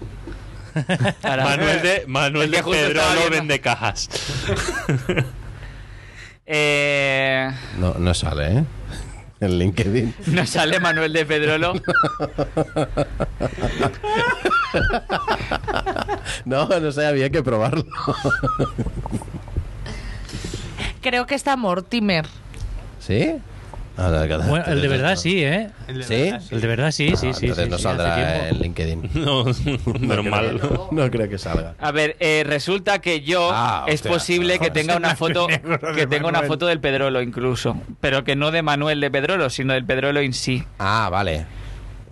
S7: Manuel de, Manuel
S3: El que
S7: de
S3: justo estaba
S7: Pedrolo
S3: viendo.
S7: vende cajas.
S3: Eh,
S18: No, no sale, ¿eh? En LinkedIn.
S3: nos sale Manuel de Pedrolo.
S18: No, no sé, había que probarlo.
S6: creo que está Mortimer.
S18: ¿Sí? Ah,
S4: Bueno, el de verdad sí, ¿eh?
S18: ¿Sí? Ah,
S4: El de verdad sí, sí, sí.
S18: Entonces
S4: sí,
S18: no
S4: sí,
S18: saldrá
S4: hace
S18: en
S4: tiempo.
S18: LinkedIn.
S7: No,
S18: normal. No, creo que salga.
S3: A ver, eh, resulta que yo
S18: Ah,
S3: es
S18: hostia.
S3: posible que tenga una foto
S18: negro de
S3: que tenga una
S18: Manuel.
S3: foto del Pedrolo incluso, pero que no de Manuel de Pedrolo, sino del Pedrolo en sí.
S18: Ah, vale.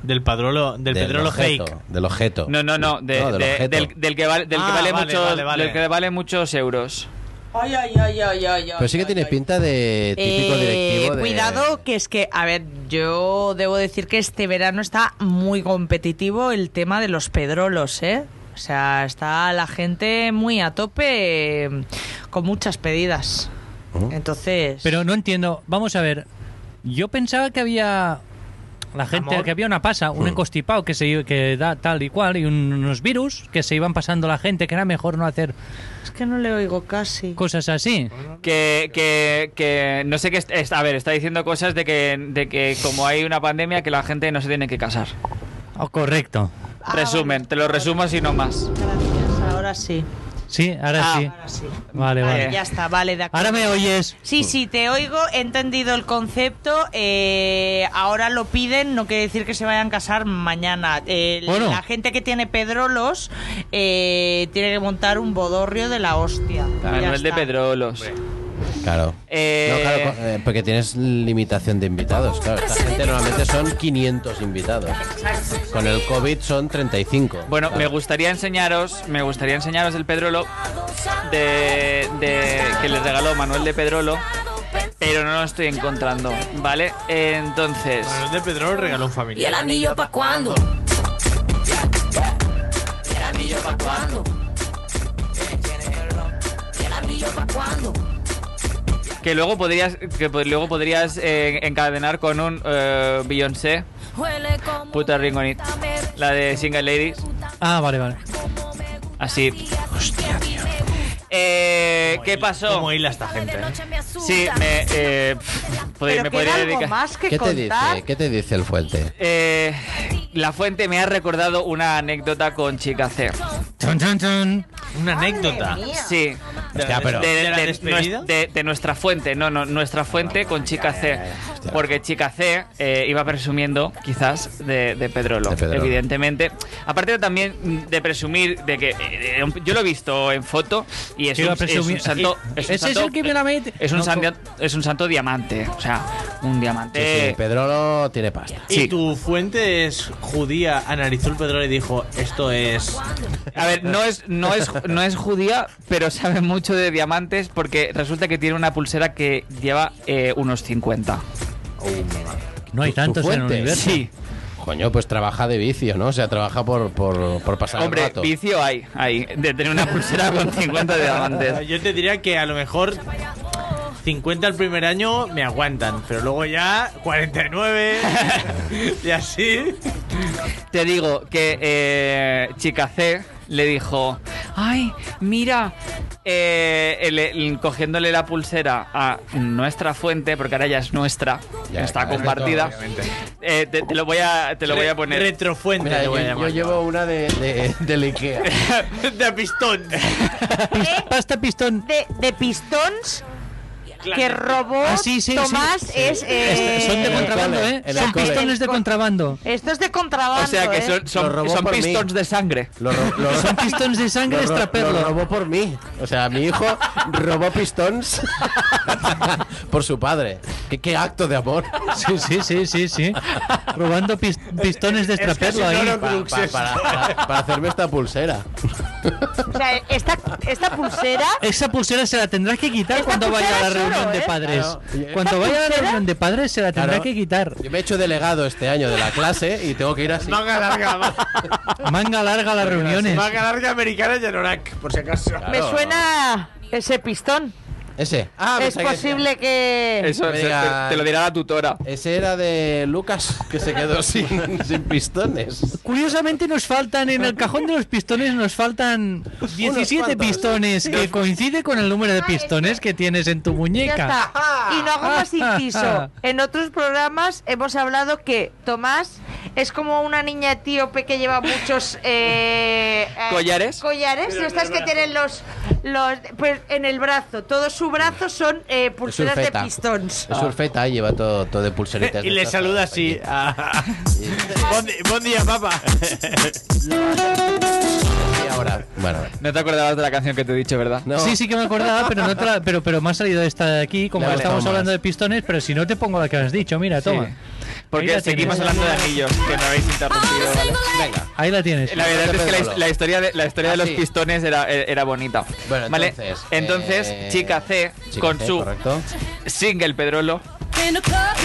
S5: Del padrolo, del, pedrolo
S18: objeto,
S5: fake.
S18: Del objeto.
S3: No, no, no, de-
S18: No, del
S3: de-
S18: objeto.
S3: del, del que vale, del que
S5: Ah,
S3: vale
S5: vale,
S3: muchos,
S5: vale, vale.
S3: del que vale muchos euros.
S6: Ay, ay, ay, ay, ay, ay.
S18: Pero sí que tienes pinta de típico directivo
S6: Eh,
S18: de...
S6: Cuidado, que es que, a ver, yo debo decir que este verano está muy competitivo el tema de los pedrolos, ¿eh? O sea, está la gente muy a tope eh, con muchas pedidas. Entonces.
S4: Oh. Pero no entiendo. Vamos a ver. Yo pensaba que había la gente,
S6: Amor.
S4: que había una pasa, un encostipado que se que da tal y cual y un- unos virus que se iban pasando la gente, que era mejor no hacer
S6: Es que no le oigo casi.
S4: cosas así.
S3: Que, que, que no sé qué est- est- a ver, está diciendo cosas de que, de que como hay una pandemia que la gente no se tiene que casar.
S4: Oh, correcto.
S3: Resumen, te lo resumo así nomás.
S6: Ahora sí.
S4: Sí, ahora
S3: Ah.
S4: sí.
S6: Ahora sí.
S4: Vale,
S6: Vale,
S4: vale.
S6: ya está, vale, de acuerdo.
S4: Ahora me oyes.
S6: Sí, sí, te oigo, he entendido el concepto. eh, ahora lo piden, no quiere decir que se vayan a casar mañana. Eh,
S4: Bueno.
S6: La gente que tiene pedrolos eh, tiene que montar un bodorrio de la hostia. Ya
S3: Manuel de
S6: está.
S3: Pedrolos.
S18: Claro.
S3: Eh,
S18: No, claro, co- eh, porque tienes limitación de invitados. Claro, esta gente normalmente son 500 invitados. Con el COVID son 35.
S3: Bueno, me gustaría enseñaros, me gustaría enseñaros el Pedrolo de, de- que les regaló Manuel de Pedrolo, pero no lo estoy encontrando, ¿vale? Entonces,
S5: Manuel de Pedrolo regaló un familiar.
S13: pa' cuándo? ¿Y el anillo pa' cuándo? ¿Y el anillo pa' cuándo?
S3: que luego podrías que po- luego podrías eh, encadenar con un eh, Beyoncé,
S13: Huele como
S3: puta Ringonit, la de Single Ladies,
S4: Ah, vale, vale.
S3: así.
S13: Hostia, tío.
S3: Eh, ¿Qué pasó?
S5: ¿Cómo hila esta gente? eh?
S3: Sí, me, eh, pf, pod- me
S6: Pero queda
S3: podría
S6: algo
S3: dedicar.
S6: más que
S18: ¿Qué te
S6: contar.
S18: dice? ¿Qué te dice el fuente?
S3: Eh, la fuente me ha recordado una anécdota con Chica C.
S4: Chon, chon, chon.
S5: Una anécdota.
S3: Sí.
S18: Hostia, pero-
S3: de,
S5: ¿De la
S3: de-
S5: despedida?
S3: nues- de- de nuestra fuente, no, no, nuestra fuente con Chica C. Porque Chica C eh, iba presumiendo, quizás, de, de Pedrolo,
S18: De Pedrolo.
S3: evidentemente. Aparte también de presumir de que. eh, eh, yo lo he visto en foto y es,
S4: Iba
S3: un,
S4: a presumir-
S3: es un santo. es
S4: y-
S3: un
S4: ese es
S3: santo-
S4: el que me la mete.
S3: es un
S4: No,
S3: santo- es un santo diamante. O sea, un
S18: Sí, sí,
S3: diamante.
S18: Pedrolo tiene pasta.
S5: Y tu fuente es judía, analizó el Pedrolo y dijo, esto es...
S3: A ver, no es, no, es, no es judía, pero sabe mucho de diamantes porque resulta que tiene una pulsera que lleva eh, unos 50.
S4: No hay
S18: ¿Tu- tu
S4: tantos en el
S18: fuente?
S4: universo.
S3: Sí.
S18: Coño, pues trabaja de vicio, ¿no? O sea, trabaja por, por, por pasar el
S3: Hombre,
S18: rato.
S3: vicio hay, hay, de tener una pulsera con 50 diamantes.
S5: Yo te diría que a lo mejor 50 el primer año me aguantan, pero luego ya 49 y así.
S3: Te digo que eh, Chica C le dijo, ay, mira, eh, el- el- cogiéndole la pulsera a nuestra fuente, porque ahora ya es nuestra,
S18: Ya,
S3: está
S18: claro,
S3: compartida,
S18: obviamente.
S3: eh, te, te lo voy a, te lo voy a poner.
S5: Retrofuente
S18: Mira,
S5: te
S18: yo,
S5: voy a
S18: yo
S5: llamar.
S18: llevo una de, de, del Ikea.
S5: De a pistón.
S4: Pis- Pasta pistón.
S6: Eh, De, de pistons que robó
S4: Ah, sí, sí, sí.
S6: Tomás es. eh,
S4: Este- Son de
S18: En el
S4: contrabando,
S18: cole,
S4: ¿eh?
S18: en el
S4: Son
S18: cole.
S4: pistones de contrabando.
S6: Esto es de contrabando.
S3: o sea que
S6: ¿eh?
S3: son,
S18: Lo
S3: son,
S18: robó
S3: son
S18: por mí.
S3: pistones de sangre.
S18: Lo, ro- lo-
S4: Son pistones de
S18: lo
S4: sangre
S18: ro- lo
S4: extraperlo.
S18: robó por mí. O sea, mi hijo robó pistons por su padre. ¿Qué, qué acto de amor.
S4: Sí, sí, sí, sí, sí. Robando pis- pistones de extraperlo ahí.
S18: Pa- pa- para, para- para hacerme esta pulsera.
S6: O sea, esta, esta pulsera.
S4: Esa pulsera se la tendrás que quitar
S6: Esta
S4: cuando vaya a la
S6: pulsera es
S4: reunión
S6: oro,
S4: de
S6: ¿eh?
S4: padres.
S18: Claro.
S4: Cuando
S6: ¿Esta
S4: vaya a la
S6: pulsera?
S4: reunión de padres se la tendrá
S18: Claro.
S4: que quitar.
S18: Yo me he hecho delegado este año de la clase y tengo que ir así.
S5: Manga larga, manga-
S4: Manga larga las reuniones.
S5: manga larga americana y Anorak, por si acaso.
S6: Me
S18: Claro.
S6: suena ese pistón.
S18: Ese. Ah,
S6: es
S18: pensaba que-
S6: posible que.
S3: Eso
S18: Me
S3: se- te,
S18: diga-
S3: te lo dirá la tutora.
S18: Ese era de Lucas, que se quedó sin, sin pistones.
S4: Curiosamente nos faltan, en el cajón de los pistones nos faltan 17
S18: cuantos.
S4: pistones, que coincide con el número de pistones que tienes en tu
S6: Ya
S4: muñeca.
S6: está. Y no hago más inciso. En otros programas hemos hablado que Tomás es como una niña etíope que lleva muchos. eh, eh,
S3: ¿Collares?
S6: Collares. Y estas que tienen los. los, pues en el brazo, todo su brazo son eh,
S18: Es
S6: pulseras de
S18: surfeta.
S6: pistón.
S18: Es surfeta y lleva todo, todo de pulseritas.
S5: Y le saluda así. a- Bon di- bon día, papá.
S18: ahora. Bueno,
S3: No te acordabas de la canción que te he dicho, ¿verdad?
S4: Sí, sí que me acordaba, pero no te la- pero, pero me ha salido esta de aquí, como
S3: Dale,
S4: estamos
S3: toma.
S4: hablando de pistones, pero si no te pongo la que has dicho, mira,
S3: Sí.
S4: toma. Ahí
S3: Porque
S4: la
S3: seguimos
S4: tienes.
S3: hablando de anillos, que me habéis interrumpido, ¿vale? Venga.
S4: Ahí la tienes.
S3: La verdad es que la, his- la historia de, la historia de los
S4: Ah, sí.
S3: pistones era, era bonita.
S18: Bueno,
S3: ¿Vale?
S18: entonces,
S3: Entonces,
S18: eh,
S3: Chica C,
S18: Chica
S3: con
S18: C,
S3: su
S18: correcto.
S3: single Pedrolo,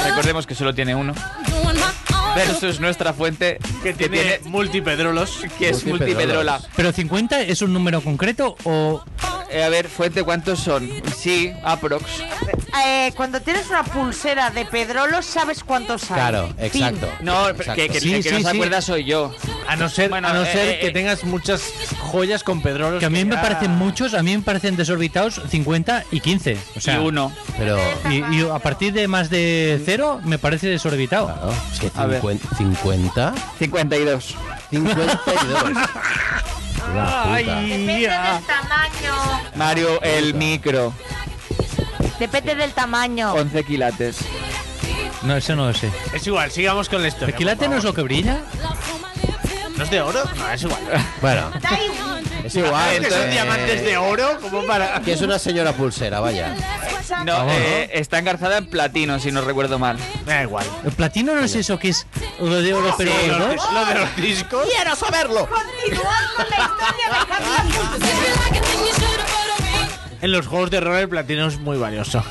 S3: recordemos que solo tiene uno, versus nuestra fuente que, tiene,
S5: multipedrolos,
S3: que es multipedrola.
S4: ¿Pero 50 es un número concreto o...?
S3: Eh, a ver, fuente, ¿cuántos son? Sí, aprox.
S6: Eh, cuando tienes una pulsera de Pedrolo, sabes cuántos hay. Fin.
S3: eh, No,
S5: Exacto.
S3: que, que-
S5: Sí,
S3: que
S5: sí,
S3: no se
S5: sí.
S3: acuerda soy yo.
S5: A no ser,
S3: Bueno,
S5: a no
S3: eh,
S5: ser
S3: eh,
S5: que
S3: eh.
S5: tengas muchas joyas con pedrolos.
S4: Que a mí me
S5: ya-
S4: parecen muchos, a mí me parecen desorbitados 50 y 15. O sea,
S3: Y uno.
S18: Pero...
S4: Y, y a partir de más de cero me parece desorbitado.
S18: es que
S4: A ver.
S18: 50. 50.
S3: 52.
S18: 52.
S6: Depende del tamaño.
S3: Mario, el micro,
S6: Depende del tamaño.
S3: 11 quilates.
S4: No, eso no lo sé.
S5: Es igual, sigamos con la historia.
S4: ¿El quilate no es lo que brilla?
S5: ¿No es de oro? No, es igual.
S18: Bueno, es igual.
S5: Que son
S18: eh,
S5: diamantes de oro, como para.
S18: Que es una señora pulsera, vaya.
S3: No, eh, está engarzada en platino, si no recuerdo mal.
S5: Da igual.
S4: El platino no es eso que es lo de oro, pero los dos.
S5: de los discos.
S18: ¡Quiero saberlo!
S5: En los juegos de rol el platino es muy valioso.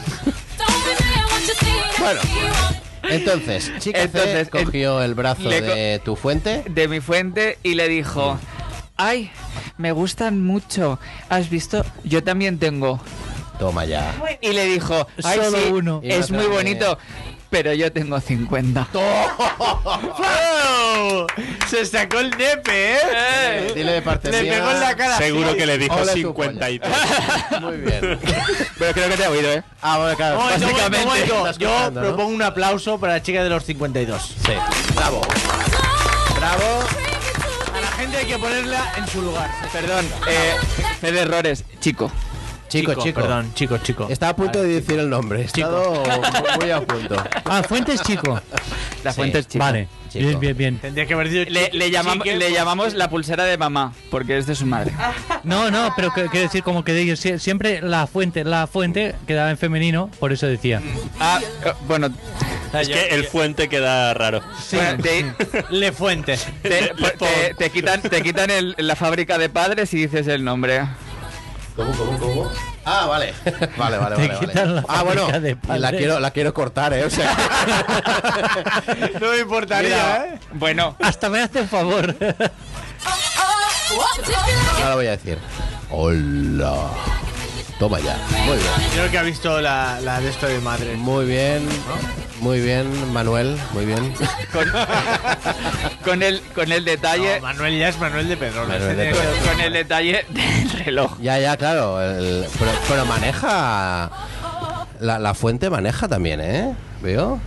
S18: Bueno, entonces, chica
S3: Entonces,
S18: C cogió el brazo
S3: le co-
S18: de tu fuente.
S3: de mi fuente y le dijo, ay, me gustan mucho, ¿has visto? Yo también tengo.
S18: Toma ya.
S3: Y le dijo, ay,
S4: Solo
S3: sí,
S4: uno.
S3: es
S18: Y no
S3: muy
S18: te-
S3: bonito, pero yo tengo 50.
S5: ¡Wow! Se sacó el nepe, ¿eh?
S18: Dile de parte
S5: Le
S18: mía.
S5: pegó en la cara.
S7: Seguro
S5: Sí.
S7: que le dijo
S18: Hola, tu
S7: 53.
S18: Muy bien.
S3: Pero creo que te ha oído, ¿eh?
S18: Ah, bueno, claro.
S5: Momento, momento,
S18: básicamente
S5: momento.
S18: estás
S5: Yo
S18: contando, ¿no?
S5: propongo un aplauso para la chica de los 52.
S18: Sí. Bravo. Bravo.
S5: A la gente hay que ponerla en su lugar.
S3: Perdón, eh, fe de errores, chico.
S18: Chico, chico.
S5: Perdón, chico, chico.
S18: Estaba a punto de decir el nombre. He estado muy a punto.
S4: Ah, Fuentes Chico.
S3: La
S18: Sí.
S3: fuente es chico.
S4: Vale,
S18: Chico.
S4: bien, bien, bien.
S5: Tendría que haber dicho. pues.
S3: Le, le llamam-
S5: chique,
S3: le llamamos la pulsera de mamá, porque es de su madre.
S5: Ah.
S4: No, no, pero que- quiero decir como que de ellos sie- siempre la fuente, la fuente quedaba en femenino, por eso decía.
S3: Ah, eh, bueno,
S7: Es que el fuente queda raro.
S3: bueno, te,
S5: Le Fuente.
S3: te- te- te quitan, te quitan el- la fábrica de padres y dices el nombre.
S18: ¿Cómo, cómo, cómo? Ah, vale. Vale, vale,
S4: Te
S18: vale.
S4: quitan
S18: vale.
S4: la
S18: Ah, bueno.
S4: fábrica de
S18: y La
S4: padres.
S18: quiero, la quiero cortar, ¿eh? O sea,
S5: No me importaría,
S3: Mira,
S5: ¿eh?
S3: Bueno,
S4: Hasta me hace un favor.
S18: ahora voy a decir. Hola. Toma ya. Muy bien.
S5: Creo que ha visto la, la de esto de madre.
S18: Muy bien. Muy bien, Manuel. Muy bien.
S3: con, con el, con el detalle
S5: No, Manuel ya es Manuel de Pedro.
S18: Manuel de
S3: con, con el detalle del reloj.
S18: Ya, ya, claro. el- pero, pero maneja. La, la fuente maneja también, ¿eh? ¿Veo?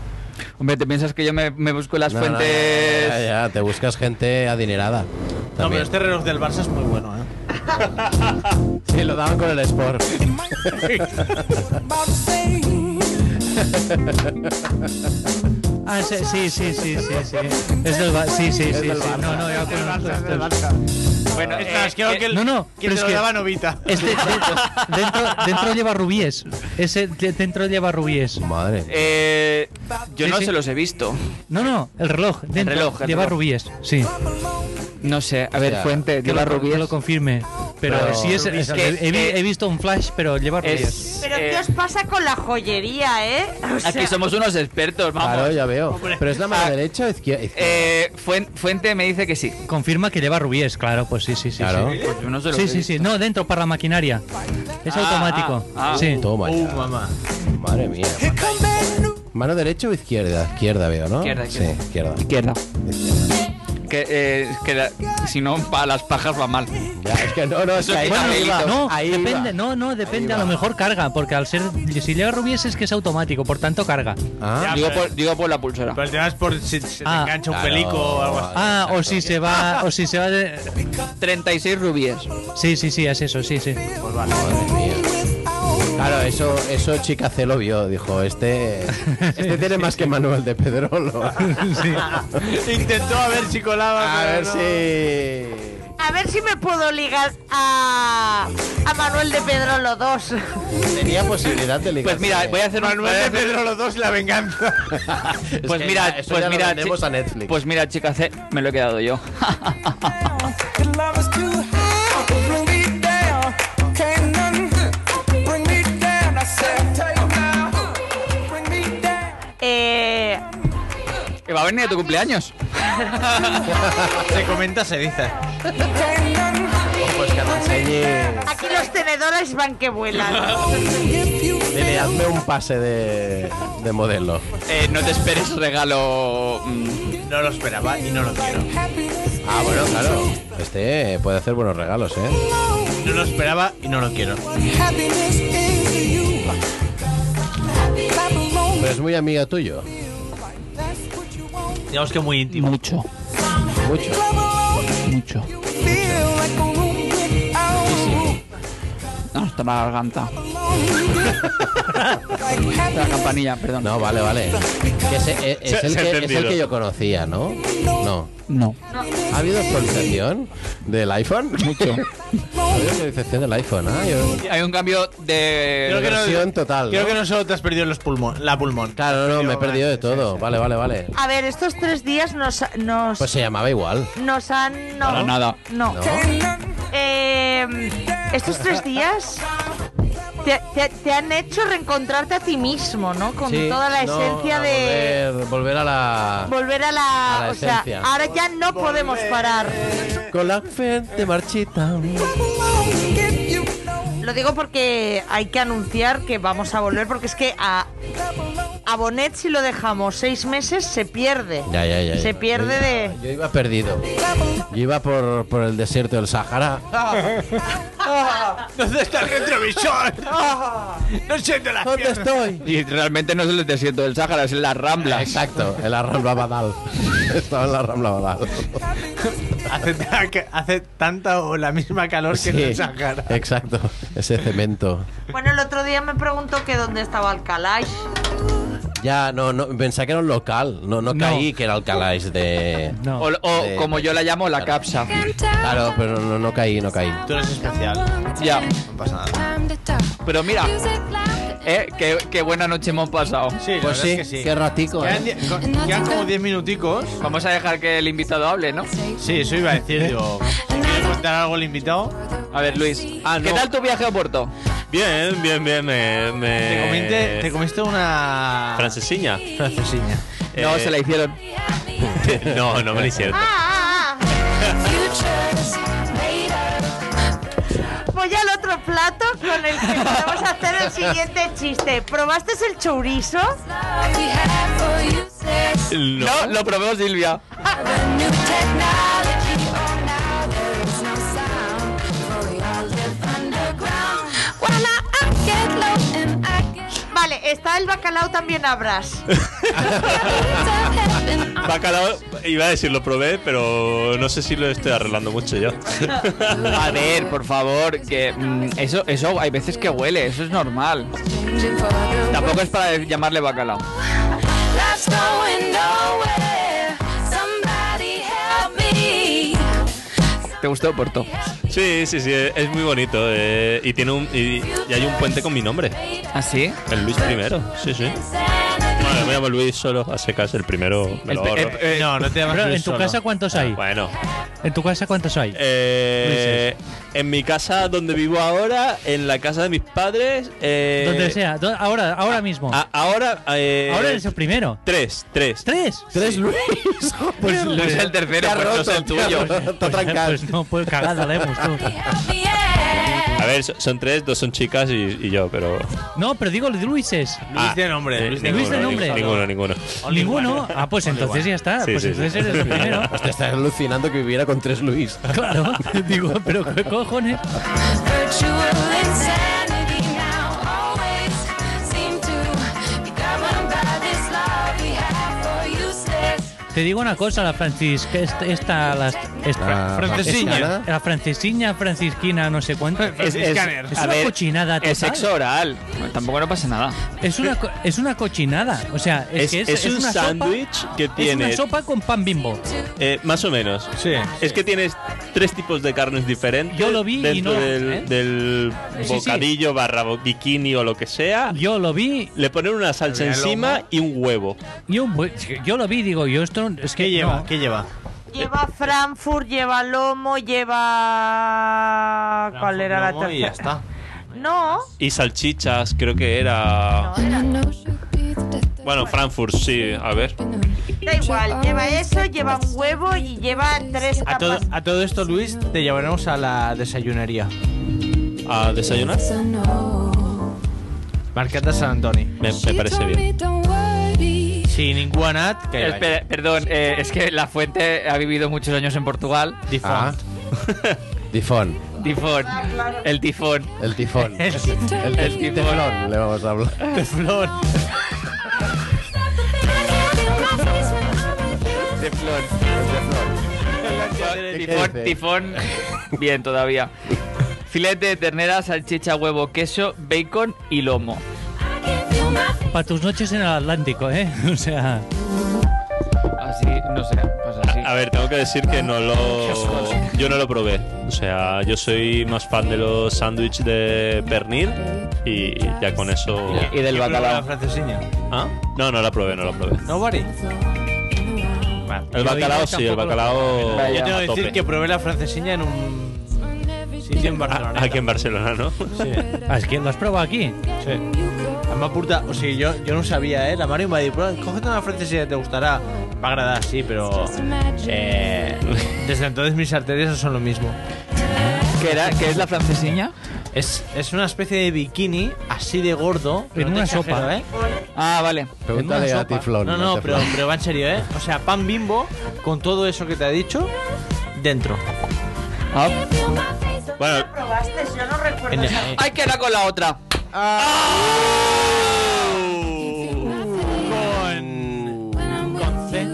S3: Hombre, ¿te piensas que yo me, me busco las
S18: No, no, no,
S3: fuentes?
S18: ya, ya, te buscas gente adinerada.
S5: No, pero
S18: también.
S5: este reloj del Barça es muy bueno, ¿eh?
S18: Sí, lo daban con el Sport.
S5: ¿eh?
S4: Ah, sí, sí, sí, sí, sí. sí. Es del Ba- Sí, sí, sí. sí. No, no, ya con
S3: Bueno,
S5: Es
S3: eh,
S5: más, creo que, el-
S4: no, no,
S5: que
S4: pero
S5: se
S4: es
S5: lo
S4: que-
S5: daba Novita.
S4: Este, de- dentro, dentro lleva rubíes. Ese de- dentro lleva rubíes.
S18: Madre.
S3: eh, yo
S4: Sí,
S3: no
S4: sí.
S3: se los he visto.
S4: No, no, el reloj. Dentro
S3: reloj, el
S4: lleva
S3: reloj.
S4: rubíes. Sí.
S3: No sé, a ver,
S18: sea,
S3: fuente, lleva
S4: Que lo-
S3: rubíes.
S4: que lo confirme. Pero,
S18: Pero-
S4: sí es.
S3: Rubíes,
S4: he-
S3: que-
S4: he, vi-
S3: eh,
S4: he visto un flash, pero lleva rubíes.
S3: Es,
S6: Pero
S3: eh,
S6: ¿qué os pasa con la joyería, eh? O sea,
S3: aquí somos unos expertos, vamos.
S18: Claro, ya veo. Pero es la mano
S3: Ah,
S18: derecha o izquierda.
S3: Eh, Fuen- fuente me dice que sí.
S4: Confirma que lleva rubíes, claro, pues sí, sí, sí.
S18: Claro.
S4: Sí,
S3: Pues yo no se los he
S4: sí, sí,
S3: visto.
S4: sí. No, dentro para la maquinaria. Es
S3: Ah,
S4: automático.
S3: ah, ah.
S4: sí.
S18: Toma
S5: Uh,
S18: ya.
S5: mamá.
S18: Madre mía. Mano derecha o izquierda. Izquierda veo, ¿no?
S3: Izquierda, izquierda.
S18: Sí, izquierda.
S3: Izquierda. que, eh, que la- si no, para las pajas va mal.
S18: es que no, no,
S3: Pues
S18: es
S4: Bueno, no, depende, no, no, depende, a lo mejor carga, porque al ser, si lleva rubíes es que es automático, por tanto carga.
S5: Ya,
S18: ¿Ah?
S3: digo,
S5: pero-
S3: por, digo por la pulsera.
S5: Pero el tema es por si se te
S4: Ah.
S5: engancha un
S4: Claro.
S5: pelico o algo así.
S4: Ah, o si se va, o si se va de...
S3: 36 rubíes.
S4: Sí, sí, sí, es eso, sí, sí.
S5: Pues vale.
S18: Claro, eso, eso Chica C lo vio, dijo, este, este tiene más que Manuel de Pedrolo.
S5: Intentó a ver si colaba.
S18: A
S5: pero
S18: ver
S5: no.
S18: si...
S6: A ver si me puedo ligar a, a Manuel de Pedro los dos.
S18: Tenía posibilidad de ligar.
S3: Pues mira, voy a hacer un- voy a hacer-
S5: los dos la venganza.
S3: Pues mira, pues mira, chi-
S18: a Netflix.
S3: pues mira, chica C, me lo he quedado yo.
S6: Eh,
S3: Que va a venir a tu cumpleaños.
S5: Se comenta, se dice.
S18: Pues que me enseñe...
S6: aquí los tenedores van que vuelan.
S18: Dile, hazme un pase de, de modelo.
S3: Eh, no te esperes regalo. mm.
S5: No lo esperaba y no lo quiero.
S18: Ah, bueno, claro. Este puede hacer buenos regalos, ¿eh?
S5: No lo esperaba y no lo quiero.
S18: Pero es muy amiga tuyo.
S5: Digamos que muy íntimo.
S4: Mucho.
S18: Mucho.
S4: Mucho.
S3: No, está la garganta. la campanilla, perdón.
S18: No, vale, vale. Que es, es- es
S3: Se-
S18: el
S3: se ha
S18: que, es
S3: entendido.
S18: el que yo conocía, ¿no? No.
S3: No.
S18: ¿Ha habido actualización del iPhone?
S3: Mucho.
S18: ¿Ha habido actualización del iPhone? Ah, yo...
S3: Hay un cambio de.
S5: Creo que no-
S18: Versión total.
S5: Creo
S18: ¿no?
S5: que no solo te has perdido los pulmón, la pulmón.
S18: Claro, no, no, me he perdido de todo. Vale, vale, vale.
S6: A ver, estos tres días nos, nos,
S18: Pues se llamaba igual.
S6: nos han... No,
S18: Para nada.
S6: No.
S18: ¿No?
S6: Eh, estos tres días te, te- te han hecho reencontrarte a ti mismo, ¿no? Con
S18: Sí,
S6: toda la
S18: no,
S6: esencia
S18: a
S6: de...
S18: Volver, volver a la.
S6: Volver a la...
S18: Ah. A la
S6: o sea,
S18: esencia.
S6: ahora ya no podemos parar.
S18: Con la frente marchita.
S6: Lo digo porque hay que anunciar que vamos a volver, porque es que a, a Bonet si lo dejamos seis meses se pierde.
S18: Ya, ya, ya. ya.
S6: Se pierde de...
S18: Yo iba perdido. Yo iba por, por el desierto del Sahara.
S5: ¿Dónde está el retrovisor? No siento las
S18: ¿Dónde estoy?
S3: Y realmente no es el desierto del Sáhara, es la Rambla.
S18: Exacto, en la Rambla Badal. Estaba en la Rambla Badal.
S5: Hace, ta- que- hace tanta o la misma calor que en el Sahara.
S18: exacto. Ese cemento.
S6: Bueno, el otro día me preguntó que dónde estaba Alcalá.
S18: Ya, no, no, pensé que era un local. No, no caí que era Alcalais de.
S3: O, o
S18: de-
S3: como yo la llamo, la capsa.
S18: Claro, pero no, no caí, no caí.
S5: Tú eres especial.
S3: Ya.
S5: No pasa nada.
S3: Pero mira, eh, qué, qué buena noche hemos pasado.
S5: Sí,
S18: Pues sí, qué ratico,
S5: Quedan,
S18: ¿eh?
S5: die- co- quedan como 10 minuticos.
S3: Vamos a dejar que el invitado hable, ¿no?
S5: Sí, eso iba a decir, digo. ¿Quieres contar algo al invitado? Ah,
S3: A ver, Luis. ¿Qué tal tu viaje a Porto?
S7: Bien, bien, bien. eh, Me, me-
S5: Te comiste, te comiste una.
S7: Francesiña.
S5: Francesiña.
S3: Ah. No,
S7: Eh,
S3: se la hicieron.
S7: no, no me lo hicieron.
S1: Ah.
S6: Voy al otro plato con el que vamos a hacer el siguiente chiste. ¿Probaste el chorizo?
S7: No.
S3: No, lo probó Silvia.
S6: Vale, está el bacalao también habrás.
S7: Bacalao, iba a decir, lo probé, pero no sé si lo estoy arreglando mucho yo.
S3: A ver, por favor, que mm, eso, eso hay veces que huele, eso es normal. Tampoco es para llamarle bacalao. ¿Te gustó Porto?
S7: Sí, sí, sí, es muy bonito. eh, y tiene un y, y hay un puente con mi nombre,
S3: ¿Ah, sí?
S7: el Luis primero. Sí, sí. Bueno, me llamo Luis solo, a secas el primero me lo
S3: El pe-
S7: ahorro.
S3: eh, eh,
S5: No, no te llamas
S4: Pero,
S5: Luis
S4: ¿en tu
S5: solo.
S4: casa cuántos hay?
S7: Bueno,
S4: ¿En tu casa cuántos hay?
S7: eh, en mi casa donde vivo ahora, en la casa de mis padres. eh,
S4: Donde sea, do- ahora, ahora mismo.
S7: a- Ah, ahora. eh,
S4: ahora eres el primero.
S7: Tres, tres.
S4: ¿Tres?
S18: ¿Tres Luis?
S3: Pues Luis es el tercero,
S18: Te ha
S3: pues no
S18: roto,
S3: es el
S18: te ha
S3: tuyo.
S18: roto, Está
S4: Pues,
S18: trancado.
S4: pues no, pues cagada la hemos tú.
S7: A ver, so- son tres, dos son chicas y, y yo, pero.
S4: No, pero digo Luises.
S7: Ah, eh,
S4: Luis de
S7: ninguno,
S4: nombre.
S7: Ninguno, ninguno.
S4: Ninguno. Ah, pues
S7: Only
S4: entonces
S7: one.
S4: ya está.
S7: Sí,
S4: Pues
S7: sí, sí.
S4: entonces eres el primero.
S18: Hostia, estás alucinando que viviera con tres Luis.
S4: Claro. Digo, pero qué cojones. Te digo una cosa, la Francis, que esta, esta la,
S18: La
S3: francesiña.
S4: francescana. La francesiña, francisquina, no sé cuánto.
S3: Es, es-
S4: es
S3: a
S4: una
S3: ver,
S4: cochinada total.
S3: Es sexo oral. Tampoco no pasa nada.
S4: Es una, co- es una cochinada. O sea, es,
S7: Es-
S4: que es,
S7: es un
S4: una sopa-
S7: sándwich que
S4: Es
S7: tiene-
S4: una sopa con pan bimbo.
S7: Eh, más o menos. Sí. Es que tienes tres tipos de carnes diferentes.
S4: Yo lo vi y
S7: dentro
S4: no,
S7: del,
S4: ¿eh?
S7: del
S4: Sí, sí.
S7: bocadillo barra bo- bikini o lo que sea.
S4: Yo lo vi.
S7: Le ponen una salsa
S4: Había
S7: encima
S4: lomo.
S7: y un huevo.
S4: Yo, yo lo vi, digo, yo esto es que lleva,
S5: ¿qué lleva?
S6: Lleva Frankfurt, lleva lomo, lleva. ¿Cuál era la
S7: lomo
S6: tercera?
S7: y ya está.
S6: No,
S7: Y salchichas, creo que era. Bueno, Frankfurt, sí, a ver.
S6: da igual. Lleva eso, lleva un huevo y lleva tres
S5: A todo,
S6: tapas.
S5: a todo esto, Luis, te llevaremos a la desayunería.
S7: ¿A desayunar?
S5: Marqueta San Antoni.
S7: Me, parece
S5: Sin ningún guanat, que ahí vais.
S3: Espera, perdón, eh, es que La Fuente ha vivido muchos años en Portugal.
S5: Difón.
S18: Ah. Tifón.
S3: Tifón. El tifón.
S18: El tifón.
S3: El tifón.
S18: El,
S3: El tifón.
S18: teflón, le vamos a hablar.
S5: Teflón.
S3: Teflón.
S18: ¿Qué
S3: Tifón,
S18: dices?
S3: tifón. Bien, todavía. Filete de ternera, salchicha, huevo, queso, bacon y lomo.
S4: Para tus noches en el Atlántico, ¿eh? O sea,
S3: Así, no sé, pues así.
S7: A ver, tengo que decir que no lo. Yo no lo probé. O sea, yo soy más fan de los sándwiches de pernil y ya con eso.
S3: Y del
S5: La francesiña.
S7: ¿Ah? No, no la probé, no la probé.
S5: ¿No, Bari?
S7: El bacalao sí, el bacalao.
S5: Yo tengo
S7: a
S5: que
S7: tope.
S5: decir que probé la francesiña en un sitio en Barcelona.
S7: Aquí en Barcelona, ¿no?
S5: Sí.
S4: Ah, es que lo has probado aquí.
S5: Sí. Además, puta, o sigui, jo, jo no ho sabia, eh? La Mario em va dir, però cógete una francesa te gustará. Em Va agradar, sí, pero... Eh, desde entonces mis arterias no son lo mismo.
S3: ¿Qué, era, ¿Qué es la francesiña?
S5: Es, es una especie de bikini así de gordo. pero
S3: En
S5: no
S3: una
S5: te exagero,
S3: sopa.
S5: ¿eh?
S3: Ah, vale.
S18: Pregúntale a Tiflón.
S5: No,
S18: a
S5: no, pero,
S18: Teflón.
S5: pero va en serio, ¿eh? O sea, pan bimbo con todo eso que te ha dicho dentro.
S3: Ah.
S7: Bueno,
S6: probaste? Yo no recuerdo.
S5: Ah. En el-
S6: esa-
S3: Hay que hablar con la otra.
S5: con C.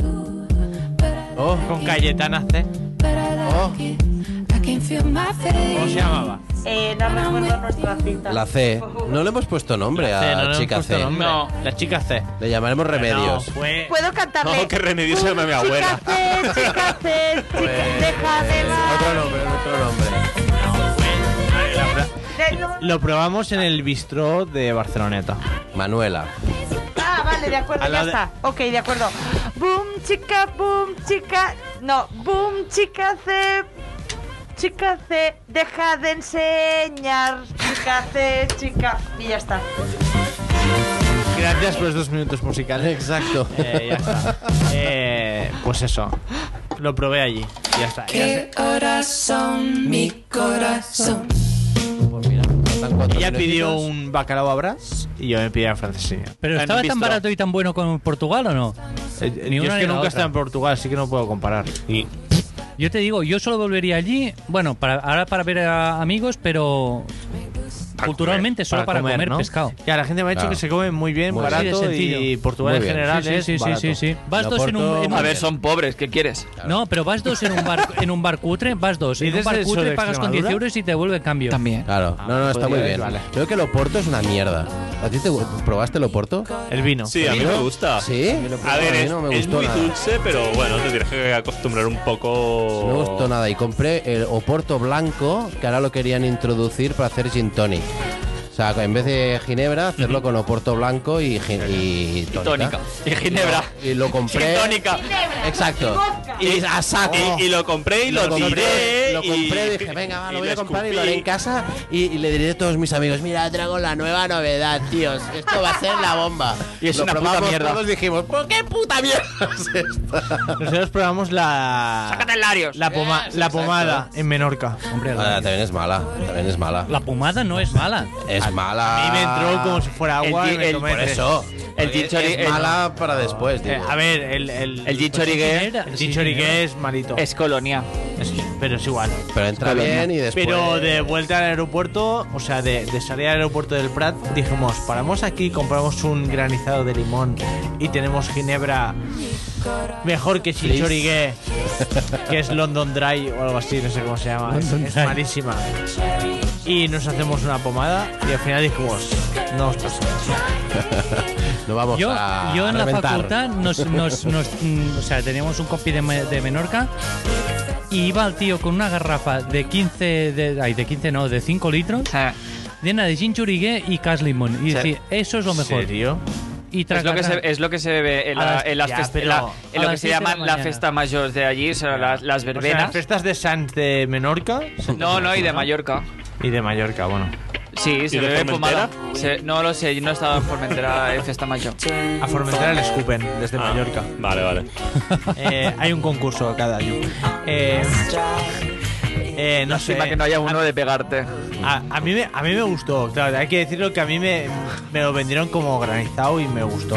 S5: Oh, Con Cayetana C. ¿Cómo se llamaba?
S6: Eh, no recuerdo nuestra cita.
S18: La C. No le hemos puesto nombre
S5: La C,
S18: a
S5: no le
S18: chica
S5: hemos puesto
S18: C.
S5: nombre. La chica C.
S18: Le llamaremos Remedios.
S5: fue...
S6: ¿Puedo cantarle?
S7: No, que Remedios se llama mi abuela.
S6: Chicas, chicas, chicas, deja de la...
S18: Otro nombre, otro nombre.
S6: de la-
S5: Lo probamos en el bistró de Barceloneta.
S18: Manuela.
S6: Ah, vale, de acuerdo,
S5: Al
S6: ya
S5: lado de-
S6: está. Ok, de acuerdo. Boom, chica, boom, chica. No, boom, chica C. Chica C, deja de enseñar. Chica C, chica. Y ya está.
S5: Gracias por los dos minutos musicales.
S18: Exacto.
S5: Eh, ya está. Eh, pues eso. Lo probé allí. Ya está. ya
S8: Eh,
S5: está.
S13: corazón, mi corazón.
S18: Faltan cuatro
S5: Ella pidió
S18: minutitos.
S5: un bacalao a brás y yo me pidí a francesina.
S4: ¿Pero estaba tan barato y tan bueno como en Portugal o no?
S5: Eh,
S4: Ni
S5: yo
S4: una
S5: es
S4: ni la
S5: que nunca he
S4: otra.
S5: estado en Portugal, así que no puedo comparar.
S7: Y
S4: Yo te digo, yo solo volvería allí, bueno, para, ahora para ver a amigos, pero culturalmente solo para comer,
S5: ¿no?
S4: pescado.
S5: Ya, la gente me ha dicho
S18: Claro.
S5: que se come muy bien,
S18: Muy bien.
S4: Así de
S5: barato
S4: sencillo.
S5: y Portugal
S18: Muy
S5: en
S18: bien.
S5: general
S4: Sí, sí,
S5: es
S4: sí, sí,
S5: barato.
S4: sí, sí. Vas
S5: Lo
S4: dos en un-
S5: Porto-
S4: en un-
S3: A ver, son pobres, ¿qué quieres?
S4: No, pero vas dos en un bar, en un bar cutre, vas dos. En un
S5: ¿Dices
S4: bar
S5: eso
S4: cutre
S5: de
S4: pagas con 10
S5: Extremadura?
S4: euros y te vuelve el cambio.
S3: También.
S18: Claro, no, no, está
S5: podría
S18: muy
S5: haber,
S18: bien.
S5: vale.
S18: Creo que el Oporto es una mierda. ¿A ti te gu- probaste el Oporto?
S5: El vino.
S7: Sí, a mí me gusta.
S18: ¿Sí?
S7: A ver,
S18: mí
S7: es,
S18: no me
S7: es
S18: gustó
S7: muy
S18: nada.
S7: dulce, pero bueno, te tienes que acostumbrar un poco.
S18: No me gustó nada y compré el Oporto blanco que ahora lo querían introducir para hacer gin tonic. O sea, en vez de ginebra, hacerlo con Oporto blanco y, gin- y
S3: Tónica.
S18: tónica.
S3: Y ginebra.
S18: Y lo compré.
S3: Tónica.
S18: Exacto. Oh.
S7: Y, y- y lo compré y,
S18: Lo
S7: lo,
S18: compré
S7: tiré
S18: lo compré y dije, venga, va, lo voy a comprar y lo haré en casa y, y le diré a todos mis amigos, mira, traigo la nueva novedad, tíos, esto va a ser la bomba.
S5: Y es
S18: Lo
S5: una puta
S18: probamos
S5: mierda.
S18: Todos dijimos, ¿por qué puta mierda es esta?
S5: Nosotros probamos la. La, poma-
S18: Yes,
S5: la
S18: exacto.
S5: pomada en Menorca. Hombre,
S18: Ah, también es mala, también es mala.
S4: La pomada no es mala.
S18: Es
S5: A
S18: mala.
S5: mí me entró como si fuera agua y me tomé
S18: Por
S5: tres.
S18: eso.
S5: El
S18: Porque
S5: chichori-
S18: es
S5: el-
S18: mala Ah, para después, tío.
S5: Eh, a ver, el. El,
S18: El
S3: chichorigué-
S5: El chichorigué es malito.
S3: Es colonia.
S5: pero es igual.
S18: Pero entra bien y después.
S5: Pero de vuelta al aeropuerto, o sea, de, de salir al aeropuerto del Prat, dijimos, paramos aquí, compramos un granizado de limón y tenemos ginebra mejor que chichorigué, que es London Dry o algo así, no sé cómo se llama. Es,
S4: London
S5: es
S4: Dry.
S5: malísima. Y nos hacemos una pomada y al final dijimos, no os paséis.
S18: no vamos
S4: Yo,
S18: a.
S4: yo en la
S18: reventar.
S4: facultad nos, nos- nos- mm, o sea, teníamos un copy de, Me- de Menorca y iba el tío con una garrafa de 15, de, ay, de 15 no, de 5 litros llena de chinchurigué y caslimón. Y
S3: Sí.
S4: decir, eso es lo mejor.
S5: serio?
S4: Y
S3: Es lo, que se, es lo que se bebe en,
S4: A
S3: la-
S4: las-
S3: en las
S4: ya,
S3: fest-
S4: pero-
S3: la-
S4: a
S3: en lo que
S4: las
S3: se
S4: siete de
S3: llaman
S4: la
S3: las
S4: mañana.
S3: fiestas mayores de allí, son las, las
S5: O sea, las
S3: verbenas.
S5: fiestas de Sanz de Menorca. son
S3: no, no, y de
S5: ¿no?
S3: Mallorca.
S5: Y de Mallorca, bueno.
S3: Sí, se
S5: de
S3: bebe
S5: Formentera?
S3: pomada. Se- no lo sé, yo no estaba en Formentera en fiesta mayor.
S5: A Formentera le escupen desde
S4: Ah.
S5: Mallorca.
S7: Vale, vale.
S5: Eh, hay un concurso cada año. Eh, eh, no sé.
S3: Lástima que no haya uno de pegarte.
S5: A, a mí me, a mí me gustó, claro, hay que decirlo que a mí me, me lo vendieron como granizado y me gustó.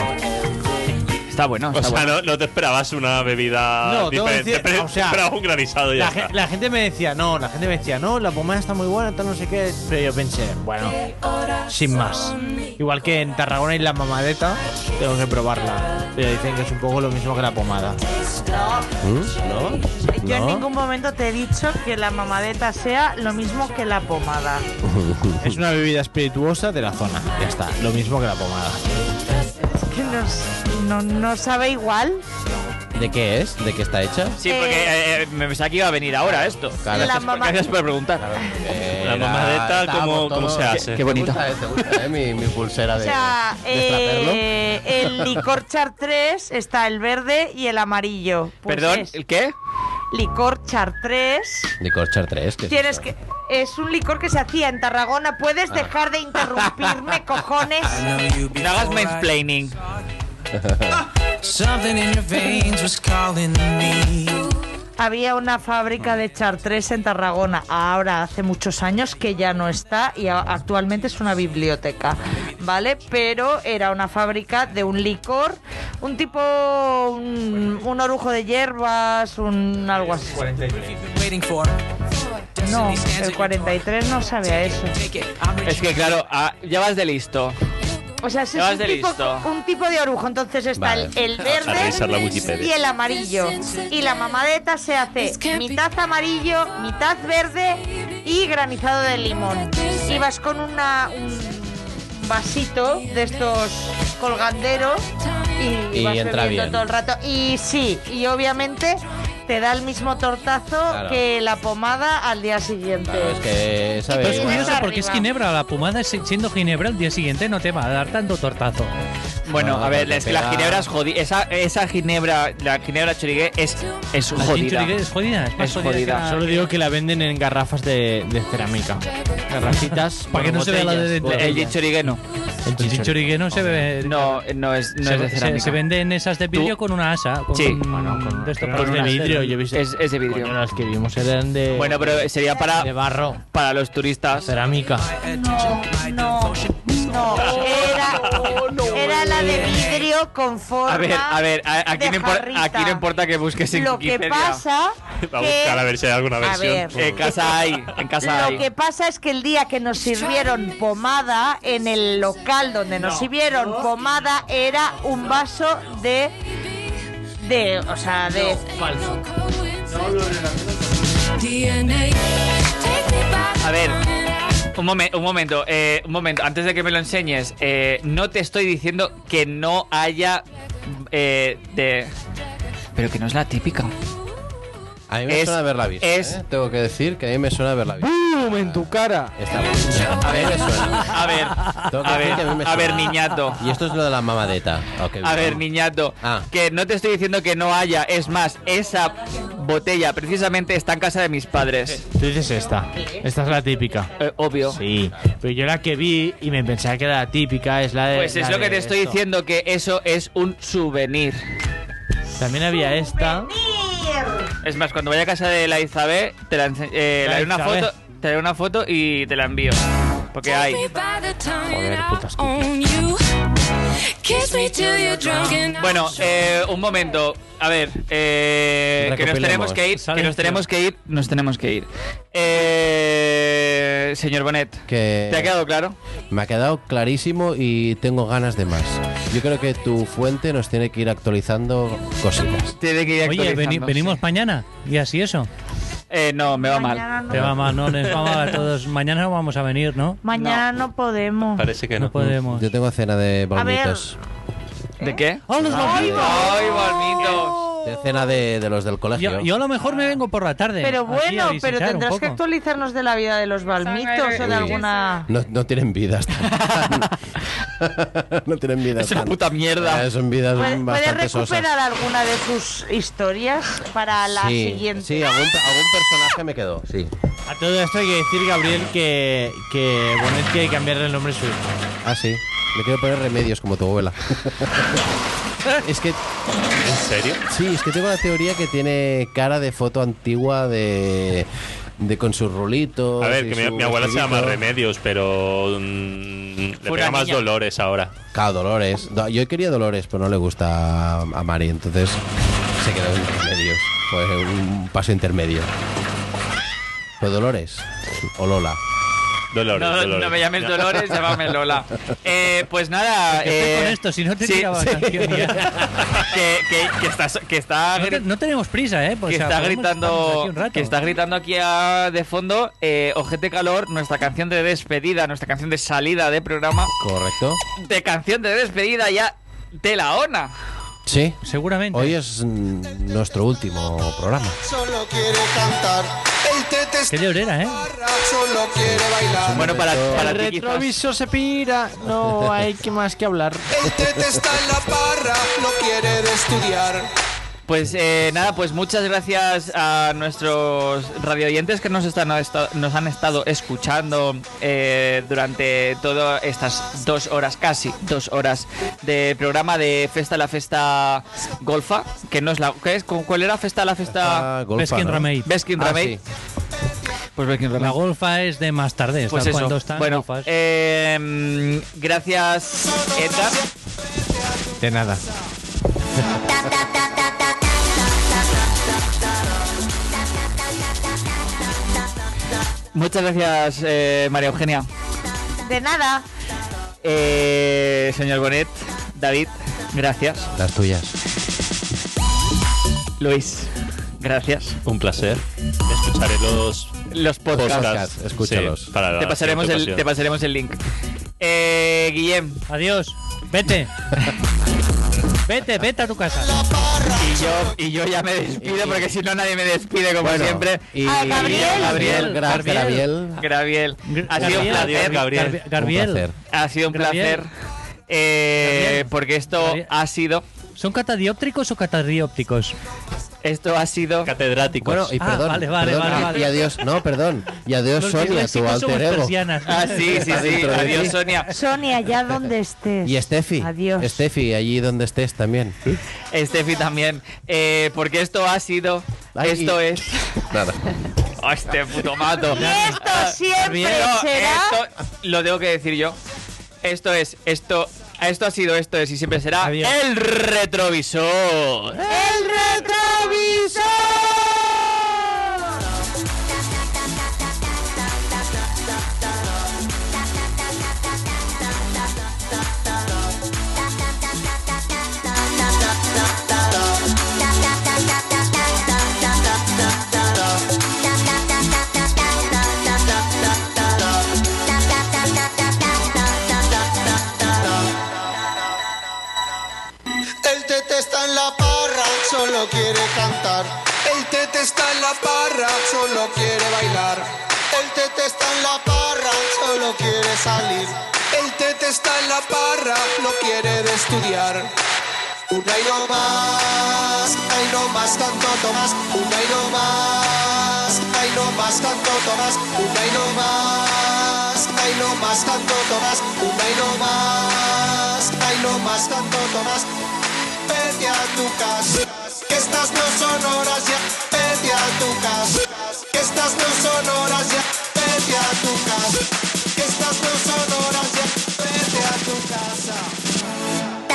S3: Está bueno,
S7: O sea, no, no te esperabas una bebida
S5: No, tengo que
S7: diferente.
S5: decir-
S7: pero
S5: o sea,
S7: te esperabas un granizado y ya
S5: La,
S7: está.
S5: gen- la gente me decía, no, la gente me decía, no, la pomada está muy buena, tal, no sé qué, pero yo pensé, bueno, sin más. Igual que en Tarragona y la mamadeta, tengo que probarla. Pero dicen que es un poco lo mismo que la pomada.
S7: ¿Mm?
S18: ¿No?
S6: Yo en ningún momento te he dicho que la mamadeta sea lo mismo que la pomada.
S5: Es una bebida espirituosa de la zona, ya está, lo mismo que la pomada.
S6: Es que no, no, no sabe igual.
S18: ¿De qué es? ¿De qué está hecha?
S3: Sí, porque eh, eh, me pensaba que iba a venir ahora esto.
S18: Claro,
S3: gracias,
S18: La
S3: por,
S18: mamá-
S3: gracias por preguntar.
S18: Era-
S7: La mamadeta,
S18: estábamos
S7: ¿cómo- cómo
S18: eh, todos-
S7: se hace?
S18: Qué,
S7: Te
S18: bonito.
S7: gusta,
S18: Te gusta, eh, mi, mi pulsera
S6: O
S18: de.
S6: sea,
S18: de traperlo.
S6: eh, el licor char 3 está el verde y el amarillo. Pues
S18: Perdón,
S6: es
S3: ¿el qué?
S6: Licor char 3.
S18: De Corchar 3. Que
S6: Tienes que. Es un licor que se hacía en Tarragona. ¿Puedes
S18: Ah.
S6: dejar de interrumpirme, cojones?
S3: No hagas mansplaining.
S8: Something in your veins was calling me.
S6: Había una fábrica de chartres en Tarragona, ahora hace muchos años que ya no está y a- actualmente es una biblioteca, ¿vale? Pero era una fábrica de un licor, un tipo, un, un orujo de hierbas, un algo así.
S8: Waiting for.
S6: No, el 43 no sabe a eso.
S3: Es que claro, ah, ya vas de listo.
S6: O sea, ese
S3: Te vas
S6: es un
S3: de
S6: tipo,
S3: listo.
S6: un tipo de orujo, entonces está el-
S3: Vale.
S6: el
S3: A revisar la
S6: verde
S3: Wikipedia.
S6: y el amarillo. Y la mamadeta se hace mitad amarillo, mitad verde y granizado de limón. Y vas con una, un vasito de estos colganderos y,
S18: Y
S6: vas
S18: entra
S6: bebiendo
S18: bien.
S6: todo el rato. Y sí, y obviamente te da el mismo tortazo
S18: Claro.
S6: que la pomada al día siguiente.
S18: Claro, es que.
S4: Pero es
S18: ¿sabes?
S4: curioso porque es
S6: Arriba.
S4: ginebra, la pomada es- siendo ginebra el día siguiente no te va a dar tanto tortazo.
S3: Bueno,
S4: No,
S3: a ver,
S4: porque
S3: es que la
S4: pega-
S3: ginebra es jodida. Esa, esa ginebra, la ginebra chorigué es, es
S4: La
S3: jodida.
S4: chinchurigué es jodida, es más
S3: Es
S4: jodida que
S3: jodida.
S4: la-
S5: Solo digo que la venden en garrafas de, de cerámica. Garrafitas.
S4: Para que no se vea la de
S5: botellas,
S4: dentro.
S5: botellas.
S3: El chinchurigué no.
S5: El
S4: chinchurigué no se ve.
S3: No, no es, no
S4: se,
S3: es de
S4: se-
S3: cerámica.
S4: se venden esas de vidrio con una asa. con-
S3: Sí.
S5: Bueno, con-
S4: de esto
S5: pero
S4: para
S5: es de
S4: unas-
S5: vidrio, yo he visto.
S3: Es, es de vidrio.
S5: Coño, las que vimos eran de.
S3: Bueno, pero sería para.
S5: De barro.
S3: Para los turistas.
S5: Cerámica.
S6: No, no, no. Era, era la de vidrio con forma.
S3: A ver, a ver, a- aquí,
S6: de
S3: no impor-
S6: jarrita.
S3: aquí no importa que busques en
S6: Lo que
S3: Wikipedia.
S6: pasa.
S7: Va a
S6: que-
S7: buscar a ver si hay alguna
S6: A
S7: versión.
S6: ver.
S3: En casa hay, en casa hay.
S6: Lo que pasa es que el día que nos sirvieron pomada, en el local donde nos sirvieron pomada, era un vaso de. de. o sea, de.
S5: falso.
S3: A ver, un, momen- un momento, eh, un momento, antes de que me lo enseñes, eh, no te estoy diciendo que no haya eh, de... Pero que no es la típica.
S18: A mí me
S3: es-
S18: suena haberla visto.
S3: es-
S18: ¿eh? Tengo que decir que a mí me suena haberla visto.
S5: ¡Bum! En tu cara.
S18: Esta a mí me suena.
S3: A ver,
S18: Tengo que
S3: a ver,
S18: decir que mí me
S3: a ver,
S18: suena.
S3: niñato.
S18: Y esto es lo de la mamadeta. Ok,
S3: A ver,
S18: vamos.
S3: niñato,
S18: Ah.
S3: que no te estoy diciendo que no haya, es más, esa botella precisamente está en casa de mis padres.
S9: Tú dices esta. Esta es la típica.
S3: Eh, obvio.
S9: Sí. Pero yo la que vi y me pensaba que era la típica es
S5: Eh,
S9: la de.
S3: Pues es
S9: la
S3: lo
S9: de
S3: que te estoy
S9: esto.
S3: diciendo, que eso es un souvenir.
S9: También había esta.
S3: Es más, cuando vaya a casa de la Isabel, te la, ense- eh,
S9: La
S3: le haré una
S9: Isabel.
S3: foto, te haré una foto y te la envío. Porque hay. Bueno, eh, un momento. A ver, eh, que nos
S9: Recopilemos.
S3: tenemos que ir, que
S9: Salen
S3: nos tenemos que ir, nos tenemos que ir. Eh, señor Bonet,
S18: Que-
S3: ¿te
S9: Eh,
S3: ha quedado claro?
S18: Me ha quedado clarísimo y tengo ganas de más. Yo creo que tu fuente nos tiene que ir actualizando cositas.
S3: Tiene que ir
S4: Oye,
S3: actualizando, sí.
S4: veni- venimos mañana y así eso.
S3: Eh, no, me va mal.
S4: Te va mal, no les va mal a todos. Mañana no vamos a venir, ¿no?
S6: Mañana no, podemos.
S7: Parece que
S4: no. podemos.
S18: Yo tengo cena de
S6: A ver.
S18: balmitos.
S3: ¿De qué?
S6: ¡Ay,
S3: ¡Ay, Balmitos!
S18: De cena de, de los del colegio.
S4: Yo, yo a lo mejor me vengo por la tarde.
S6: Pero
S4: aquí
S6: bueno,
S4: a visitar
S6: pero
S4: un
S6: tendrás
S4: poco.
S6: que actualizarnos de la vida de los balmitos o de
S18: Sangre.
S6: alguna.
S18: No, no tienen vidas. no tienen vidas.
S3: Es una puta mierda.
S18: Eh, son vidas
S6: ¿Puedes puedes
S18: bastante sosas.
S6: recuperar alguna de sus historias para la
S18: sí,
S6: siguiente?
S18: sí, algún, pe- algún personaje me quedó, sí.
S5: A todo esto hay que decir, Gabriel, que, que Bonet quiere cambiarle el nombre a su hijo.
S18: Ah, sí. Le quiero poner remedios como tu abuela. es que. ¿En
S7: serio?
S18: Sí, es que tengo la teoría que tiene cara de foto antigua de. de con sus rulitos.
S7: A ver,
S18: y
S7: que mi,
S18: su
S7: mi abuela se llama
S18: vestidito.
S7: Remedios, pero mm, le
S18: Fue una
S7: pega más
S18: niña.
S7: dolores ahora.
S18: Claro, Dolores. Do- Yo quería Dolores, pero no le gusta a a Mari, entonces se quedó en remedios. Pues un paso intermedio. ¿Pero Dolores? ¿O Lola?
S7: Dolores,
S3: No,
S7: Dolores.
S3: no me llames Dolores, llámame Lola. Eh, pues nada. eh,
S4: ¿Qué con esto? Si no te
S3: sí,
S4: tiraba
S3: sí.
S4: la canción ya.
S3: que, que, que está, que está,
S4: No, te-
S3: gri-
S4: no tenemos prisa, ¿eh? Pues,
S3: que
S4: o sea,
S3: está
S4: podemos estarnos aquí
S3: gritando
S4: un rato.
S3: que está gritando aquí a- de fondo eh, Ojete Calor, nuestra canción de despedida, nuestra canción de salida de programa,
S18: ¿Correcto?
S3: de canción de despedida ya de la ONA.
S18: Sí.
S4: Seguramente.
S18: Hoy es mm, nuestro último programa.
S15: Solo quiere cantar. El tete
S4: Qué llorera, ¿eh?
S15: solo quiere bailar.
S3: Bueno, para, para
S5: el
S3: ti quizás.
S5: retrovisor se pira. No hay que más que hablar.
S15: El tete está en la parra, no quiere de estudiar.
S3: Pues eh, nada, pues muchas gracias a nuestros radioyentes que nos, están, esta- nos han estado escuchando eh, durante todas estas dos horas, casi dos horas de programa de Festa la Festa Golfa, que no es la... ¿qué es? ¿Cu- ¿Cuál era Festa la Festa...?
S18: Festa Golfa, Baskin ¿no? Ramey.
S3: Baskin
S18: Ah,
S3: Ramey. Pues Baskin
S4: La
S3: Ramey.
S4: golfa es de más tarde. está
S3: Pues eso.
S4: Cuando están
S3: bueno,
S4: golfas.
S3: eh, mm, gracias, Edgar.
S5: De nada.
S3: Muchas gracias, eh, María Eugenia.
S6: De nada.
S3: Eh, señor Bonet, David, gracias.
S18: Las tuyas.
S3: Luis, gracias.
S7: Un placer. Escucharé los,
S3: Los podcasts.
S18: Podcast, escúchalos.
S7: sí, para la
S3: Te pasaremos,
S7: siguiente
S3: el, te
S7: ocasión.
S3: pasaremos el link. Eh, Guillem.
S4: Adiós. Vete. Vete, vete a tu casa.
S3: Y yo, y yo ya me despido porque si no nadie me despide como
S18: Bueno,
S3: siempre.
S18: y- Ah, Gabriel.
S3: Gabriel.
S18: Gra- Gabriel.
S3: Gabriel. Ha sido un
S4: Gabriel,
S3: placer.
S4: Gabriel, Gabriel. Gabriel.
S18: Un placer.
S3: Ha sido un
S4: Gabriel.
S3: placer. Eh, porque esto ha sido...
S4: ¿Son catadióptricos o catadiópticos?
S3: Esto ha sido...
S7: Catedráticos.
S18: Bueno, y
S4: Ah,
S18: perdón.
S4: vale, vale,
S18: perdón,
S4: vale,
S18: y-
S4: vale.
S18: Y adiós, no, perdón. Y adiós,
S4: Los
S18: Sonia, tu
S4: disléxicos somos
S18: alter ego.
S4: persianas.
S3: Ah, sí, sí,
S18: Está
S3: sí.
S18: dentro de
S3: Adiós,
S18: ti.
S3: Sonia.
S6: Sonia, allá donde estés.
S18: Y Steffi.
S6: Adiós.
S18: Steffi, allí donde estés también.
S3: Steffi también. Eh, porque esto ha sido...
S18: Ay,
S3: esto
S18: y-
S3: es...
S18: Nada.
S3: Oh, este puto mato.
S6: Y esto siempre
S3: No,
S6: será.
S3: esto lo tengo que decir yo. Esto es, esto, esto ha sido, esto es y siempre será el retrovisor.
S13: ¡El retrovisor!
S15: El tete está en la parra, solo quiere cantar. El tete está en la parra, solo quiere bailar. El tete está en la parra, solo quiere salir. El tete está en la parra, no quiere de estudiar. Una y no más. más, ay no más tanto Tomás, un ay no más, ay no más tanto Tomás, un ay no más, ay no más tanto Tomás, un ay no más, ay no más tanto Tomás, vete a tu casa, que estas no son horas ya, vete a tu casa, que estas no son horas ya, vete a tu casa, que estas no son horas ya, vete a tu casa.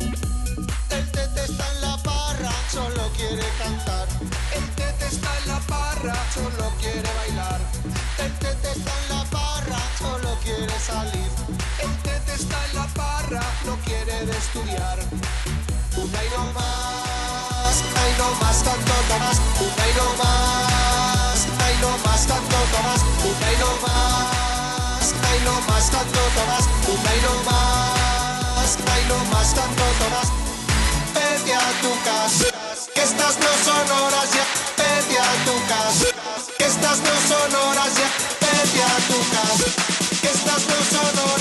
S15: El tete este está en la parra, solo quiere cantar. El tete está en la parra, solo quiere bailar. El tete está en la parra, solo quiere salir. El tete está en la parra, no quiere de estudiar. Un ay no más, ay no más tanto Tomás. Un ay no más, ay no más tanto Tomás. Un ay no más, ay no más tanto Tomás. Un ay no más, ay no más tanto Tomás vete a tu casa. Que estas no son horas ya, vete a tu casa. Que estas no son horas ya, vete a tu casa. Que estas no son horas.